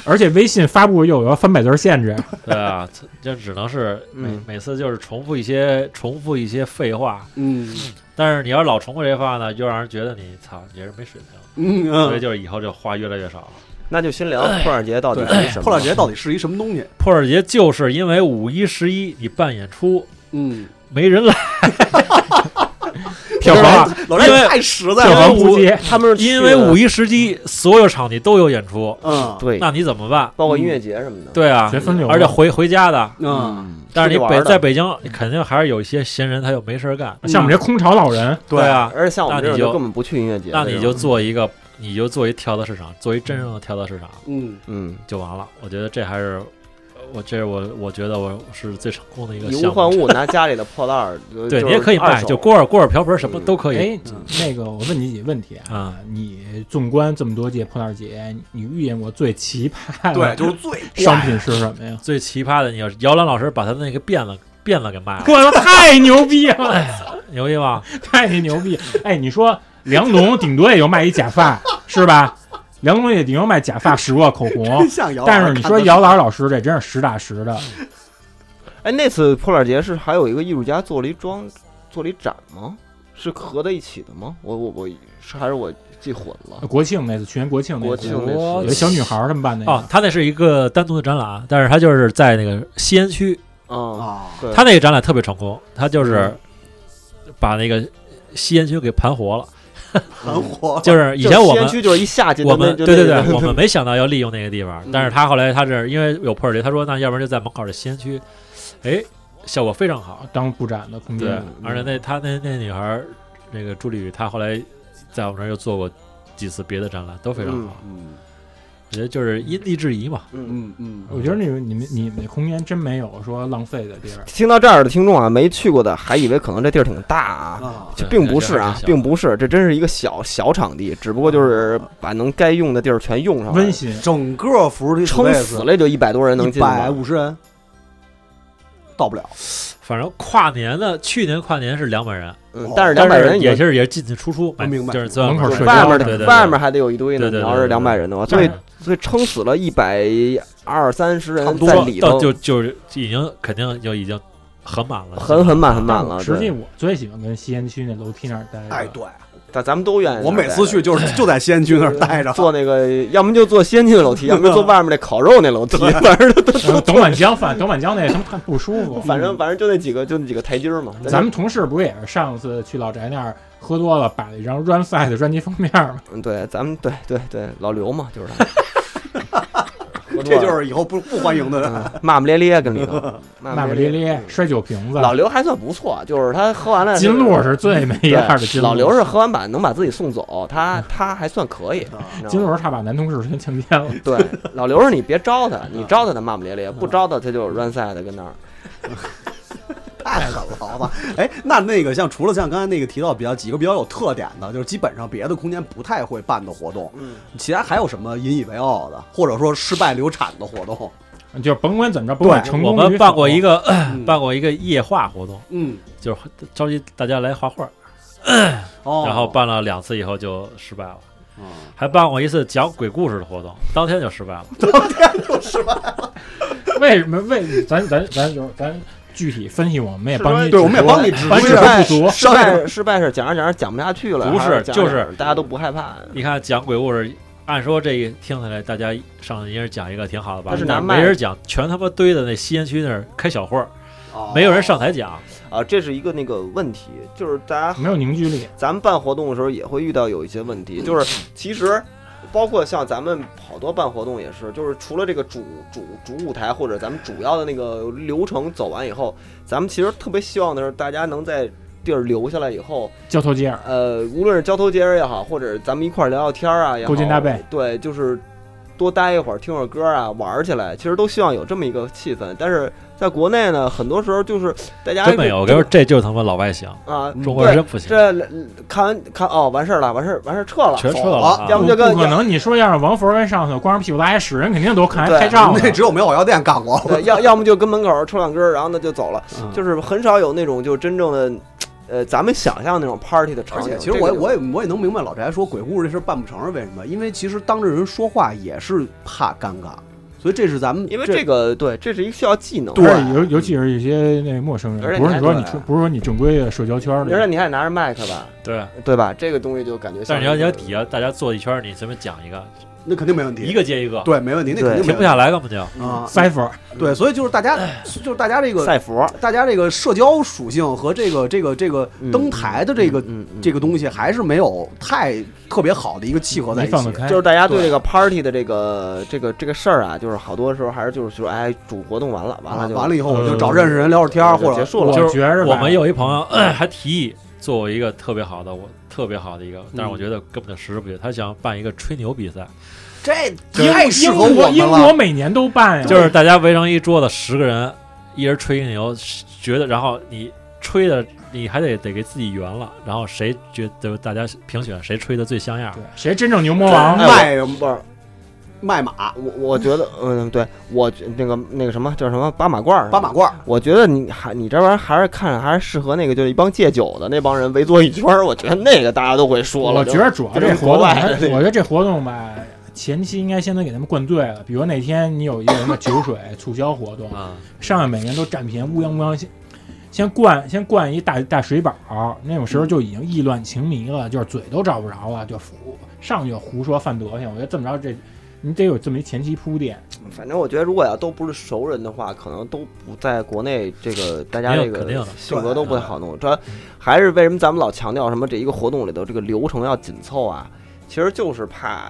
C: 而且微信发布又有翻百字限制，
E: 对啊，这这只能是每、
B: 嗯
E: 每次就是重复一些重复一些废话，
D: 嗯
E: 但是你要是老重复这些话呢，又让人觉得你操也是没水平，
D: 嗯
E: 所以
D: 嗯，
E: 就是以后这话越来越少了。
B: 那就先聊破二节到底
D: 对
B: 是什么。
D: 破浪节到底是一什么东西？
E: 破二节就是因为五一十一你办演出
D: 嗯，
E: 没人来，
C: 票房
D: 老赖太实在
C: 票
D: 了。
C: 房扑街，
B: 他们是去
E: 因为
B: 的
E: 五一十一所有场地都有演出，
D: 嗯
B: 对，
E: 那你怎么办？
B: 包括音乐节什么的。
E: 对啊
C: 全，分流了，
E: 而且回回家的，
D: 嗯，
E: 但是
B: 出去
E: 你
B: 玩
E: 北
B: 的
E: 在北京肯定还是有一些闲人，他又没事儿干。
C: 像我们这空巢老人，
E: 对啊，
B: 而且像我们这种
E: 那你就
B: 就根本不去音乐节的
E: 那
B: 这种，
E: 你就做一个，你就做一跳蚤市场，做一真正的跳蚤市场。
D: 嗯，
B: 嗯，
E: 就完了。我觉得这还是呃我这是我我觉得我是最成功的一个
B: 以物
E: 项
B: 换
E: 目。
B: 物，拿家里的破烂儿，呃
E: 对，
B: 就
E: 你也
B: 是
E: 可以
B: 二
E: 卖，
B: 手嗯
E: 就锅碗锅碗瓢盆什么都可以。
C: 哎，那个我问你几个问题啊
E: 啊？
C: 你纵观这么多届破烂节，你遇见过最奇葩
D: 对，
C: 的
D: 就是最
C: 商品是什么呀？
E: 最奇葩的，你要是摇篮老师把他那个辫子辫子 给卖了，
C: 我操，太牛逼了，
E: 牛逼吗？
C: 太牛逼！哎，你说梁龙顶多也就卖一假发是吧？梁冬野顶多卖假发、手啊、口红
D: 真，像姚老师
C: 但是你说
D: 看的
C: 姚老师老师这真是实打实的，
B: 哎，那次破烂节是还有一个艺术家做了一装，做了一展吗？是合在一起的吗？我我我是还是我记混了？
C: 国庆那次，去年国庆那
B: 国
C: 次
B: 庆，那
C: 有
E: 国
C: 一
B: 次
C: 小女孩儿他们办那
B: 哎
E: 哦
C: 个，，
E: 他那是一个单独的展览，啊但是他就是在那个西安区，呃
B: 啊，
D: 啊，
B: 对，
E: 他那个展览特别成功，他就是
B: 嗯
E: 把那个西安区给盘活了。
D: 很火，
E: 就是以
B: 哦就
E: 前我
B: 西安
E: 们
B: 区就是一下进
E: 我们
B: 就
E: 对对
B: 那个
E: 对，我们没想到要利用那个地方
B: 嗯，
E: 但是他后来他是因为有破裂，他说那要不然就在门口的西安区，哎，效果非常好。
C: 当布展的空
B: 嗯
E: 对
C: 间，，
E: 而且那他那那女孩儿，那个朱丽宇，她后来在我们这儿又做过几次别的展览，都非常好。
D: 嗯
E: 我觉得就是因地制宜嘛。
B: 嗯。
D: 嗯嗯，
C: 我觉得你们你们你们那空间真没有说浪费的地儿，
B: 听到这儿的听众啊，没去过的还以为可能这地儿挺大啊，
D: 啊，
B: 这
E: 对
B: 并不是啊
E: 这，地儿
B: 并不是，这真是一个小小场地，只不过就是把能该用的地儿全用上了
C: 温，馨。
D: 整个服务体
B: 撑死了也就一百多人能
D: 一
B: 进吧
D: 百五十人，到不了，
E: 反正跨年的去年跨年是两百人，
B: 嗯，但是两
E: 但
B: 百人
E: 也
B: 是
E: 是也是进进出出，哎
D: 我明白
E: 就是在
C: 门口睡觉
B: 外面
E: 对对
B: 的，
E: 对
B: 外面还得有一堆呢。
E: 对
B: 你
E: 对对
B: 要是两百人的话，
C: 对
B: 所
C: 对
B: 以所以撑死了一百二三十
D: 差
B: 人
D: 不多
B: 在里
E: 到
B: 头，
E: 就就是已经肯定就已经很满了，
B: 很很满很满
C: 但
B: 了。
C: 我实际
B: 对，
C: 我最喜欢跟西安区那楼梯那儿待着，
D: 哎，对
B: 但咱们都愿意。
D: 我每次去啊就是就在西安区那儿待着，
B: 坐那个，要么就坐先进的楼梯， 要么就坐外面那烤肉那楼梯，反正都
C: 嗯董满江饭，董满江那他妈看不舒服。嗯
B: 反正反正就那几个就那几个台阶儿嘛。
C: 咱们同事不是也是上次去老宅那儿喝多了，摆了一张 Run Fat 专辑封面吗？
B: 嗯对，咱们对对对，老刘嘛，就是他。喝多
D: 这
B: 了
D: 就是以后不不欢迎的人。
B: 嗯骂骂咧咧跟里 头，
C: 骂
B: 骂
C: 骂
B: 咧。
C: 咧咧，摔酒瓶子。
B: 嗯老刘还算不错，就是他喝完了
C: 金鹿是最没
B: 对
C: 样的金鹿，
B: 老刘是喝完把能把自己送走，他他还算可以。
D: 啊
B: 你知
C: 金
B: 道吗
C: 鹿是差把男同事全强奸了。
B: 对，老刘说你别招他，
E: 嗯
B: 你招他他骂骂咧咧，不招他他就乱赛的跟那儿。
D: 太狠了，好吧？哎，那那个像除了像刚才那个提到比较几个比较有特点的，就是基本上别的空间不太会办的活动，
B: 嗯，
D: 其他还有什么引以为傲的，或者说失败流产的活动？
C: 就甭管怎么着，甭管
D: 对
C: 成
E: 我
C: 功
E: 们
C: 与
E: 办
C: 否
E: 过一个
D: 嗯
E: 办过一个夜画活动，
D: 嗯，
E: 就是召集大家来画画，
D: 哦，
E: 然后办了两次以后就失败了。
D: 嗯，
E: 还办过一次讲鬼故事的活动，当天就失败了。
C: 为什么为咱咱咱就是咱具体分析，我们也
B: 是
C: 帮
B: 说
C: 你
D: 对，
C: 指
D: 我们也
C: 出
D: 帮你指出
C: 反正
B: 失
C: 是
D: 来
B: 败
C: 不足
B: 失败失败是讲着讲着讲不下去了，
E: 不是
B: 还讲着
E: 就是
B: 讲着大家都不害怕。
E: 你看讲鬼故事，按说这一听起来，大家上来一人讲一个挺好的吧？
B: 但是
E: 哪
B: 拿
E: 没
B: 麦
E: 人讲，全他妈堆在那西安区那儿开小会儿，哦
B: 哦
E: 没有人上台讲。
B: 啊，这是一个那个问题，就是大家
C: 没有凝聚力。
B: 咱们办活动的时候也会遇到有一些问题，就是其实包括像咱们好多办活动也是，就是除了这个主主主舞台或者咱们主要的那个流程走完以后，咱们其实特别希望的是大家能在地儿留下来以后，
C: 交头
D: 哦
C: 接耳，
B: 呃，无论是交头接耳也好，或者咱们一块儿聊聊天儿啊也好，
C: 勾肩搭背，
B: 对，就是多待一会儿，听会儿歌啊，玩儿起来，其实都希望有这么一个气氛。但是在国内呢，很多时候就是大家
E: 真没有，我跟你说，这就是他妈老外行，
B: 啊，
E: 中国人真不行，
B: 这看完看哦，完事儿了，完事儿完事儿撤了，
E: 全 撤
D: 走
E: 了
D: 了
E: 啊。
B: 要
C: 不
B: 么就跟
C: 不可能。你说要是王佛跟上头光着屁股拉一屎，人肯定都看
B: 对
C: 拍照呢
D: 那。只有没有药店干过。
B: 对，要要么就跟门口儿抽两根儿，然后呢就走了，
D: 嗯
B: 就是很少有那种就真正的，呃，咱们想象那种 party 的场
D: 而
B: 景。
D: 且，其实
B: 这
D: 我
B: 个
D: 也
B: 就
D: 我也我也能明白老宅说鬼故事这事儿办不成是为什么，因为其实当着人说话也是怕尴尬，所以这是咱们
B: 因为这个对，这是一个需要技能。
D: 对
C: 而且尤尤其是一些那陌生
B: 而且
C: 人，
B: 你
C: 不是
B: 还
C: 你说
B: 对
C: 你出，不是说你正规的社交圈
B: 而且
C: 里，
B: 你还拿着麦克吧，
E: 对，
B: 对吧？这个东西就感觉像。
E: 但是你要你要底下大家坐一圈儿，你随便讲一个，
D: 那肯定没问题，
E: 一个接一个，
D: 对没问题，那肯
B: 对
D: 定没
E: 停
D: 问
E: 不
D: 题
E: 下来根本就。
D: 啊。
C: 塞佛
D: 对，所以就是大家就是大家这个
B: 赛佛
D: 大家这个社交属性和这个这个这个
B: 嗯
D: 登台的这个、
B: 嗯嗯
D: 这个东西还是没有太特别好的一个契合在
C: 没
D: 一
C: 放得
D: 起。
C: 开
B: 就。是大家对
D: 对
B: 这个 party 的这个这个这个事儿啊，就是好多时候还是就是说，哎，主活动完了，啊完了就
D: 完了以后，
C: 呃
D: 我就找认识人聊聊天儿，
B: 就
D: 或者
B: 结束
C: 我
B: 了。
E: 就是
C: 觉着吧
E: 我们有一朋友 还提议做一个特别好的，我特别好的一个，但是我觉得根本就实施不起来。他想办一个吹牛比赛，
D: 这
C: 英
D: 太适合
C: 英
D: 我
C: 国
D: 们
C: 英国
D: 了。
C: 每年都办呀，
E: 就是大家围成一桌子十个人，一人吹一个牛，觉得然后你吹的你还得得给自己圆了，然后谁觉得大家评选谁吹的最像样
C: 对。谁真正牛魔王
D: 哎
C: 吧？
D: 卖
B: 不是
D: 卖马、
B: 我我觉得，嗯，对我觉那个那个什么叫什么八马褂儿是吧
D: 八马褂儿，
B: 我觉得你还你这玩意儿还是看还是适合那个就是一帮戒酒的那帮人围坐一圈儿，我觉得那个大家都会说了。
C: 我觉得主要这活
B: 国
C: 动
B: 外
C: 还，
B: 的那个
C: 我觉得这活动吧，前期应该先得给他们灌醉了。比如那天你有一个什么酒水促销活动，
E: 啊，
C: 上面每个人都占便宜，乌泱乌泱先先灌先灌一大大水饱，那种
B: 嗯
C: 时候就已经意乱情迷了，就是嘴都找不着了，就胡上去就胡说犯德行。我觉得这么着这。你得有这么一前期铺垫，
B: 反正我觉得，如果要都不是熟人的话，可能都不在国内这个大家
E: 没有
B: 这
E: 肯定
B: 个
E: 的
B: 性格都不太好弄。这还是为什么咱们老强调什么这一个活动里头这个流程要紧凑啊？其实就是怕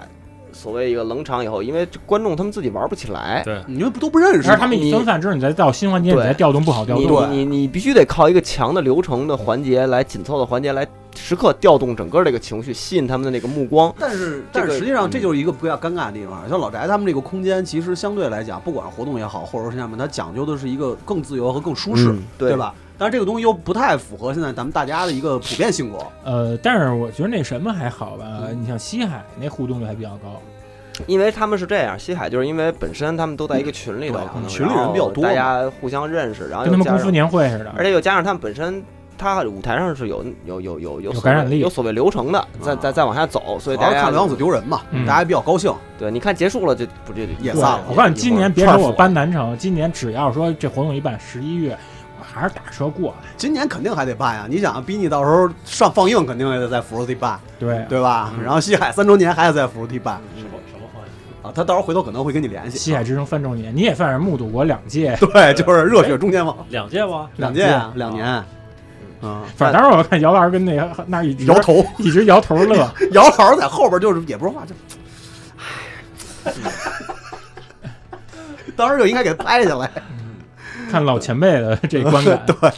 B: 所谓一个冷场以后，因为这观众他们自己玩不起来。
E: 对，
D: 你们不都不认识
C: 而
D: 吗？
C: 他们一分散之后，你再到新环节，你
B: 对
C: 再调动不好调
B: 你
C: 动。
B: 你你你必须得靠一个强的流程的环节来紧凑的环节来时刻调动整个这个情绪，吸引他们的那个目光。
D: 但是，
B: 这
D: 但
B: 个
D: 是实际上
B: 嗯
D: 这就是一个比较尴尬的地方。像老翟他们这个空间，其实相对来讲，不管活动也好，或者说下面它讲究的是一个更自由和更舒适，
B: 嗯
D: 对
B: 对？
D: 吧？但是这个东西又不太符合现在咱们大家的一个普遍性格。
C: 呃，但是我觉得那什么还好吧，
D: 嗯
C: 你像西海那互动率还比较高，
B: 因为他们是这样，西海就是因为本身他们都在一个群里头
D: 对啊，
B: 可能
D: 群里人比较多嘛
B: 然后大家互相认识，然后
C: 跟
B: 又
C: 他们
B: 加
C: 功夫
B: 上，
C: 年会似的。
B: 而且又加上他们本身。他舞台上是有有有有有
C: 有
B: 所谓
C: 感染力啊
B: 有所谓流程的，再再再往下走，所以
D: 主
B: 大
D: 要是
B: 家
D: 看梁子丢人嘛，
C: 嗯
D: 大家比较高兴。
B: 对，你看结束了就不就
D: 也
C: 对
D: 散了
C: 我告诉你，今年别说我
B: 搬，
C: 搬南城，今年只要说这活动一办十一月，我还是打车过来。
D: 今年肯定还得办呀！你想，逼你到时候上放映，肯定也得在福禄地办，
C: 对，
D: 对吧？
C: 嗯
D: 然后西海三周年还得在福禄地办
E: 什么什么话题？
D: 啊，他到时候回头可能会跟你联系。
C: 西海之声三周年，你也算是目睹过两届。
D: 对，就是热血中间
C: 哎
D: 网，
E: 两届吗？
D: 两届
C: 届
D: 啊，两年，嗯，
C: 反正当时我看姚老师跟那个那一直
D: 摇头，
C: 一直摇头乐，
D: 姚老师在后边就是也不是话，就，唉，当时就应该给他拍下来。
C: 看老前辈的这观感。
D: 对，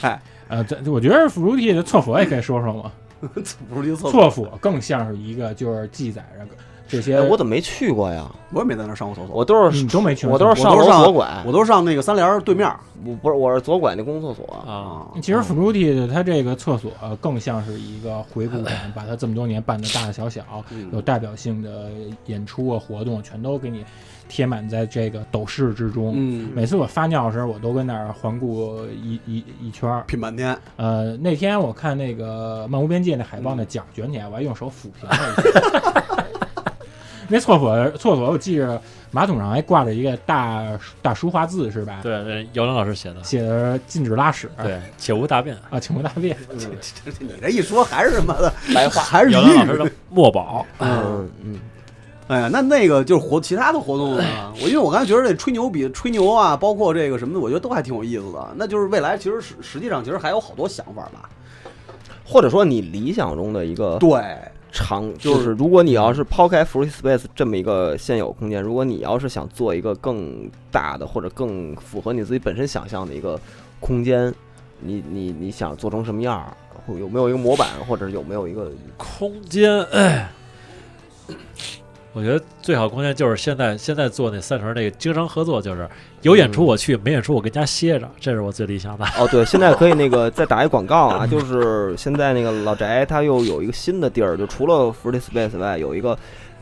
C: 呃，这我觉得《福 u 蒂的错佛也可以说说嘛，
D: 不是一错，
C: 错佛更像是一个就是记载着这些
B: 哎，我怎么没去过呀？
D: 我也没在那儿上过厕所，
B: 我都是
C: 嗯你都没去过，
B: 我都是上
D: 我
B: 楼
D: 都上
B: 左拐，
D: 我都上那个三联儿对面儿
B: 我不是我是左拐那公共厕所，
E: 啊，
D: 啊，
C: 其实 Fruity 的它这个厕所呃更像是一个回顾展，把它这么多年办的大大小小
D: 嗯
C: 有代表性的演出啊、活动，全都给你贴满在这个斗室之中。
D: 嗯，
C: 每次我发尿的时候，我都跟那儿环顾一一一圈儿。
D: 拼半天，
C: 呃，那天我看那个《漫无边界》那海报，那奖卷起来，我还用手抚平了一下。那厕所，厕所，我记着马桶上还挂着一个大大书画字，是吧？
E: 对，那姚玲老师写的，
C: 写的“禁止拉屎”。
E: 对，且无大便。
C: 啊，请勿大便。
D: 这这你这一说还是什么的，
B: 白话。
D: 还是
E: 姚玲老师
D: 俚语
E: 的。墨宝，
D: 嗯，
B: 嗯嗯，
D: 哎呀，那那个就是活其他的活动 呢，我因为我刚才觉得这吹牛比吹牛啊，包括这个什么的，我觉得都还挺有意思的。那就是未来其实实实际上其实还有好多想法吧。
B: 或者说你理想中的一个
D: 对，
B: 长，
D: 就
B: 就是如果你要是抛开 Free Space 这么一个现有空间，如果你要是想做一个更大的或者更符合你自己本身想象的一个空间，你你你想做成什么样儿？会有没有一个模板，或者有没有一个
E: 空间，哎，我觉得最好空间就是现在现在做那三成那个经常合作，就是有演出我去，没演出我跟家歇着，这是我最理想的。
B: 哦，对，现在可以那个再打一广告啊，就是现在那个老翟他又有一个新的地儿，就除了 Free Space 外，有一个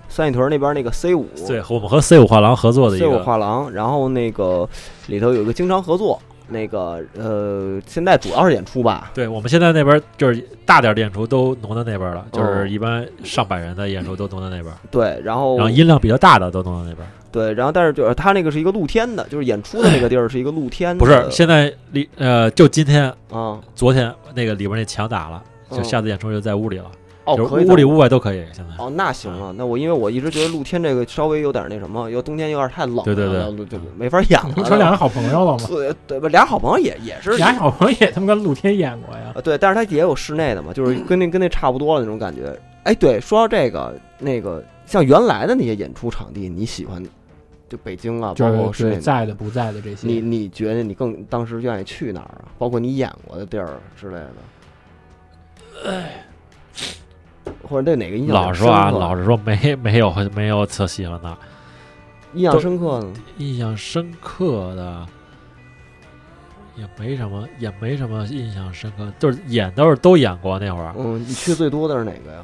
B: 三里屯那边那个 C 五，
E: 对，和我们和 C 五画廊合作的一
B: C 五
E: 个，
B: 画廊，然后那个里头有一个经常合作，那个呃，现在主要是演出吧，
E: 对我们现在那边就是大点儿的演出都挪到那边了，就
B: 哦
E: 是一般上百人的演出都挪到那边，
B: 对，然后
E: 然后音量比较大的都挪到那边。
B: 对，然后但是就是呃他那个是一个露天的，就是演出的那个地儿是一个露天的，
E: 不是，现在里呃，就今天
B: 啊，
E: 昨天那个里边那墙打了，就
B: 嗯
E: 下次演出就在屋里了，
B: 哦，
E: 就是
B: 可以
E: 屋里
B: 在
E: 屋外都可以。现在
B: 哦，那行啊，那我因为我一直觉得露天这个稍微有点那什么，又冬天有点太冷了，
E: 对对对
B: 对，就没法演了，
C: 不 成两个好朋友了吗？
B: 对对吧？俩好朋友也也是
C: 俩小朋友也他妈跟露天演过呀。
B: 啊，对，但是它也有室内的嘛，就是跟那跟那差不多的那种感觉。哎，对，说到这个，那个像原来的那些演出场地，你喜欢就北京啊，包括
C: 就是
B: 室
C: 对
B: 内的，
C: 在的不在的这些，
B: 你你觉得你更当时愿意去哪儿啊？包括你演过的地儿之类的，或者对哪个印象
E: 老
B: 比较
E: 实说啊，
B: 深刻
E: 老实说没没有没有特喜欢的，
B: 印象深刻呢？
E: 印象深刻的也没什么，也没什么印象深刻，就是演都是都演过那会儿，
B: 嗯，你去最多的是哪个呀？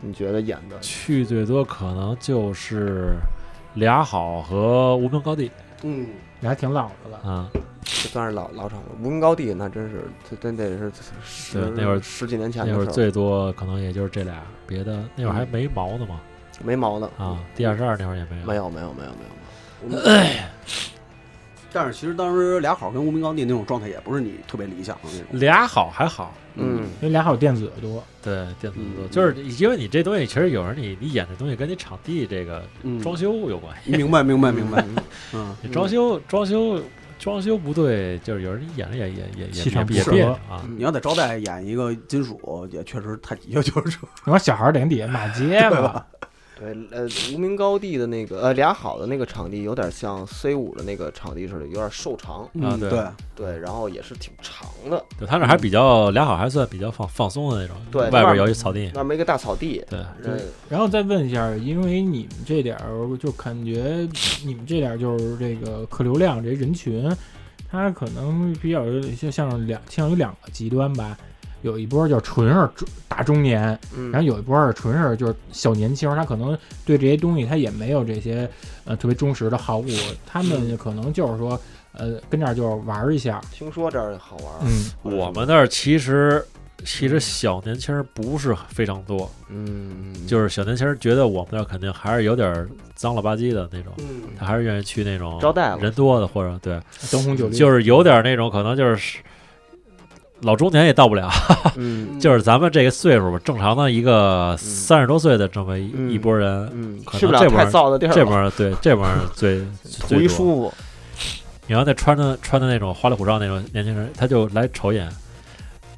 B: 你觉得演的？
E: 啊去最多可能就是俩好和无名高地
D: 嗯，
C: 你还挺老的了。
E: 啊、
B: 这算是老老场了，无名高地那真是，这真得是十
E: 对那会儿
B: 十几年前的
E: 那
B: 事
E: 会
B: 儿
E: 儿
B: 了
E: 最多可能也就是这俩，别的那会儿还没毛呢嘛，
B: 没毛呢，
E: 啊，第二十二那会儿也没有，
B: 嗯没有没有没有没有没有，
D: 但是其实当时俩好跟无名高地那种状态也不是你特别理想的那种。
E: 俩好还好，
B: 嗯，
C: 因为俩好电子的多，
E: 对，电子多，
D: 嗯
E: 就是因为你这东西其实有时候你你演这东西跟你场地这个
D: 嗯，
E: 装修有关 系，
D: 明白明白明 白，嗯，
E: 你装修装修装修不对，就是有时候你演着也也也也
C: 气场
E: 也
C: 不
E: 别扭
C: 合
E: 啊，
D: 你要在招待演一个金属，也确实太也就是
B: 啊
D: 这
C: 你说小孩脸底下骂街嘛，
B: 对，呃，无名高地的那个呃俩好的那个场地有点像 C 五的那个场地似的，有点瘦长，
E: 啊
D: 嗯
E: 对
D: 对，
B: 对，然后也是挺长的，
E: 对他那还比较俩好还算比较放放松的那种，
B: 对
E: 外
B: 那
E: 边
B: 儿
E: 有一草地，
B: 那儿没个大草地，
E: 嗯对，
B: 呃
C: 然后再问一下，因为你们这点儿就感觉你们这点儿就是这个客流量这人群，他可能比较就像两像有两个极端吧，有一波叫纯是中大中年，
B: 嗯，
C: 然后有一波是纯是就是小年轻，他可能对这些东西他也没有这些呃特别忠实的好 物，他
E: 嗯
C: 们可能就是说呃跟这儿就玩儿一下，
B: 听说这儿好玩儿，
C: 嗯，
E: 我们那儿其实其实小年轻儿不是非常多，
B: 嗯，
E: 就是小年轻儿觉得我们那儿肯定还是有点儿脏了吧唧的那种，
B: 嗯
E: 他还是愿意去那种
B: 招待了
E: 哦人多的或者对，
C: 灯红酒绿，
E: 就是有点儿那种可能就是老中年也到不了，
B: 嗯
E: 就是咱们这个岁数吧，正常的一个三十多岁的这么一、
B: 嗯
E: 一拨人，
B: 嗯，
E: 啊可
B: 去不
E: 能
B: 了
E: 这
B: 太
E: 边儿
B: 燥的地儿了，
E: 这帮人对这帮人 最
B: 图
E: 最
B: 一
E: 多
B: 舒服，
E: 你要再穿的穿的那种花里胡哨那种年轻人，他就来瞅一眼，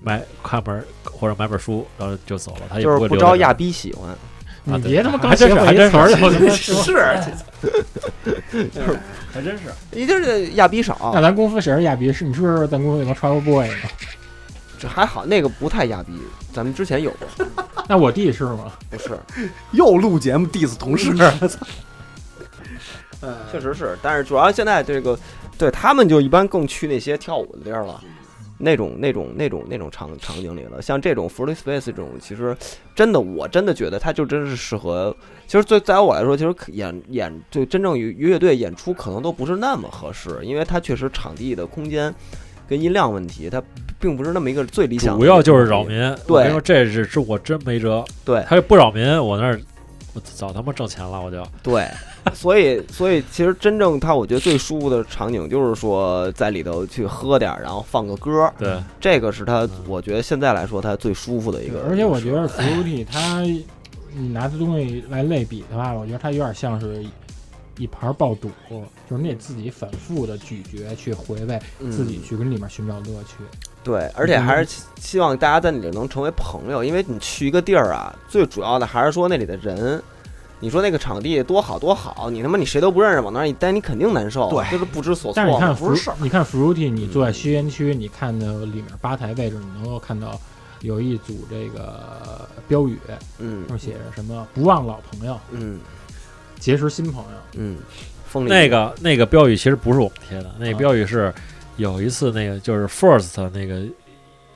E: 买看本儿或者买本书，然后就走了，他也
B: 就是
E: 哎会
B: 不
E: 留
B: 招
E: 在这儿
B: 亚逼喜欢，
E: 啊
C: 你
E: 对
C: 别他妈刚
E: 还
C: 学
E: 真是
C: 会
E: 还
C: 一
E: 真
C: 词儿
E: 是
C: 就他妈说。
B: 是，
E: 还真是
B: 你就是亚逼少
C: 那，咱公司谁是亚逼？是你是不是咱公司那帮 travel boy 呢？
B: 这还好，那个不太亚逼，咱们之前有过，
C: 那我弟是吗？
B: 不是，
D: 又录节目 diss 同事， 嗯，
B: 确实是，但是主要现在这个，对他们就一般更去那些跳舞的地儿了。那种、那种、那种、那种场场景里了，像这种 free space 这种，其实真的，我真的觉得它就真是适合。其实对，在我来说，其实可演演就真正与乐队演出可能都不是那么合适，因为它确实场地的空间跟音量问题，它并不是那么一个最理想的。
E: 主要就是扰民。
B: 对
E: 我跟你说这是是我真没辙。
B: 对
E: 他不扰民，我那儿我早他妈挣钱了，我就
B: 对，所以所以其实真正他，我觉得最舒服的场景就是说在里头去喝点儿，然后放个歌儿，
E: 对
B: 这个是他
E: 嗯，
B: 我觉得现在来说他最舒服的一个。
C: 而且我觉得 fruity 它，你拿这东西来类比的话，我觉得它有点像是一盘爆肚，就是
E: 嗯
C: 你得自己反复的咀嚼去回味，
B: 嗯
C: 自己去跟里面寻找乐趣。
B: 对，而且还是希希望大家在里头能成为朋友，因为你去一个地儿啊，最主要的还是说那里的人。你说那个场地多好多好，你他妈你谁都不认识，往那儿一待你肯定难受，
D: 对
B: 就是不知所
C: 但是你
B: 措嘛，
C: 看
B: 不是事
C: fruity，
B: 儿。嗯
C: 你看 fruity，你坐在吸烟区，你看到里面吧台位置，你能够看到有一组这个标语，
B: 嗯
C: 上写着什么“不忘老朋友，
B: 嗯
C: 结识新朋友
B: 嗯，风里
E: 那个那个标语其实不是我们贴的，那
C: 啊
E: 个标语是有一次那个就是 First 那个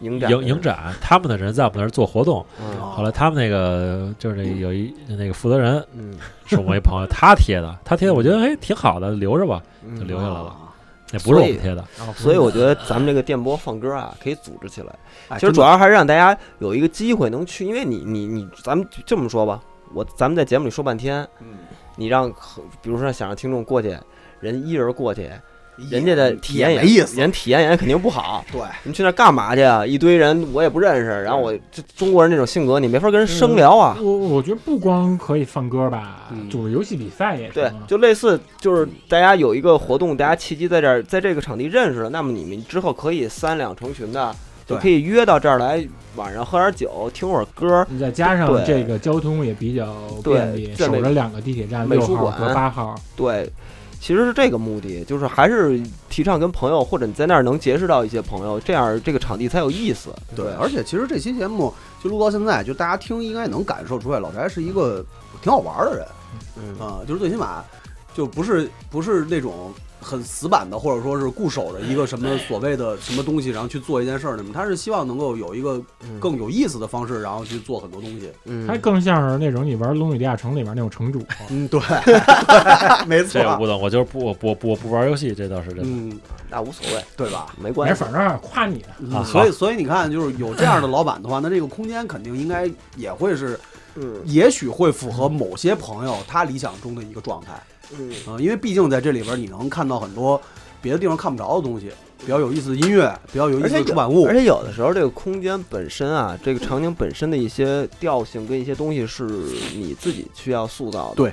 B: 影展
E: 影影展，哦他们的人在我们那儿做活动，
B: 嗯
E: 后来他们那个就是那个有一那个负责人
B: 嗯
E: 是我一朋友，他贴的，他贴的我觉得哎挺好的，留着吧，就留下来了。
D: 啊。
E: 那不是我们贴的，
B: 嗯所以我觉得咱们这个电波放歌啊，可以组织起来。
D: 哎
B: 其实
D: 真的
B: 主要还是让大家有一个机会能去，因为你你你，咱们就这么说吧，我咱们在节目里说半天，
D: 嗯
B: 你让可比如说想让听众过去，人一人过去，人家
D: 也
B: 的体验
D: 也没意思，
B: 人体验也肯定不好。
D: 对，
B: 你去那儿干嘛去啊？一堆人我也不认识，然后我这中国人这种性格，你没法跟人生聊啊。
C: 我我觉得不光可以放歌吧，
B: 嗯
C: 组织游戏比赛也行
B: 对
C: 啊，
B: 就类似就是大家有一个活动，大家契机在这儿，在这个场地认识了，那么你们之后可以三两成群的，就
D: 对
B: 可以约到这儿来，晚上喝点酒，听会儿歌，
C: 你再加上
B: 对
C: 这个交通也比较便利，
B: 对这
C: 守着
B: 美
C: 两个地铁站，
B: 美
C: 六
B: 术
C: 号
B: 馆
C: 和八号，
B: 对，其实是这个目的，就是还是提倡跟朋友，或者你在那儿能结识到一些朋友，这样这个场地才有意思。
D: 对，而且其实这期节目就录到现在，就大家听应该能感受出来，老翟是一个挺好玩的人
B: 嗯
D: 啊、就是最起码就不是不是那种很死板的，或者说是固守着一个什么所谓的什么东西，然后去做一件事儿那么，他是希望能够有一个
B: 嗯
D: 更有意思的方式，然后去做很多东西。
B: 嗯
C: 它更像是那种你玩《龙与地下城》里面那种城主，
D: 嗯，对，没
E: 这我
D: 错，
E: 不懂，我就是不我不我不玩游戏，这倒是真的。
D: 嗯，
B: 那无所谓，
D: 对吧？
B: 没
C: 反正
B: 关系。
C: 反正夸你的，
D: 嗯
E: 啊好
D: 所以所以你看，就是有这样的老板的话，那这个空间肯定应该也会是
B: 嗯
D: 也许会符合某些朋友他理想中的一个状态
B: 嗯
D: 啊、因为毕竟在这里边你能看到很多别的地方看不着的东西，比较有意思的音乐，比较有意
B: 而
D: 思
B: 且
D: 的
B: 有
D: 出版物
B: 而，且有的时候这个空间本身啊，这个场景本身的一些调性跟一些东西是你自己需要塑造的。
D: 对。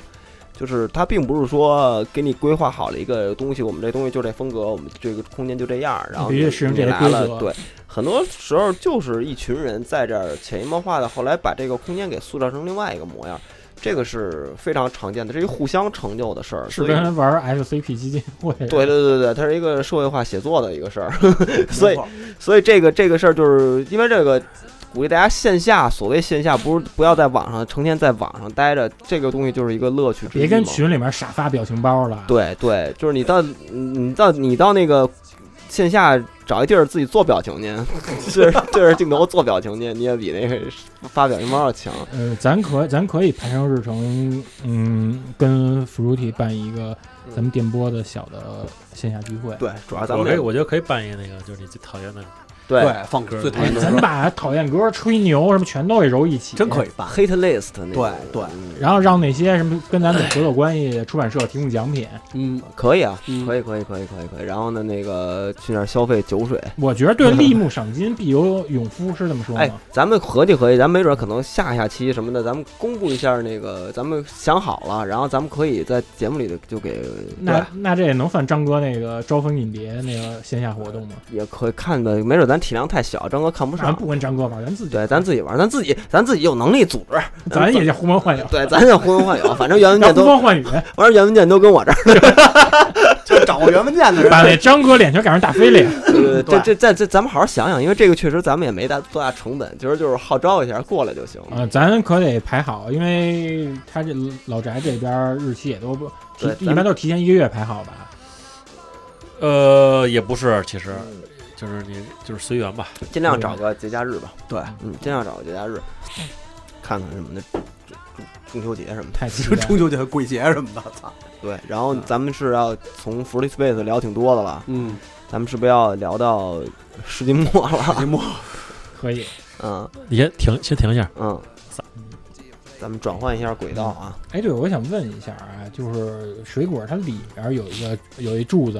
B: 就是它并不是说给你规划好了一个东西，我们这东西就这风格，我们这个空间就这样，然后
C: 必须
B: 你
C: 适应
B: 你
C: 这些
B: 来
C: 规
B: 了
C: 则
B: 对，很多时候就是一群人在这儿潜移默化的，后来把这个空间给塑造成另外一个模样，这个是非常常见的，这是一个互相成就的事儿。
C: 是
B: 所以
C: 跟玩 FCP 基金会，
B: 对对对对，它是一个社会化写作的一个事儿， 所以
D: 没错
B: 所以这个这个事儿，就是因为这个，鼓励大家线下，所谓线下，不是不要在网上成天在网上待着，这个东西就是一个乐趣之一
C: 别跟
B: 嘛
C: 群里面傻发表情包了。
B: 对对，就是你到你你到你到那个线下找一地儿自己做表情去，对着对着镜头做表情去，你也比那个发表情包要强。
C: 呃，咱可咱可以排上日程，嗯，跟 Fruity 办一个
D: 嗯
C: 咱们电波的小的线下聚会。
B: 对，主要咱
E: 我
B: 们
E: 可以，
B: 这
E: 我觉得可以办一那个，就是你最讨厌的
B: 对
D: 对放歌嗯最讨厌的
C: 哎咱
D: 歌，
C: 把讨厌歌、吹牛什么全都给揉一起，
D: 真可以。办。
B: hit list 那种
D: 对对
B: 嗯
C: 然后让那些什么跟咱们有合作关系出版社提供奖品，
D: 嗯，
B: 可以啊，
D: 嗯
B: 可以可以可以可以可以。然后呢，那个去那儿消费酒水。
C: 我觉得对立木赏金必有勇夫是这么说
B: 哎
C: 吗？，
B: 咱们合计合计，咱没准可能下下期什么的，咱们公布一下那个，咱们想好了，然后咱们可以在节目里的就给对
C: 那那这也能算张哥那个招蜂引蝶那个线下活动吗？
B: 也可以看的，没准咱体量太小，张哥看不
D: 啊
C: 咱
B: 上。
C: 不跟张哥玩，咱自己
B: 对，咱自己玩，咱自己咱自己有能力组 织，
C: 咱也叫呼朋唤友，
B: 对，咱就呼朋唤友，反正原文
C: 然
B: 件
C: 后
B: 都，
C: 呼风唤雨，
B: 反正原文件都跟我这儿。
D: 就掌握原文件的
C: 把
D: 人，
C: 那张哥脸全改成大飞脸。
B: 呃这
D: 对
B: 这这这，咱们好好想想，因为这个确实咱们也没大多大成本，就是就是号召一下过来就行了。
C: 啊，咱可得排好，因为他这老宅这边儿日期也都不提
B: 对，咱
C: 一般都是提前一个月排好吧。
E: 呃，也不是，其实就是你就是随缘吧。
B: 尽量找个节假日吧，
D: 对，
B: 嗯，尽量找个节假日，看看什么的，中中秋节什么的。
C: 太期
D: 就
C: 待了
D: 中秋节、鬼节什么的，操，
B: 对，然后
D: 嗯
B: 咱们是要从 Free Space 聊挺多的了，
D: 嗯，
B: 咱们是不是要聊到世纪末了？
D: 节目
C: 可以。
B: 嗯
E: 你先停，先停一下。
B: 嗯，咱们转换一下轨道啊。
C: 哎，对，我想问一下啊，就是水果它里边儿有一个有一柱子，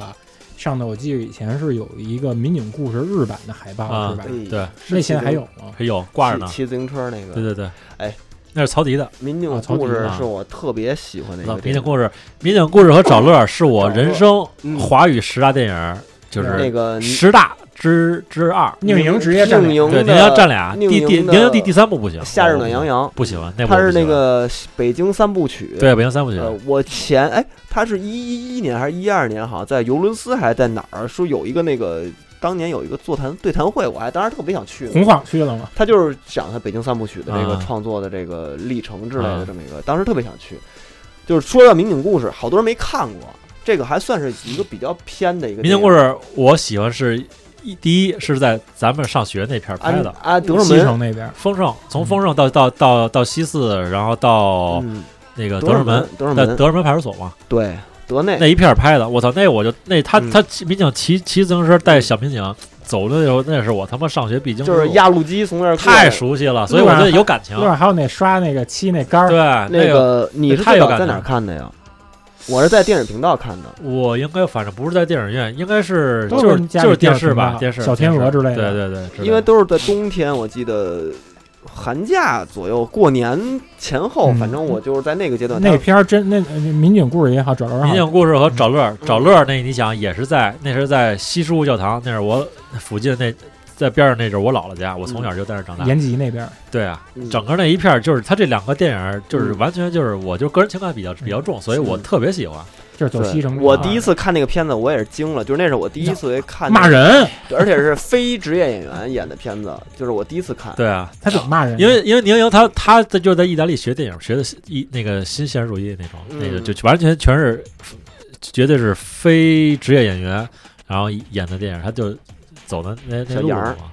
C: 上头我记得以前是有一个民警故事日版的海报、
E: 啊
C: 是吧？
B: 哎
E: 对，
C: 那现在还有吗？
E: 还有挂着
B: 骑
E: 呢。
B: 骑自行车那个
E: 对对对，
B: 哎，
E: 那是曹迪的。
B: 民警
C: 啊曹
B: 故
C: 迪
B: 事
E: 啊
B: 是我特别喜欢的一
E: 那
B: 个
E: 民
B: 电
E: 警
B: 影。
E: 故事，民警故事和找乐儿是我人生
D: 嗯
E: 华语十大电影，就
B: 那
E: 是
B: 个
E: 十大之之二。
C: 宁宁直接站
B: 宁
C: 起
B: 宁
C: 来
E: 对，
B: 的
E: 您要占俩，
B: 宁
E: 第第
B: 宁的
E: 您要第第三部不行，
B: 夏日暖
E: 我
B: 洋洋》，
E: 不喜欢，那部
B: 它
E: 我
B: 是
E: 不喜
B: 那
E: 欢
B: 个北京三部曲。
E: 对北京三部曲，
B: 呃，我前哎，他是一一一年还是一二年？好像在尤伦斯还是在哪儿说有一个那个当年有一个座谈对谈会，我还当时特别想去呢。
C: 红晃去了吗？
B: 他就是讲他北京三部曲的这个
E: 嗯啊
B: 创作的这个历程之类的
E: 啊
B: 这么一个，当时特别想去。就是说到民警故事，好多人没看过，这个还算是一个比较偏的一个
E: 民
B: 电
E: 警
B: 影
E: 故事我喜欢是一第一是在咱们上学那片儿拍
B: 安
E: 的，
B: 啊，德胜
C: 西
B: 门，
C: 城那边儿
E: 丰盛从丰盛到到到到西四，然后到
B: 嗯，
E: 那个
B: 德
E: 胜
B: 胜
E: 门，，
B: 德胜
E: 在
B: 门，
E: 呃德胜门派出所嘛，
B: 对，德内
E: 那一片儿拍的，我操，那我就那他
B: 嗯
E: 他骑民警骑骑自行车带小民警走的时候，那是我他妈上学必经之
B: 就
E: 路，
B: 是压路机从那儿过来
E: 太熟悉了，所以我
C: 路
E: 觉
C: 上
E: 得有感情
C: 那。会儿还有那刷那个漆那杆
E: 对
C: 儿，，
B: 那
E: 个
B: 个你是
E: 太
B: 最
E: 有
B: 早
E: 感
B: 在
E: 觉
B: 哪儿看的呀？我是在电影频道看的，
E: 我应该反正不是在电影院，应该是
C: 都
E: 就是是
C: 家
E: 就是
C: 里电
E: 电
C: 视
E: 视吧
C: 频，道
E: 电视
C: 小天鹅之类的
E: 电视对对对，
B: 因为都是在冬天，我记得寒假左右、过年前后，
C: 嗯
B: 反正我就是在那个阶段。
C: 那片儿真那那民警故事也好，找着
E: 民
C: 好
E: 警故事和找乐儿，找乐儿那你想也是在那是在西书教堂，那是我附近那在边上那是我姥姥家，我从小就在那儿长大。
C: 延吉那边儿，
E: 对啊，
B: 嗯
E: 整个那一片儿就是他这两个电影儿就是完全就是我就个人情感比较比较重，所以我特别喜欢。
C: 就是走
B: 对
C: 西城这块儿。
B: 我
E: 啊
B: 第一次看那个片子，我也是惊了，就是那是我第一次看
C: 骂，人，
B: 而且是非职业演员演的片子，就是我第一次看。
E: 对啊，
C: 他怎么骂人？
E: 因为因为宁莹她她在就在意大利学电影，学的意那个新现实主义那种，
B: 嗯
E: 那个就完全全是绝对是非职业演员，然后演的电影，她就走的那那
B: 小
E: 路
B: 杨
E: 子
B: 儿
E: 嘛。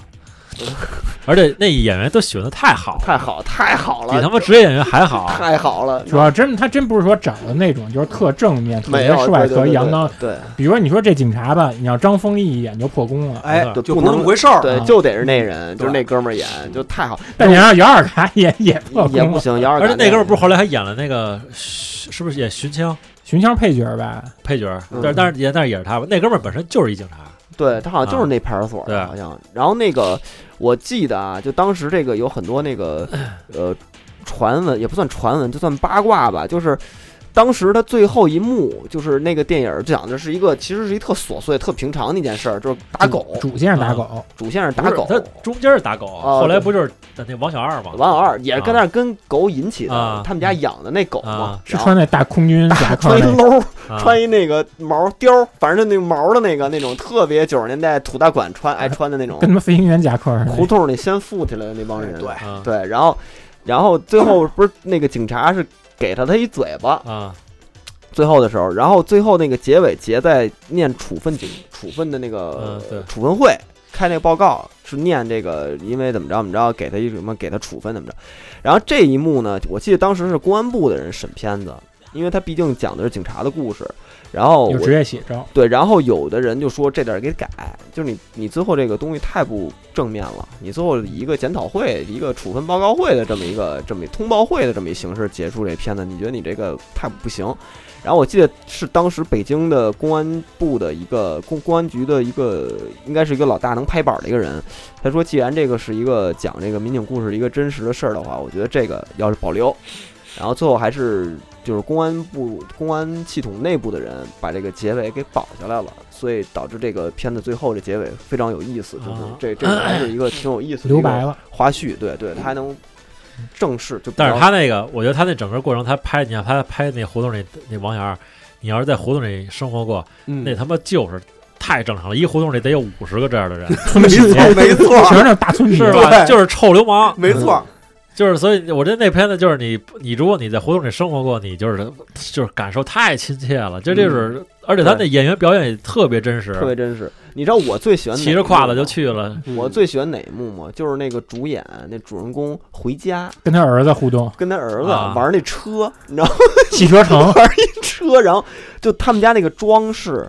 E: 而且那演员都选的太好了，
B: 太好，太好
E: 比他
B: 了，
E: 妈职业演员还好。
B: 太好了，
C: 主要真他真不是说长得那种就是特正面、特
B: 没
C: 别
B: 有对
C: 帅、
B: 对
C: 特
B: 对
C: 阳刚。
B: 对
C: 比如说你说这警察吧，你要张丰毅一眼就破功了，
D: 哎
E: 对，
D: 就不能那么回事儿。
B: 对，
C: 啊
B: 就得是那
E: 嗯
B: 人，就是
D: 对
B: 那哥们儿演，就太好，
C: 但你让姚二嘎也也破
B: 哎也
C: 功
B: 不
C: 了。
B: 行，姚二
E: 而且
B: 感
E: 那哥们儿
B: 觉
E: 不是后来还演了那个，是是不是演《寻枪
C: 寻枪配角吧，
E: 配角儿？
B: 嗯
E: 但但是也但是也是他吧。那哥们儿本身就是一警察，
B: 对他好像就是
E: 啊
B: 那派出所的，
E: 对
B: 好像。然后那个我记得啊，就当时这个有很多那个呃传闻，也不算传闻，就算八卦吧，就是。当时他最后一幕就是那个电影讲的是一个，其实是一特琐碎、特平常的一件事儿，就是打狗，啊
C: 主主线是打狗，
B: 主线是
E: 不
B: 打
E: 是
B: 狗，
E: 他中间是打狗，
B: 啊
E: 后
B: 对
E: 来不就是那王小二啊吗？
B: 王小二也是跟那儿跟狗引起的
E: 啊，
B: 他们家养的那狗嘛
E: 啊，
C: 是穿那大空军
B: 大
C: 夹克
B: 穿一
C: 那个，
B: 褛，
E: 啊
B: 穿一那个毛貂儿，反正就那个毛的那个那种特别九十年代土大馆穿爱穿的 那种
C: 跟他妈飞行员夹克似的。
B: 胡同里先富起来的那帮人，
D: 对
E: 啊
B: 对，然后然后最后不是那个警察是给了他一嘴巴，
E: 啊
B: 最后的时候，然后最后那个结尾结在念处分警处分的那个
E: 嗯对
B: 处分会开那个报告是念这个，因为怎么着怎么着给他一什么给他处分怎么着，然后这一幕呢，我记得当时是公安部的人审片子，因为他毕竟讲的是警察的故事，然后
C: 有
B: 我
C: 职业写照，
B: 对，然后有的人就说这点儿给改，就是你你最后这个东西太不正面了，你最后以一个检讨会、一个处分报告会的这么一个这么一通报会的这么一形式结束这片子，你觉得你这个太不行。然后我记得是当时北京的公安部的一个公公安局的一个，应该是一个老大能拍板儿的一个人，他说既然这个是一个讲这个民警故事的一个真实的事儿的话，我觉得这个要是保留，然后最后还是就是公安部公安系统内部的人把这个结尾给保下来了，所以导致这个片子最后这结尾非常有意思，就是
E: 啊
B: 这这还是一个挺有意思的
C: 留
B: 一
C: 白
B: 个
C: 了。
B: 花絮，对对，他还能正式就比较
E: 但是他那个，我觉得他那整个过程，他拍，你看他拍那胡同里那王小二，你要是在胡同里生活过，
B: 嗯
E: 那他妈就是太正常了。一胡同里得有五十个这样 的人，
C: 村里 全
D: 没错，
C: 是那种大村里，
E: 是吧？就是臭流氓，
D: 没错，
E: 就是所以，我觉得那片子就是你，你如果你在胡同里生活过，你就是就是感受太亲切了。这就是，而且他那演员表演也特别真
B: 嗯特别
E: 实，
B: 真实。你知道我最喜欢哪
E: 骑
B: 一
E: 着
B: 幕
E: 胯子
B: 吗
E: 就。去了。
D: 嗯
C: 嗯
B: 我最喜欢哪一幕吗？就是那个主演那主人公回家
C: 跟他儿子 互动，
B: 跟他儿子
E: 啊
B: 玩那车，你知道。
C: 汽车城
B: 车，然后就他们家那个装饰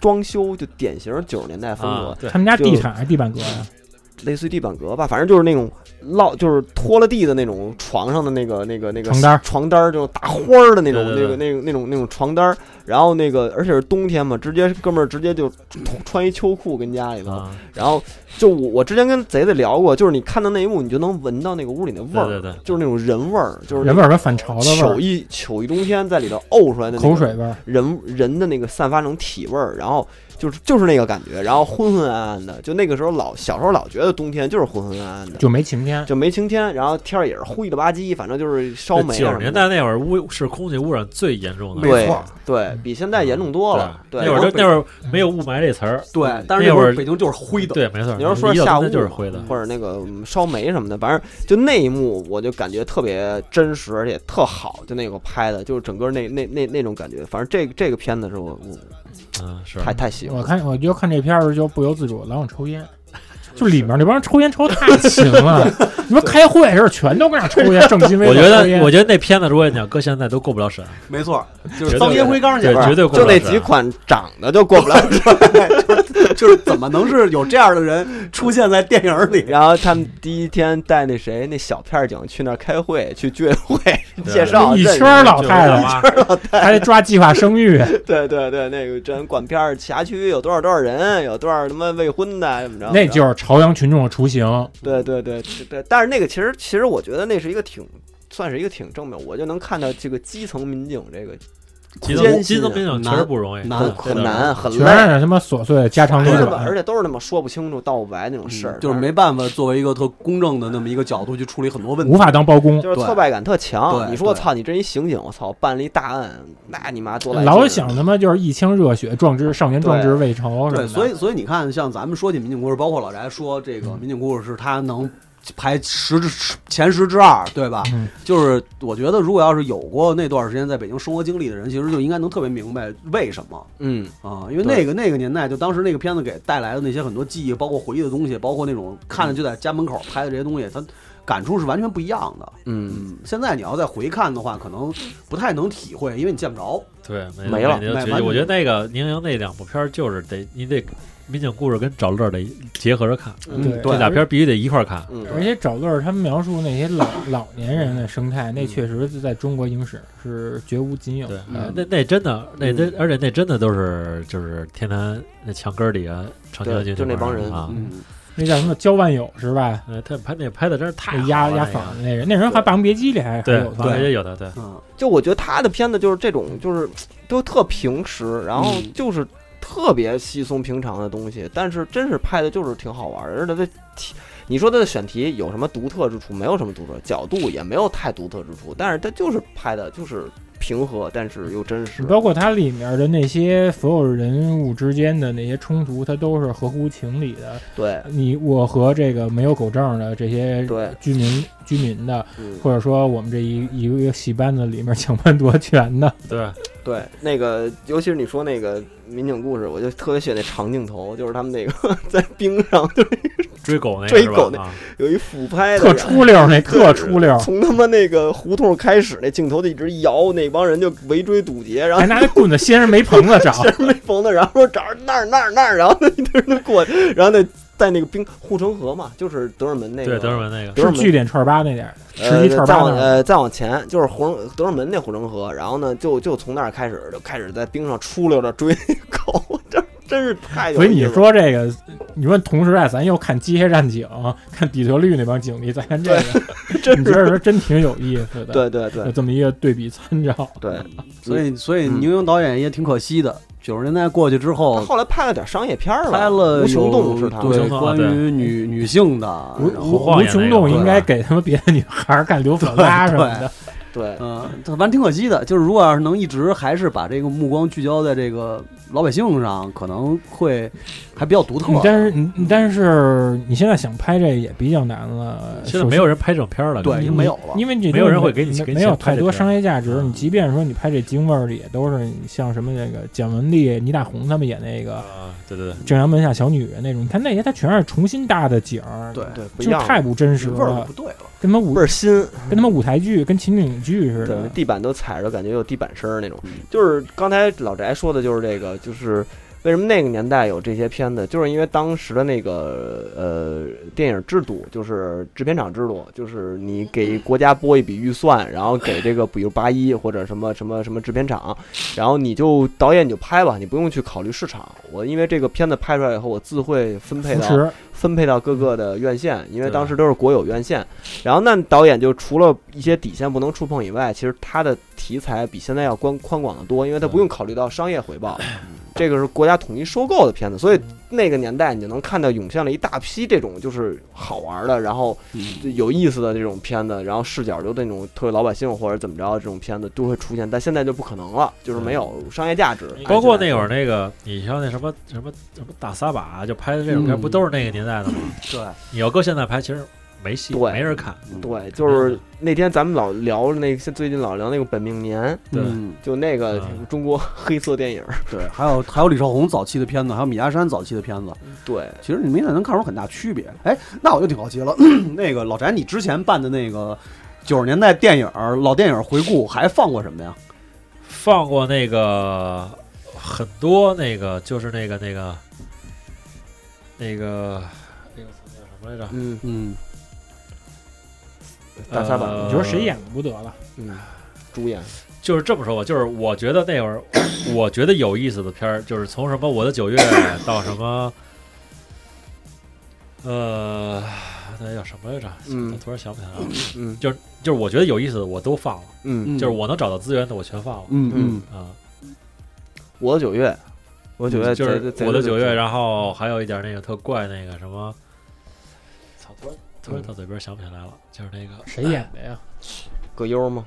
B: 装修就典型九十年代风格，
E: 啊，对
C: 他，们家地产还是地板革呀？
B: 类似于地板革吧，反正就是那种落就是拖了地的那种床上的那个那个那个
C: 床单儿
B: 床单儿，就是大花儿的那种
E: 对
B: 那个
E: 对
B: 那个那种那种床单儿，然后那个而且是冬天嘛，直接哥们儿直接就穿穿一秋裤跟家里头，
E: 啊，
B: 然后就我我之前跟贼贼聊过，就是你看到那一幕，你就能闻到那个屋里那味
E: 对
B: 儿，
E: 对对，
B: 就是那种人味儿，就是那
C: 人味儿和反潮的味
B: 糗
C: 儿，
B: 一糗一冬天在里头沤出来的那个
C: 口水味儿。
B: 人人的那个散发那种体味儿，然后就是就是那个感觉，然后昏昏暗暗的。就那个时候老小时候老觉得冬天就是昏昏暗暗的，
C: 就没晴天。
B: 就没晴天，然后天儿也是灰了吧唧，反正就是烧煤啊
E: 九
B: 什
E: 十
B: 么
E: 年
B: 的。
E: 代那会儿污是空气污染最严重的，
B: 对
D: 没错
B: 对比现在严重多了。对，
E: 那会
B: 然
E: 儿就
B: 后
E: 那会儿没有雾霾这词儿，
D: 对，但是嗯
E: 那
D: 那
E: 会
D: 会
E: 儿
D: 儿北京就是灰的，
E: 对，没错。
B: 你要是说
E: 一到
B: 下
E: 冬
B: 雾
E: 天就是灰的，
B: 或者那个嗯烧煤什么的，反正就那一幕我就感觉特别真实，而且特好，就那个拍的，就是整个那那那那种感觉。反正这个这个片子是我我
E: 嗯，是
B: 太太喜欢
C: 我
B: 了。
C: 看我就看这片儿时候就不由自主老想抽烟，就里面那帮人抽烟抽太勤 了。你说开会的时候全都跟那抽烟，正襟危
E: 我
C: 坐
E: 觉
C: 抽
E: 得，
C: 烟。
E: 我觉得那片子如果你要搁现在都过不了审，
D: 没错，就
E: 绝
D: 是
E: 对
D: 脏烟灰缸去
E: 对
B: 不，是
E: 绝对过不
B: 就
E: 了
B: 那
E: 审啊
B: 几款长得就过不了
D: 就是怎么能是有这样的人出现在电影里？
B: 然后他们第一天带那谁那小片儿警去那儿开会，去居委会
E: 对
B: 介绍
C: 一
B: 认识
C: 圈儿老
E: 就是
C: 太
E: 我
C: 太
E: 妈
C: 还得抓计划生育，
B: 对对对，那个咱管片儿辖区有多少多少人，有多少他妈未婚的怎么着？
C: 那就是朝阳群众的雏形。
B: 对对对对对，但是那个其实其实我觉得那是一个挺算是一个挺正面，我就能看到这个基层民警这个
E: 基
B: 艰辛
E: 层基
B: 啊
E: 层民警确实不容易，
D: 难
E: 对
B: 很。
E: 对的
B: 难很
C: 全
B: 累，
C: 是他妈琐碎的家长里
B: 都是那么
C: 短
B: 而。且都是那么说不清楚道不白
E: 嗯
B: 那种事儿，啊
D: 就是没办法作为一个特公正的那么一个角度去处理很多问
C: 无
D: 题。
C: 法当包公，
B: 就是
D: 对
B: 挫败感特强。
D: 对
B: 你说
D: 对
B: 操，你真一刑警，我操，办了一大案，那你妈多来劲
C: 老
B: 儿
C: 想他妈就是一腔热血壮志少年壮志
B: 对
C: 未酬什么
D: 对，
C: 的。嗯
D: 所以所以你看，像咱们说起民警故事，包括老翟说这个民警故事是他能排十之前十之二，对吧？
C: 嗯
D: 就是我觉得，如果要是有过那段时间在北京生活经历的人，其实就应该能特别明白为什么
B: 嗯，
D: 啊，因为
B: 对
D: 那个那个年代，就当时那个片子给带来的那些很多记忆，包括回忆的东西，包括那种看着就在家门口拍的这些东西，它感触是完全不一样的。
B: 嗯，
D: 嗯，现在你要再回看的话，可能不太能体会，因为你见不着。
E: 对，
B: 没了
E: 就
D: 买
E: 觉
D: 完
E: 得我
D: 就
E: 觉得那个宁宁那两部片儿就是得你得民警故事跟找乐得结合着看，
D: 嗯
C: 嗯对
E: 这俩片儿必须得一块儿看。
B: 嗯，
C: 而且找乐儿他们描述那些老老年人的生态，那确实在中国影史是绝无仅有
E: 对
C: 的。，
B: 嗯
E: 那那真的，那真
B: 嗯
E: 而且那真的都是就是天坛那墙根儿底下长期
B: 对
E: 军
B: 就那帮人
E: 啊，
D: 嗯，
C: 那叫什么焦万有是吧？
E: 呃，他拍那拍的真是太
C: 那
E: 好
C: 压
E: 了
C: 压
E: 那
C: 嗓
E: 个
C: 子那人，那人还《霸王别姬》里还还
E: 对
C: 有，
E: 反
C: 放
E: 正也
C: 呢。
E: 有的，对，
D: 嗯
B: 就我觉得他的片子就是这种，就是都特平时，然后
D: 嗯
B: 就是特别稀松平常的东西，但是真是拍的就是挺好玩儿的。而且他题，你说他的选题有什么独特之处？没有什么独特，角度也没有太独特之处，但是他就是拍的就是平和，但是又真实。
C: 包括它里面的那些所有人物之间的那些冲突，它都是合乎情理的。
B: 对，
C: 你我和这个没有狗证的这些
B: 对
C: 居民居民的，
B: 嗯，
C: 或者说我们这一一个戏班子里面抢班夺权的，
E: 对，
B: 对，那个尤其是你说那个民警故事，我就特别喜欢那长镜头，就是他们那个 在冰上就是
E: 追狗那个
B: 追
E: 是吧
B: 狗那
E: 啊
B: 有一俯拍的
C: 特
B: 人，
C: 出溜儿那特
B: 对
C: 出溜儿，
B: 从他妈那个胡同开始，那镜头就一直摇，那帮人就围追堵截，然后
C: 还拿那棍子先是没棚子找，
B: 没缝的，然后说这儿那儿那儿那儿，然后一堆人过去，然后那在那个冰护城河嘛，就是德尔门那个
E: 对德尔文那个
B: 德尔
C: 是
B: 门
C: 据点串儿八那点儿，十
B: 呃
C: 一串啊儿
B: 再
C: 八
B: 往
C: 那儿。
B: 呃再往前就是胡同德尔门那护城河，然后呢就就从那儿开始就开始在冰上出溜着追 狗，这真是太有
C: 所以
B: 意
C: 你
B: 思了
C: 说这个，你说同时代咱又看《机械战警》，看《底特律》那帮警力，再看这个，
B: 真
C: 你觉
B: 是
C: 得说真挺有意思的。
B: 对对
C: 有
B: 对
C: 这么一个对比参照。
B: 对，
D: 所以所以
B: 嗯
D: 宁荣导演也挺可惜的，九十年代过去之
B: 他
D: 后。
B: 后来拍了点商业片儿
D: 拍了
B: 无穷
D: 有
B: 动是他吗
E: 无
D: 对
E: 穷动啊
D: 关
E: 对
D: 于女女性的，
B: 哎
C: 吴
D: 然
E: 胡
C: 吴
D: 后
E: 晃
C: 吴
E: 也那
C: 琼
E: 个
C: 洞
D: 对
C: 应该给他们别的女孩儿干刘表拉什么的。
B: 对
D: 嗯，他反正挺可惜的，就是如果要是能一直还是把这个目光聚焦在这个老百姓上，可能会还比较独 特
C: 你。但是你你但是你现在想拍这也比较难了，
E: 现在
C: 首
E: 没
C: 先
E: 有人拍这种片儿了，
D: 对
E: 你
D: 已经没有了
C: 因为你
E: 没有人会给你
C: 没
E: 给你
C: 没
E: 钱
C: 有
E: 拍
C: 太
E: 这
C: 多
E: 片儿
C: 商业价值。
E: 嗯
C: 你即便说你拍这京味儿的，也都是你像什么那个蒋雯丽、倪大红他们演那个
E: 啊，对对对
C: 《正阳门下小女人》那种，你看那些它全是重新搭的景儿，
D: 对，
B: 对，不一
C: 就是
B: 样了，
C: 太不真实
D: 味儿
C: 了
D: 不，对了。
C: 跟他们舞
B: 倍儿新。
C: 跟他们舞台剧、跟情景剧似
B: 对
C: 的，。
B: 地板都踩着，感觉有地板声儿那种
D: 嗯。
B: 就是刚才老翟说的，就是这个，就是为什么那个年代有这些片子，就是因为当时的那个呃电影制度，就是制片厂制度，就是你给国家拨一笔预算，然后给这个比如八一或者什么什么什么制片厂，然后你就导演你就拍吧，你不用去考虑市场。我因为这个片子拍出来以后，我自会分配
C: 扶
B: 到
E: 嗯
C: 持，
B: 分配到各个的院线，因为
E: 对
B: 当时都是国有院线。然后那导演就除了一些底线不能触碰以外，其实他的题材比现在要宽宽广得多，因为他不用考虑到商业回报。这个是国家统一收购的片子，所以那个年代你就能看到涌现了一大批这种就是好玩的，然后就有意思的这种片子，然后视角就那种特别老百姓或者怎么着这种片子都会出现，但现在就不可能了，就是没有商业价值。
E: 包括那会儿那个，你像那什么什么什么大撒把，啊就拍的这种片儿，
D: 嗯
E: 不都是那个年代的吗？
D: 对，
E: 你要搁现在拍，其实没戏，
B: 对
E: 没人看。
B: 对，
E: 嗯
B: 就是那天咱们老聊那个，最近老聊那个本命年，
E: 对
D: 嗯，
B: 就那个
E: 嗯
B: 中国黑色电影儿，
D: 对，还有还有李少红早期的片子，还有米家山早期的片子，
E: 嗯
B: 对，
D: 其实你明显能看出很大区别。哎，那我就挺好奇了， 那个老翟，你之前办的那个九十年代电影儿老电影回顾还放过什么呀？
E: 放过那个很多那个就是那个那个那个那个叫什么来着？
B: 嗯，
D: 嗯，
B: 大撒把，
E: 呃
C: 你说谁演的不得了？
B: 嗯，主演，
E: 就是这么说吧，就是我觉得那会儿 我觉得有意思的片儿，就是从什么我的九月到什么。呃，那叫什么来着？
B: 嗯
E: 我突然想不起来了。
B: 嗯
E: 就是我觉得有意思的，我都放了。
B: 嗯，
E: 就是我能找到资源的，我全放了。
D: 嗯
B: 嗯
D: 嗯
E: 啊，
B: 我的九月，嗯我九月
E: 就
B: 贼
E: 是
B: 贼
E: 我的
B: 贼
E: 九月，
B: 贼
E: 然后还有一点那个特怪那个什么，操，突然突
B: 嗯
E: 然到嘴边想不起来了，就是那个
C: 谁演的呀？
B: 葛优吗？啊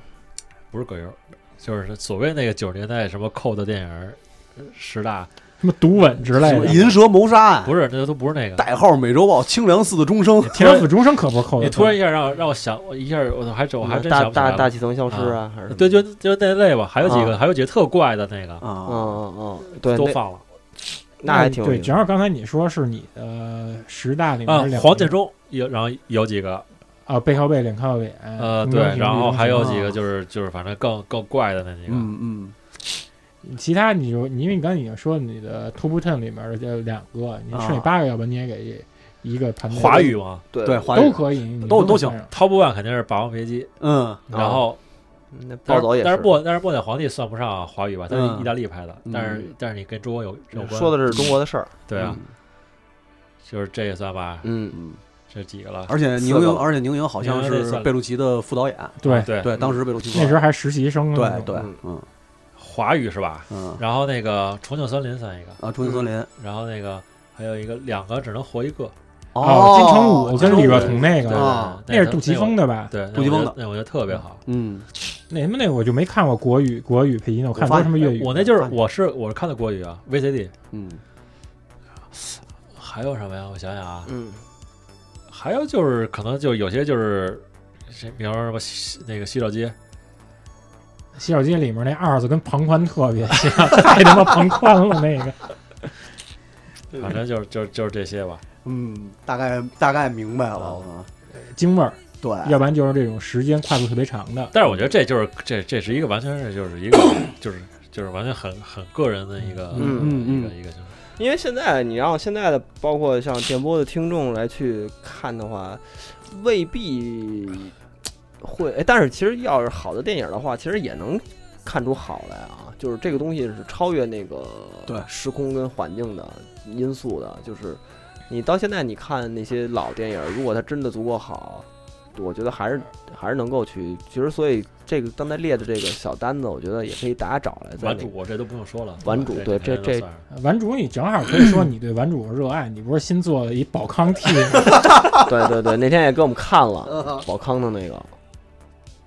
E: 不是葛优，就是所谓那个九十年代什么扣的电影儿呃十大，
C: 什么毒吻之类
D: 什么
C: 的。
D: 银蛇谋杀案，
E: 嗯不是，那都不是那个。
D: 代号美洲豹清凉寺的钟声，
C: 天死终生可不扣的。
E: 你突然一下让我让我想，我一下我还真我还真
B: 大
E: 想不起
B: 大
E: 来
B: 大
E: 了。
B: 气层消失啊，还是什么
E: 对，就就那类吧，还有几个，
B: 啊
E: 还有几个特怪的那个
B: 嗯
D: 啊，
B: 嗯嗯，对，
E: 都
B: 那
E: 放了
B: 那还挺有
C: 嗯对，
B: 意思
C: 正好刚才你说是你的呃十大里
E: 啊
C: 面。两
E: 黄建
C: 中
E: 中有，然后有几个，
C: 啊，背靠背，脸靠脸，
E: 呃，
C: 红
E: 对
C: 灯行，
E: 然后还有几个
D: 啊
E: 就是就是反正更更怪的那几个，
D: 嗯嗯，
C: 其他你就你因为你刚才已经说你的 top ten 里面的就两个，
B: 啊
C: 你剩下八个，要不然你也给一个盘点
E: 华语嘛
B: 对
D: 对，华
C: 都
D: 语，
C: 可以，你
D: 都
C: 都
D: 都行
C: 算上
E: ，Top One 肯定是《霸王别姬》，
D: 嗯
E: 然后
B: 嗯那
E: 但
B: 暴
E: 是
B: 啊走也
E: 但
B: 是
E: 是末但是末代皇帝算不上华语吧，他
D: 嗯
E: 是意大利拍的，但是
D: 嗯
E: 但是你跟中国有有关，
B: 嗯说的嗯是中国的事儿，
E: 对啊，，就是这也算吧，
B: 嗯，
D: 嗯，
E: 这几个了，
D: 而且宁
B: 四
D: 莹，
B: 个
D: 而且宁莹好像
E: 宁莹这
D: 是
E: 算
D: 贝鲁奇的副导演，
C: 对，
E: 对，
D: 对，当时贝鲁奇
C: 那时候还实习生呢，
D: 对
C: 那种
D: 对
B: 嗯，
D: 嗯
E: 华语是吧？
D: 嗯
E: 然后那个重庆森林算一个，
D: 啊，重庆森林，
E: 然后那个还有一个两个只能活一个，
C: 哦，金城武
D: 武
C: 跟李若彤那
E: 对
C: 个，
D: 啊
C: 那是杜琪峰
E: 的，
C: 的吧？
E: 对，
D: 杜琪峰的
E: 哦那我觉得那我觉得特别好。
D: 嗯，
C: 那他妈那个我就没看过国语国语配音的，我看
D: 我发
C: 都他妈粤语。
E: 我那就是
D: 我看
E: 我是我是看的国语啊，VCD，
D: 嗯
E: 还有什么呀？我想想啊，
B: 嗯，
E: 还有就是可能就有些就是，谁比方说什么西那个西照街，
C: 洗手间里面那二字跟庞宽特别像，太他妈庞宽了那个。
E: 反正就是就是就是这些吧。
D: 嗯，大概大概明白了，
C: 京味儿，
D: 啊对，
C: 要不然就是这种时间跨度特别长的。
E: 但是我觉得这就是这这是一个完全是就是一个就是就是完全很很个人的一个
B: 嗯
E: 一个
D: 嗯
E: 一个形式。
B: 因为现在你让现在的包括像电波的听众来去看的话，未必会，哎但是其实要是好的电影的话，其实也能看出好来啊，就是这个东西是超越那个
D: 对
B: 时空跟环境的因素的，就是你到现在你看那些老电影，如果它真的足够好。我觉得还是还是能够去，其实所以这个刚才列的这个小单子，我觉得也可以大家找来。在
E: 玩
B: 那
E: 主我这都不用说了，
B: 玩主对这这
C: 玩主你正好可以说你对玩主热爱，你不是新做了一宝康 T 吗？
B: 对对对，那天也给我们看 了，
D: 嗯
B: 宝康的那个《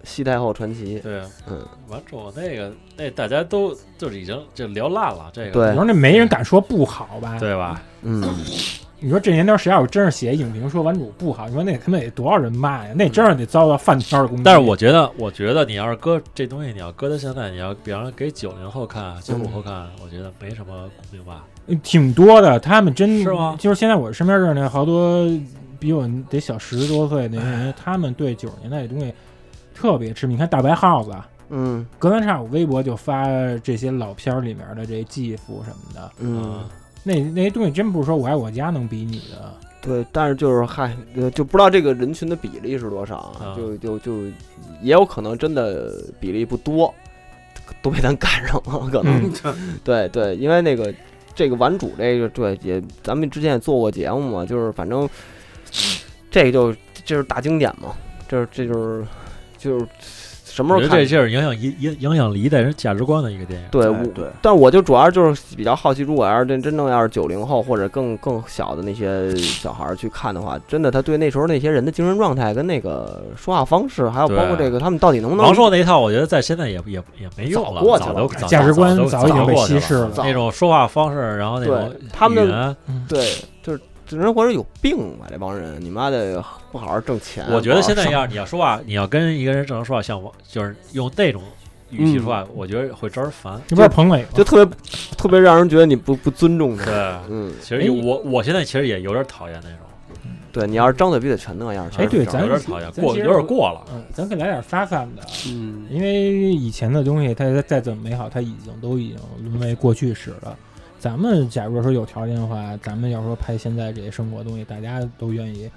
B: 西太后传奇》，
E: 对啊
B: 嗯，
E: 玩主那个那大家都就是已经就聊烂了，这个
B: 对
C: 你说那没人敢说不好吧？
E: 对吧？
B: 嗯，
C: 你说这年头谁要真是写影评说玩主不好，你说那他妈得多少人骂呀？那真是得遭到饭圈的攻击。
E: 但是我觉得，我觉得你要是搁这东西，你要搁到现在，你要比方说给九零后看、九五后看，我觉得没什么共鸣吧。
C: 挺多的，他们真
E: 是吗
C: 就是现在我身边认识那好多比我得小十多岁那些
E: 哎
C: 人，他们对九十年代的东西特别痴迷。你看大白耗子啊，
B: 嗯
C: 隔三差五微博就发这些老片儿里面的这些技术什么的，
B: 嗯
E: 啊，，
C: 那那些东西真不是说我爱我家能比拟的。
B: 对，但是就是嗨，呃就不知道这个人群的比例是多少啊
E: 啊，
B: 就就就也有可能真的比例不多，都被咱赶上了，可
C: 嗯
B: 能、对对，因为那个这个玩主这个对也，咱们之前也做过节目嘛，就是反正这个就这就是大经典嘛，这这就是就是什么
E: 我
B: 时
E: 觉
B: 候看
E: 得这哎就是影响一影影响了一代人价值观的一个电影。
B: 哎对，我
D: 对对，
B: 但我就主要就是比较好奇，如果要是真真正要是九零后或者更更小的那些小孩儿去看的话，真的他对那时候那些人的精神状态跟那个说话方式，还有
E: 对
B: 包括这个他们到底能不能
E: 王朔那一套，我觉得在现在也也也没用
B: 早
E: 了，
B: 过去
E: 早
B: 了
E: 都
B: 哎
E: 早
C: 价值观
E: 早
C: 早
E: 早
C: 已经被
E: 过去
C: 稀释了
B: 早
E: 那种说话方式，然后那种
B: 对他们
E: 语言
B: 对，就是这人活着有病吧？这帮人，你妈的不好好挣钱。
E: 我觉得现在
B: 要
E: 要是你要说话，你要跟一个人正常说话，像我就是用那种语气说话，我觉得会招人烦。
C: 这不是彭磊吗？
B: 就特别特别让人觉得你不不尊重他。
E: 对，
B: 嗯，
E: 其实我我现在其实也有点讨厌那种，
B: 对你要是张嘴闭嘴全那样，
C: 哎
B: 全
C: 对
B: 是
C: 咱
E: 有点讨厌，
C: 咱
E: 过
C: 其
E: 有
C: 实
E: 点过了。
C: 嗯，咱可以来点发散的，
D: 嗯
C: 因为以前的东西它它再怎么美好，它已经都已经沦为过去式了。咱们假如说有条件的话，咱们要说拍现在这些生活的东西，大家都愿意，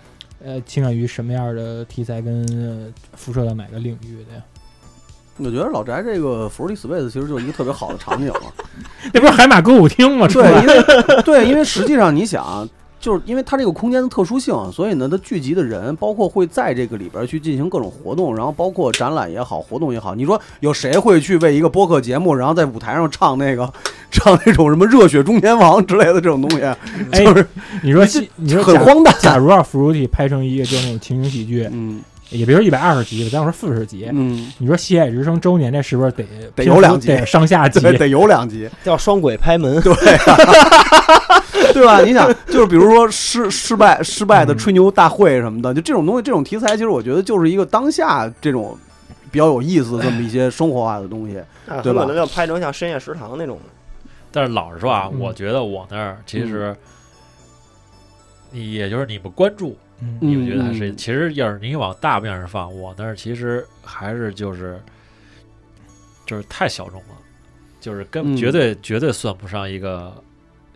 C: 呃，倾向于什么样的题材跟呃辐射到哪个领域的呀？
D: 我觉得老宅这个 f o r t y Space 其实就是一个特别好的场景了。
C: 那不是海马歌舞厅吗？出
D: 对，
C: 来
D: 因为 对，因为实际上你想，啊就是因为它这个空间的特殊性，所以呢，它聚集的人，包括会在这个里边去进行各种活动，然后包括展览也好，活动也好，你说有谁会去为一个播客节目，然后在舞台上唱那个唱那种什么《热血中年王》之类的这种东西，
C: 哎
D: 就是
C: 你说你说
D: 很
C: 假
D: 荒诞。
C: 假如让 Fruity 拍成一个就是那种情景喜剧，
D: 嗯，
C: 也别说一百二十集吧，咱说四十集，
D: 嗯，
C: 你说《西海之声》周年这是不是得
D: 得
C: 篇
D: 有两
C: 幅
D: 集
C: 得上下集？
D: 对，得有两集，
B: 叫双轨拍门，
D: 对、啊 对吧？你想，就是比如说失失败失败的吹牛大会什么的，就这种东西，这种题材，其实我觉得就是一个当下这种比较有意思的这么一些生活化的东西。
B: 啊
D: 对
B: 恨
D: 吧
B: 不能要拍成像深夜食堂那种的。
E: 但是老实说啊，
C: 嗯
E: 我觉得我那儿其实，你也就是你不关注，
C: 嗯，
E: 你不觉得还是？
D: 嗯
E: 其实要是你往大面上放，我那儿其实还是就是就是太小众了，就是根
D: 嗯
E: 绝对、绝对算不上一个。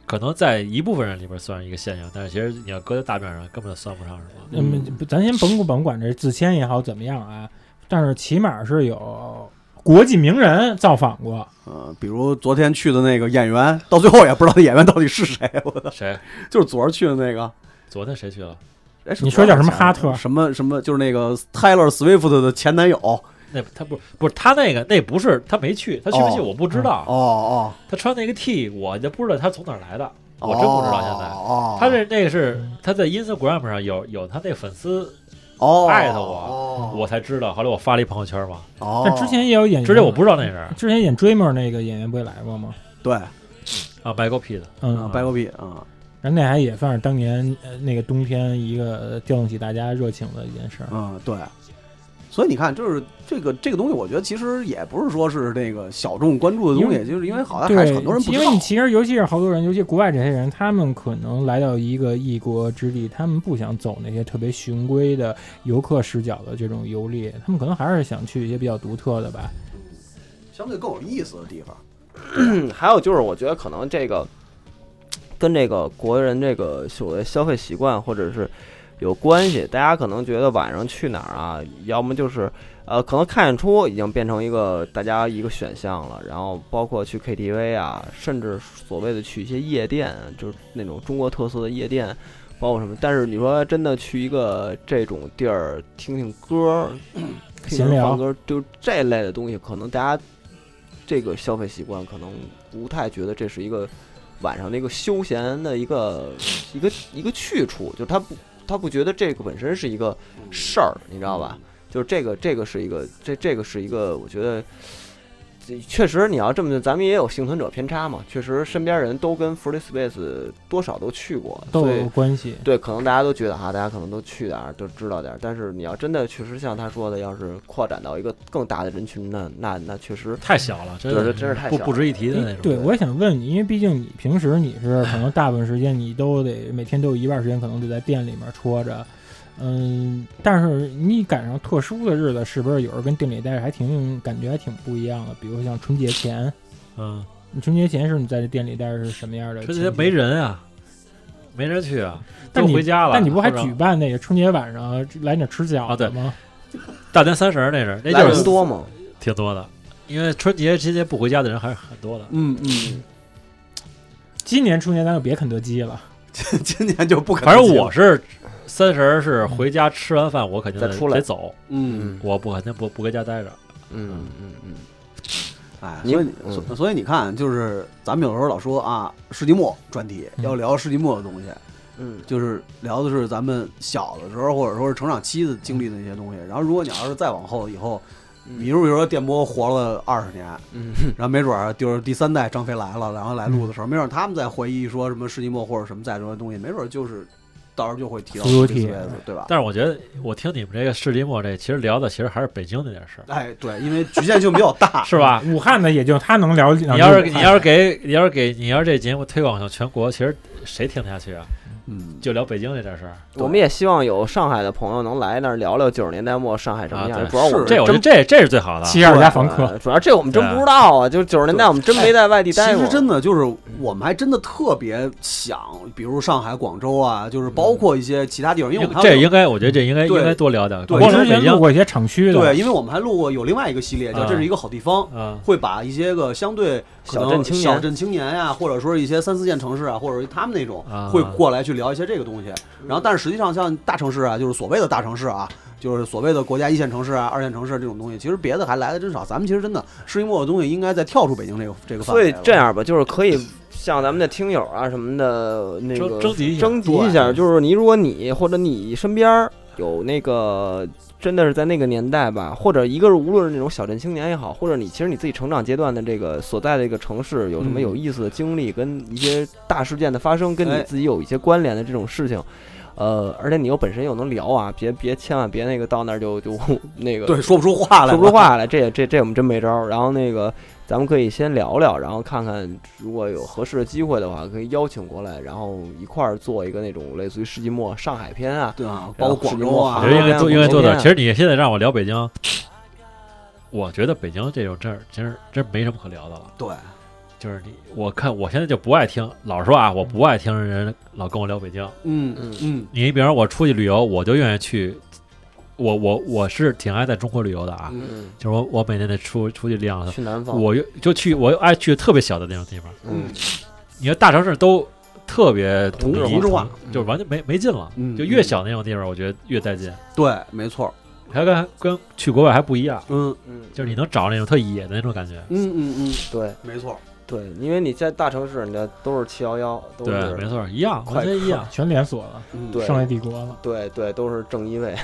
E: 可能在一部分人里边算是一个现象，但是其实你要搁在大面上，根本就算不上什么。
C: 嗯，咱先甭甭管这自谦也好怎么样啊，但是起码是有国际名人造访过，
D: 呃，比如昨天去的那个演员，到最后也不知道演员到底是谁，我 操，
E: 谁？
D: 就是昨儿去的那个。
E: 昨天谁去了？
D: 哎是
C: 你说叫什么
D: 昨儿还是
C: 哈特
D: 什么什么，就是那个 Taylor Swift 的前男友。哦
E: 那他不不是他那个那不是他没去，他去不去
D: 哦
E: 我不知道。
D: 哦，
E: 他穿那个 T，我就不知道他从哪儿来的，
D: 哦
E: 我真不知道现在。
D: 哦，
E: 他这那个是他在 Instagram 上有有他那粉丝，
D: 哦
E: 艾特我
B: 哦
D: 我
E: 我才知道。后来我发了一朋友圈嘛，
D: 哦，
C: 但之前也有演员，
E: 之前我不知道那人
C: 之前演 Dreamer 那个演员不也来过吗？
D: 对
E: 啊，白狗屁的，
C: 嗯
D: 啊，，白狗屁啊，
C: 然后那还也算是当年呃那个冬天一个调动起大家热情的一件事儿。
D: 嗯，对。所以你看，就是这个这个东西，我觉得其实也不是说是这个小众关注的东
C: 因
D: 西，就是因为好像还
C: 对
D: 是，很多人不知
C: 因
D: 道。
C: 为你其实尤其是好多人，尤其国外这些人，他们可能来到一个异国之地，他们不想走那些特别循规的游客视角的这种游历，他们可能还是想去一些比较独特的吧。
D: 相对更有意思的地方，
B: 嗯，还有就是我觉得可能这个跟这个国人这个所谓消费习惯或者是有关系，大家可能觉得晚上去哪儿啊，要么就是呃，可能看演出已经变成一个大家一个选项了，然后包括去 KTV 啊，甚至所谓的去一些夜店，就是那种中国特色的夜店。包括什么？但是你说真的去一个这种地儿听听歌，听
C: 闲
B: 听
C: 聊
B: 放歌，就这类的东西，可能大家这个消费习惯可能不太觉得这是一个晚上的一个休闲的一 个一个一个去处，就是他不他不觉得这个本身是一个事儿，你知道
C: 嗯
B: 吧？就是这个这个是一个这这个是一个，我觉得。这确实，你要这么，咱们也有幸存者偏差嘛。确实，身边人都跟 Free Space 多少都去过，
C: 都
B: 所以
C: 有关系。
B: 对，可能大家都觉得哈，大家可能都去点儿，都知道点儿。但是你要真的确实像他说的，要是扩展到一个更大的人群，那那那确实，
E: 太小了，真
B: 对
E: 的
B: 这真是太
E: 不
B: 小
E: 不
B: 了
E: 值一提的那
C: 哎
E: 种。
C: 对，我也想问你，因为毕竟你平时你是可能大部分时间你都得每天都有一半时间可能就在店里面戳着，嗯，但是你赶上特殊的日子，是不是有时候跟店里待着还挺感觉还挺不一样的？比如像春节前，
E: 嗯，
C: 你春节前是你在这店里待着是什么样的？
E: 春节没，人啊，没人去啊，
C: 但
E: 都
C: 你
E: 回家了。
C: 但你不还
E: 或者
C: 举办那个春节晚上来你这吃饺
E: 啊对
C: 子吗？
E: 大年三十儿那阵儿，那
B: 来
E: 就
B: 人
E: 是
B: 多嘛。
E: 挺多的，因为春节期间不回家的人还是很多的。
D: 嗯嗯，
C: 今年春节咱就别肯德基了，
D: 今年就不可能
E: 反
D: 进了。
E: 正我是三十儿是回家吃完饭，我肯定
B: 再
E: 得
B: 出来
E: 得走，
D: 嗯，
E: 我不肯定不不搁家待着。
B: 嗯嗯嗯，
D: 哎，
B: 你
D: 所以你
B: 嗯
D: 所所以你看，就是咱们有时候老说啊，世纪末专题
C: 嗯
D: 要聊世纪末的东西，
B: 嗯，
D: 就是聊的是咱们小的时候或者说是成长期的经历的那些东西。然后，如果你要是再往后以后，比如比如说电波活了二十年，
B: 嗯，
D: 然后没准儿就是第三代张飞来了，然后来录的时候，没准儿他们在回忆说什么世纪末或者什么在什么东西，没准儿就是到时候就会提到
C: 服务
D: Space
C: 体
D: Race，对吧？
E: 但是我觉得，我听你们这个世纪末这，其实聊的其实还是北京那点事儿，，
D: 哎，对，因为局限性比较大
E: 是吧？
C: 武汉的也就他能聊两句武汉。
E: 你要是你要是给你要是给你要是这节目推广向全国，其实谁听得下去啊？
D: 嗯，
E: 就聊北京这点事儿，
B: 我们也希望有上海的朋友能来那儿聊聊九十年代末上海什么
E: 啊
B: 样。
E: 对
B: 主要我们
E: 这我觉得
B: 真
E: 这这是最好的。
C: 七十二家房客，
B: 呃主要这我们真不知道啊，就是九十年代我们真没在外地
D: 其
B: 待过。
D: 实真的就是，我们还真的特别想，比如上海、广州啊，就是包括一些其他地方，因为我们还
E: 这
D: 有
E: 应该，我觉得这应该
D: 对
E: 应该多聊点。
D: 对
C: 我
E: 光
C: 之
E: 聊北
C: 前
E: 京
C: 路，过一些厂区的，
D: 对，因为我们还录过有另外一个系列，叫
E: 啊
D: 《这是一个好地方》，
E: 嗯，
D: 会把一些个相对可
B: 小镇
D: 能
B: 青年
D: 小镇青年呀、或者说一些三四线城市啊，或者说他们那种
E: 啊
D: 会过来去聊一些这个东西。然后，但是实际上像大城市啊，就是所谓的大城市啊，就是所谓的国家一线城市啊、二线城市这种东西，其实别的还来的真少。咱们其实真的世纪末的东西，应该再跳出北京这个这个范
B: 所
D: 围
B: 以
D: 了。
B: 这样吧，就是可以向咱们的听友啊什么的那个
E: 征征集一下
B: 征集一下，就是你如果你或者你身边儿有那个真的是在那个年代吧，或者一个是无论是那种小镇青年也好，或者你其实你自己成长阶段的这个所在的一个城市有什么
C: 嗯
B: 有意思的经历，跟一些大事件的发生，跟你
D: 哎
B: 自己有一些关联的这种事情。呃，而且你又本身又能聊啊，别别千万别那个到那儿就就 那个
D: 对，说不出话来，
B: 说不出，话来，这也这这我们真没招儿。然后那个，咱们可以先聊聊，然后看看如果有合适的机会的话，可以邀请过来，然后一块儿做一个那种类似于世纪末上海篇啊，
D: 对啊，
B: 然
D: 包
B: 后
D: 括广
B: 是
D: 州啊
E: 我觉，得应该做，应该做
B: 啊
E: 点。其实你现在让我聊北京，我觉得北京这种这儿，其实真没什么可聊的了。
D: 对，
E: 就是你，我看我现在就不爱听，老实说啊，我不爱听人老跟我聊北京。
D: 嗯
B: 嗯
D: 嗯，
E: 你比方说我出去旅游，我就愿意去，我我我是挺爱在中国旅游的啊，
B: 嗯，
E: 就是我我每天得出出去亮亮，
B: 去南方，
E: 我又就去我又爱去特别小的那种地方。
B: 嗯
E: 你看大城市都特别
D: 同
E: 统一
D: 同质化，
E: 同就是完全没没劲了。
D: 嗯
E: 就越小那种地方，我觉得越带劲。
D: 对，没错，
E: 还跟跟去国外还不一样，
D: 嗯
B: 嗯，
E: 就是你能找那种特野的那种感觉。
D: 嗯嗯嗯，
B: 对
D: 没错，
B: 对，因为你在大城市，你的都是七幺幺，都
E: 对，没
B: 是
E: 错，一样，
B: 快
E: 完全一样。
C: 全连锁了，
D: 嗯
B: 对
C: 商业帝国了。
B: 对对，都是正一 位，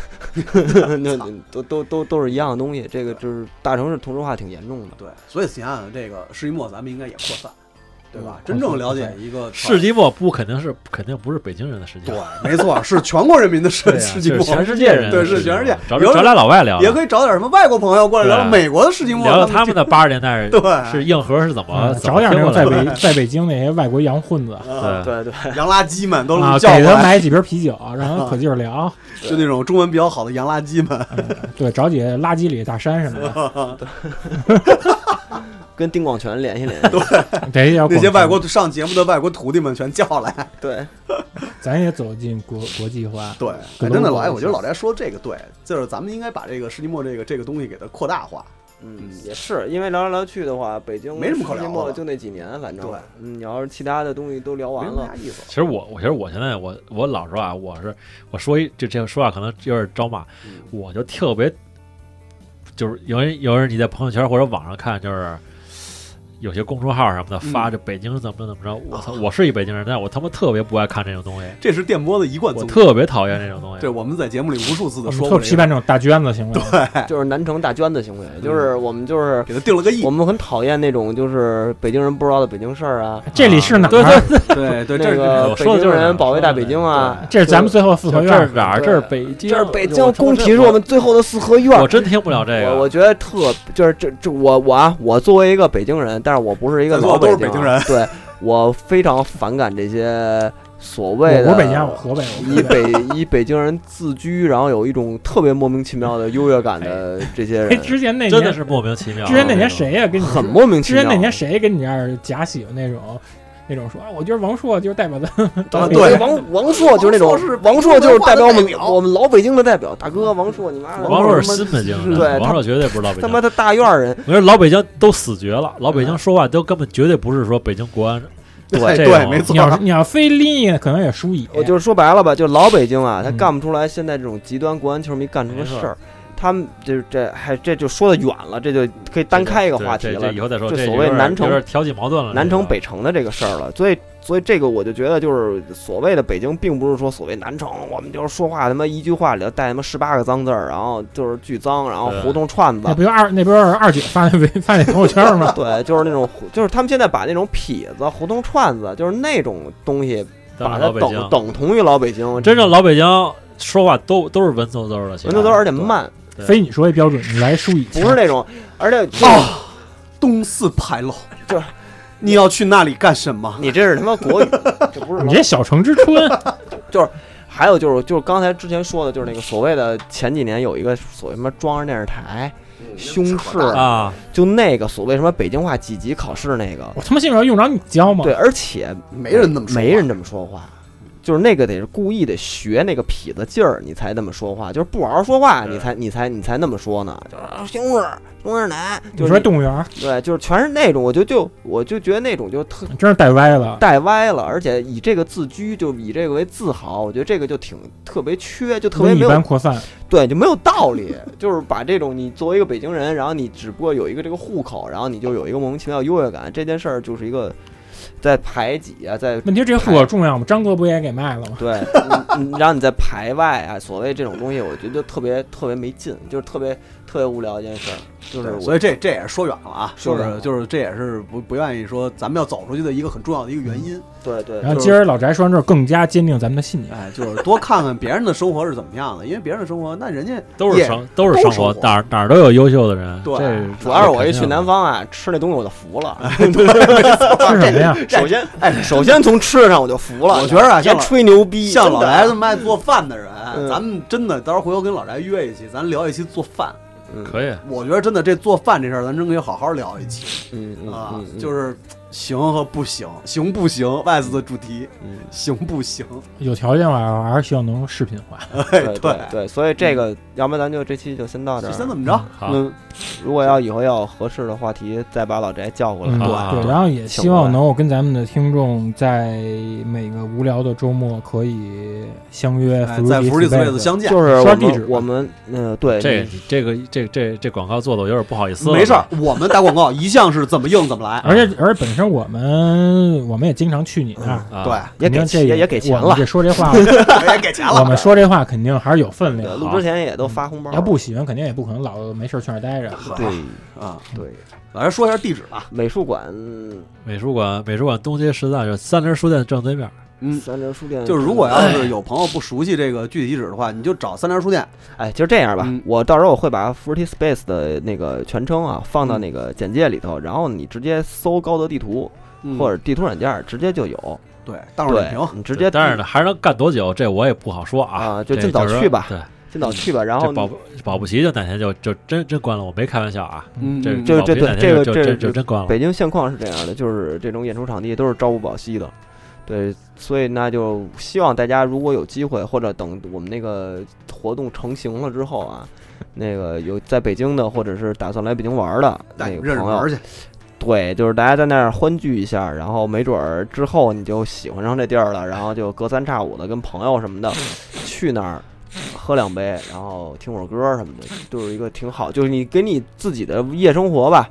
B: 那都都都都是一样的东西。这个就是大城市同质化挺严重的。
D: 对，所以想想这个世纪末，咱们应该也扩散，对吧
B: 嗯？
D: 真正
C: 扩散
D: 了解
C: 扩
D: 一个
E: 世纪末不肯定是肯定不是北京人的世界
D: 对，，没错，是全国人民的世
E: 对啊
D: 世纪
E: 就是
D: 末，
E: 全世界人的
D: 对，
E: 世
D: 是
E: 界
D: 全世界。
E: 找
D: 有
E: 找俩老外聊
D: 也
E: 聊，
D: 可以找点什么外国朋友过来聊聊
E: 对啊
D: 美国的世纪末，
E: 聊聊他们的八十 年代
D: 对
E: 是硬核是怎么
C: 啊，
E: 怎
C: 找
E: 么
C: 点那
E: 听过
C: 种在
E: 来的。
C: 北在北京那些外国洋混子 啊，
D: 啊
E: 对
B: 对对，
D: 洋垃圾们都
E: 啊
D: 叫
C: 给
D: 过
C: 他
D: 来，
C: 买几瓶啤酒，让他可劲儿聊。
D: 就那种中文比较好的洋垃圾 们，
C: 嗯对，找几个垃圾里的大山什么的，
B: 跟丁广泉联系联系。
C: 得要
D: 那些外国，上节目的外国徒弟们全叫来。
B: 对，
C: 咱也走进国国际化。
D: 对，哎真的老哎，我觉得老翟说这个对，就是咱们应该把这个世纪末这个这个东西给它扩大化。
B: 嗯
D: 嗯，
B: 也是，因为聊来聊去的话，北京
D: 没什么可
B: 世纪
D: 聊
B: 末
D: 的
B: 就那几年，反正
D: 对
B: 嗯，你要是其他的东西都聊完
D: 没什
B: 了
D: 么，意思。
E: 其实我，我觉得我现在我我老说啊，我是我说一这这说啊话可能有点招骂，
D: 嗯
E: 我就特别就是有人有人你在朋友圈或者网上看，就是有些公众号什么的发这北京怎么着怎么着，我操，我是一北京人，但我他妈特别不爱看这种东西，
D: 这是电波的一贯
E: 我
D: 宗旨。
E: 特别讨厌这种东
D: 对，
E: 西。
D: 我们在节目里无数次
C: 我
D: 的
C: 们
D: 说
C: 特
D: 过
C: 批
D: 这个，
C: 判这种大娟子行为。
B: 就是南城大娟的行为，就是我们就是
D: 给他定了个亿
B: 我。们很讨厌那种就是北京人不知道的北京事儿啊，
C: 这里是哪儿？
E: 对对对，
D: 对 对，这
B: 那
D: 是
B: 个
E: 我
B: 北
E: 说的
B: 京
E: 就是
B: 人
E: 哪
B: 保卫
E: 儿
B: 大
E: 说的
B: 北京
E: 哪
B: 啊，
C: 这是咱们最后四
E: 就
C: 合
E: 这儿
C: 院。
E: 哪儿？这是北京，
B: 这是北
E: 我
B: 京
E: 他妈
B: 工体是我们最后的四合院
E: 我。真听不了这
B: 我
E: 个
B: 我。觉得特就是这这我我啊，我作为一个北京人，但是我不是一个
D: 在座
B: 老
D: 都是
B: 京
D: 北京
B: 啊
D: 人，
B: 对我非常反感这些所
C: 我
B: 谓的
C: 我北京，我河北，我
B: 以
C: 河北。
B: 北以北京人自居，然后有一种特别莫名其妙的优越感的这些
C: 哎，
B: 人，
C: 之前那
E: 真的
C: 年，
E: 是莫名其妙。啊
C: 之前那年谁呀？跟你说
B: 很莫名其
C: 之
B: 妙。啊
C: 前那年谁跟你这儿假喜欢那种？那种说，啊我觉得王朔就是代表咱
B: 啊？
D: 对
B: 对，王王朔就是那种
D: 王朔是
B: 王朔就是代表我
D: 北
B: 们
D: 京文化的代表
B: 我们老北京的代表，大哥王朔，你妈的，
E: 王
B: 朔
E: 朔是新北京人，
B: 对他
E: 王朔绝对不是老北
B: 他
E: 京
B: 妈。的大院人，
E: 我觉得老北京都死绝了，老北京说话都根本绝对不是说北京国安，
D: 对
E: 这
D: 对，
E: 种
D: 没错
C: 你。要你要非拎呢，可能也输乙。
E: 哎
B: 我哦就是说白了吧，就老北京啊，他
C: 嗯
B: 干不出来现在这种极端国安球迷干出的
E: 没错
B: 事儿。他们就是这还这就说的远了，这就可以单开一个话题
E: 这这
B: 了
E: 这。以后再说。
B: 就
E: 这
B: 所
E: 有
B: 谓
E: 点
B: 南城
E: 有点挑起矛盾了。
B: 南城
E: 这个
B: 北城的这个事儿了，所以所以这个我就觉得就是所谓的北京，并不是说所谓南城，我们就是说话他妈一句话里头带他妈十八个脏字儿，然后就是巨脏，然后
E: 对
B: 胡同串子
C: 那，不就二那不是二姐发那微发那朋友圈吗？
B: 对，就是那种胡就是他们现在把那种痞子、胡同串子，就是那种东西，
E: 当
B: 把
E: 然
B: 它
E: 老北
B: 等
E: 京，
B: 等同于老北京，
E: 真正老北京说话都都是文绉绉的，其实
B: 文绉绉而且慢，
C: 非你说一标准，你来输乙
B: 不
C: 强。
B: 是那种，而且就是
D: 啊，东四牌楼，
B: 哦这
D: 你要去那里干什么？
B: 你这是他妈国语，这不是
C: 你
B: 老
C: 这小城之 春，
B: 还有就是，就是刚才之前说的，就是那个所谓的前几年有一个所谓什么装上电视台、胸
D: 扯
B: 式
D: 淡
E: 啊，
B: 就那个所谓什么北京话几级考试那个，
C: 我他妈信不信用着你教吗？
B: 对，而且
D: 没人那么说，
B: 没人。这么说话，就是那个得是故意得学那个痞子劲儿，你才那么说话，就是不好好说话，
E: 对
B: 你才你才你才那么说呢，就是啊西红柿西红柿奶，
C: 你
B: 就
C: 说
B: 是
C: 动物园
B: 对，就是全是那种，我就就我就觉得那种就特
C: 真是带歪了。
B: 带歪了，而且以这个自居，就以这个为自豪，我觉得这个就挺特别缺，就特别
C: 一
B: 没有
C: 般扩散，
B: 对，就没有道理。 就是把这种你作为一个北京人，然后你只不过有一个这个户口，然后你就有一个莫名其妙优越感，这件事儿就是一个在排挤啊，在
C: 问题是这户口重要吗？张哥不也给卖了吗？
B: 对，嗯嗯然后你在排外啊，所谓这种东西，我觉得特别特别没劲，就是特别特别无聊一件事儿，就是我
D: 所以这这也是说远了啊，
B: 说
D: 就
B: 远
D: 是
B: 了
D: 就是这也是不不愿意说咱们要走出去的一个很重要的一个原因。
B: 对对
C: 然后
D: 就是
C: 今儿老翟说完之后，更加坚定咱们的 信念。
D: 哎，就是多看看别人的生活是怎么样的，因为别人的生活，那人家
E: 都是
D: 也
E: 生都
D: 都
E: 是
D: 生
E: 生
D: 活
E: 活，哪儿哪儿都有优秀的人。
D: 对
E: 这
B: 主要是我一
E: 肯
B: 去
E: 定
B: 南
E: 的，
B: 方啊，吃那东西我就服了。
C: 是什么呀？
B: 首先，哎，首先从吃上我就服了。
D: 我觉得啊
B: 别
D: 像老
B: 吹牛逼，
D: 像
B: 真
D: 老
B: 的啊
D: 白这么爱做饭的人，
B: 嗯
D: 咱们真的到时候回头跟老白约一期，咱聊一期做饭。
B: 嗯
E: 可以，
D: 我觉得真的这做饭这事儿，咱真可以好好聊一期
B: 嗯嗯
D: 啊
B: 嗯，嗯，
D: 就是行和不行，行不行，S 的主题，
B: 嗯
D: 行不行？
C: 有条件吧，还是希望能视频化。
D: 哎，
B: 对对对，所以这个，要不然咱就这期就先到这儿。
D: 先这么着，
E: 好，
B: 嗯，如果要以后要有合适的话题，再把老翟叫过来。啊
C: 嗯，
E: 好
B: 好
E: 吧
B: 吧
E: 好
C: 对
E: 吧
C: 对，然后也希望能够跟咱们的听众在每个无聊的周末可以相约
D: 哎，在福利
C: Fruity
D: 斯
C: Space
D: 位子相见。
B: 就是
C: 刷
B: 我
C: 地址吧
B: 们我们嗯，对，
E: 这
B: 你
E: 这个这这这广告做的我有点不好意思了。
D: 没事儿，我们打广告一向是怎么硬怎么来。
C: 而且而且本身我们我们也经常去你那儿，
E: 啊，
D: 对，
B: 也
C: 你
B: 给
C: 看这
B: 钱也也给钱
C: 我们
B: 了
C: 这，说这话，
D: 也给钱了。
C: 我们说这话肯定还是有分
B: 对
C: 量。啊
B: 录之前也都发红包了。
C: 要不喜欢，肯定也不可能老没事儿去那儿待着。
B: 对
D: 啊，
B: 对，
D: 反正说一下地址吧。
B: 美术馆
E: 美术馆美术馆东街十站，就三联书店正对面。
D: 嗯，
B: 三联书店
D: 就是如果要是有朋友不熟悉这个具体地址的话，你就找三联书店。
B: 哎，就这样吧
D: 嗯，
B: 我到时候我会把 Fruity Space 的那个全称啊放到那个简介里头，然后你直接搜高德地图
D: 嗯
B: 或者地图软件儿，直接就有。
D: 对，大众点
B: 对
D: 评，
B: 你直接
E: 当然了，还能干多久，这我也不好说啊。
B: 啊就
E: 这
B: 尽早
E: 是
B: 去吧
E: 对，
B: 尽早去吧，然
E: 这
B: 后
E: 保不保不齐就哪天就就真真关了，我没开玩笑啊。
D: 嗯，
E: 这
D: 嗯
B: 这
E: 保不齐
B: 这对
E: 哪天就
B: 这个这
E: 就就
B: 这
E: 就真关了。
B: 北京现况是这样的，就是这种演出场地都是朝不保夕的，对，所以那就希望大家如果有机会，或者等我们那个活动成型了之后啊，那个有在北京的，或者是打算来北京玩儿的
D: 带
B: 那
D: 你
B: 个
D: 们认识
B: 朋
D: 玩
B: 友
D: 儿，去。
B: 对，就是大家在那儿欢聚一下，然后没准儿之后你就喜欢上这地儿了，然后就隔三差五的跟朋友什么的
E: 嗯
B: 去那儿喝两杯，然后听会儿歌什么的，就是一个挺好，就是你给你自己的夜生活吧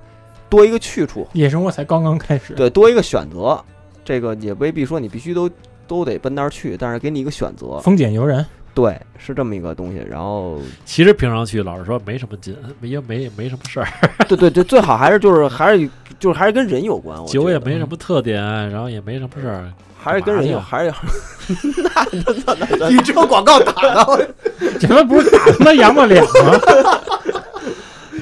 B: 多一个去处，
C: 夜生活才刚刚开始，
B: 对，多一个选择，这个也未必说你必须都都得奔那儿去，但是给你一个选择，
C: 风俭由人。
B: 对，是这么一个东西。然后，
E: 其实平常去，老实说没什么劲，没也没没什么事儿，
B: 对对对，最好还是就是还是就是还是跟人有关，我
E: 酒
B: 觉
E: 也
B: 得嗯
E: 没什么特点，然后也没什么事儿。
B: 还是跟人有
E: 干嘛
B: 还是
D: 你这个广告打的，我
C: 这他妈不是打他妈杨过脸吗？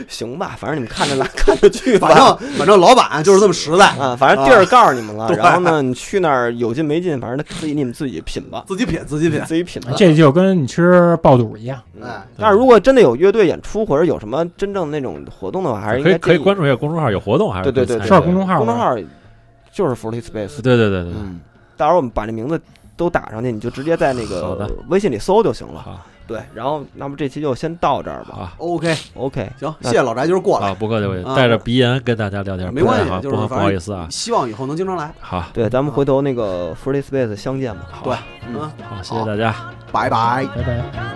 B: 行吧，反正你们看着来， 看着去吧。
D: 反 正反正老板就是这么实在，
B: 啊，反正地儿告诉你们了，
D: 对
B: 然后呢，你去那儿有劲没劲，反正自己你们自己品吧，
D: 自己品自己品。
B: 自己品吧。
C: 这就跟你吃爆肚一样，
B: 嗯
D: 哎，
B: 但是如果真的有乐队演出或者有什么真正那种活动的话，还是应
E: 可以
B: 该
E: 可以
B: 建议
E: 关注一下公众号，有活动还是
B: 对对对
E: 可以
C: 是
E: 参
C: 吧
E: 与
C: 公众号吗，
B: 公众号，就是 Forty Space。
E: 对对对对对，
B: 嗯，到时候我们把这名字都打上去，你就直接在那
E: 好
B: 个
E: 的
B: 微信里搜就行了。
E: 好
B: 对，然后那么这期就先到这儿吧。嗯
E: 好
D: OK，
B: OK，
D: 行，
B: 那
D: 谢谢老翟，今儿过来
E: 啊，，不客气，我
D: 啊
E: 带着鼻炎跟大家聊天，
D: 没关系
E: 不太好
D: 就是
E: 不好不
D: 反正
E: 好意思啊。
D: 希望以后能经常来。
E: 好，
B: 对，咱们回头那个 Forty Space 相见吧。
E: 好
D: 对，
E: 嗯
D: 嗯，
E: 好，谢谢大家。
D: 拜拜。
C: 拜拜。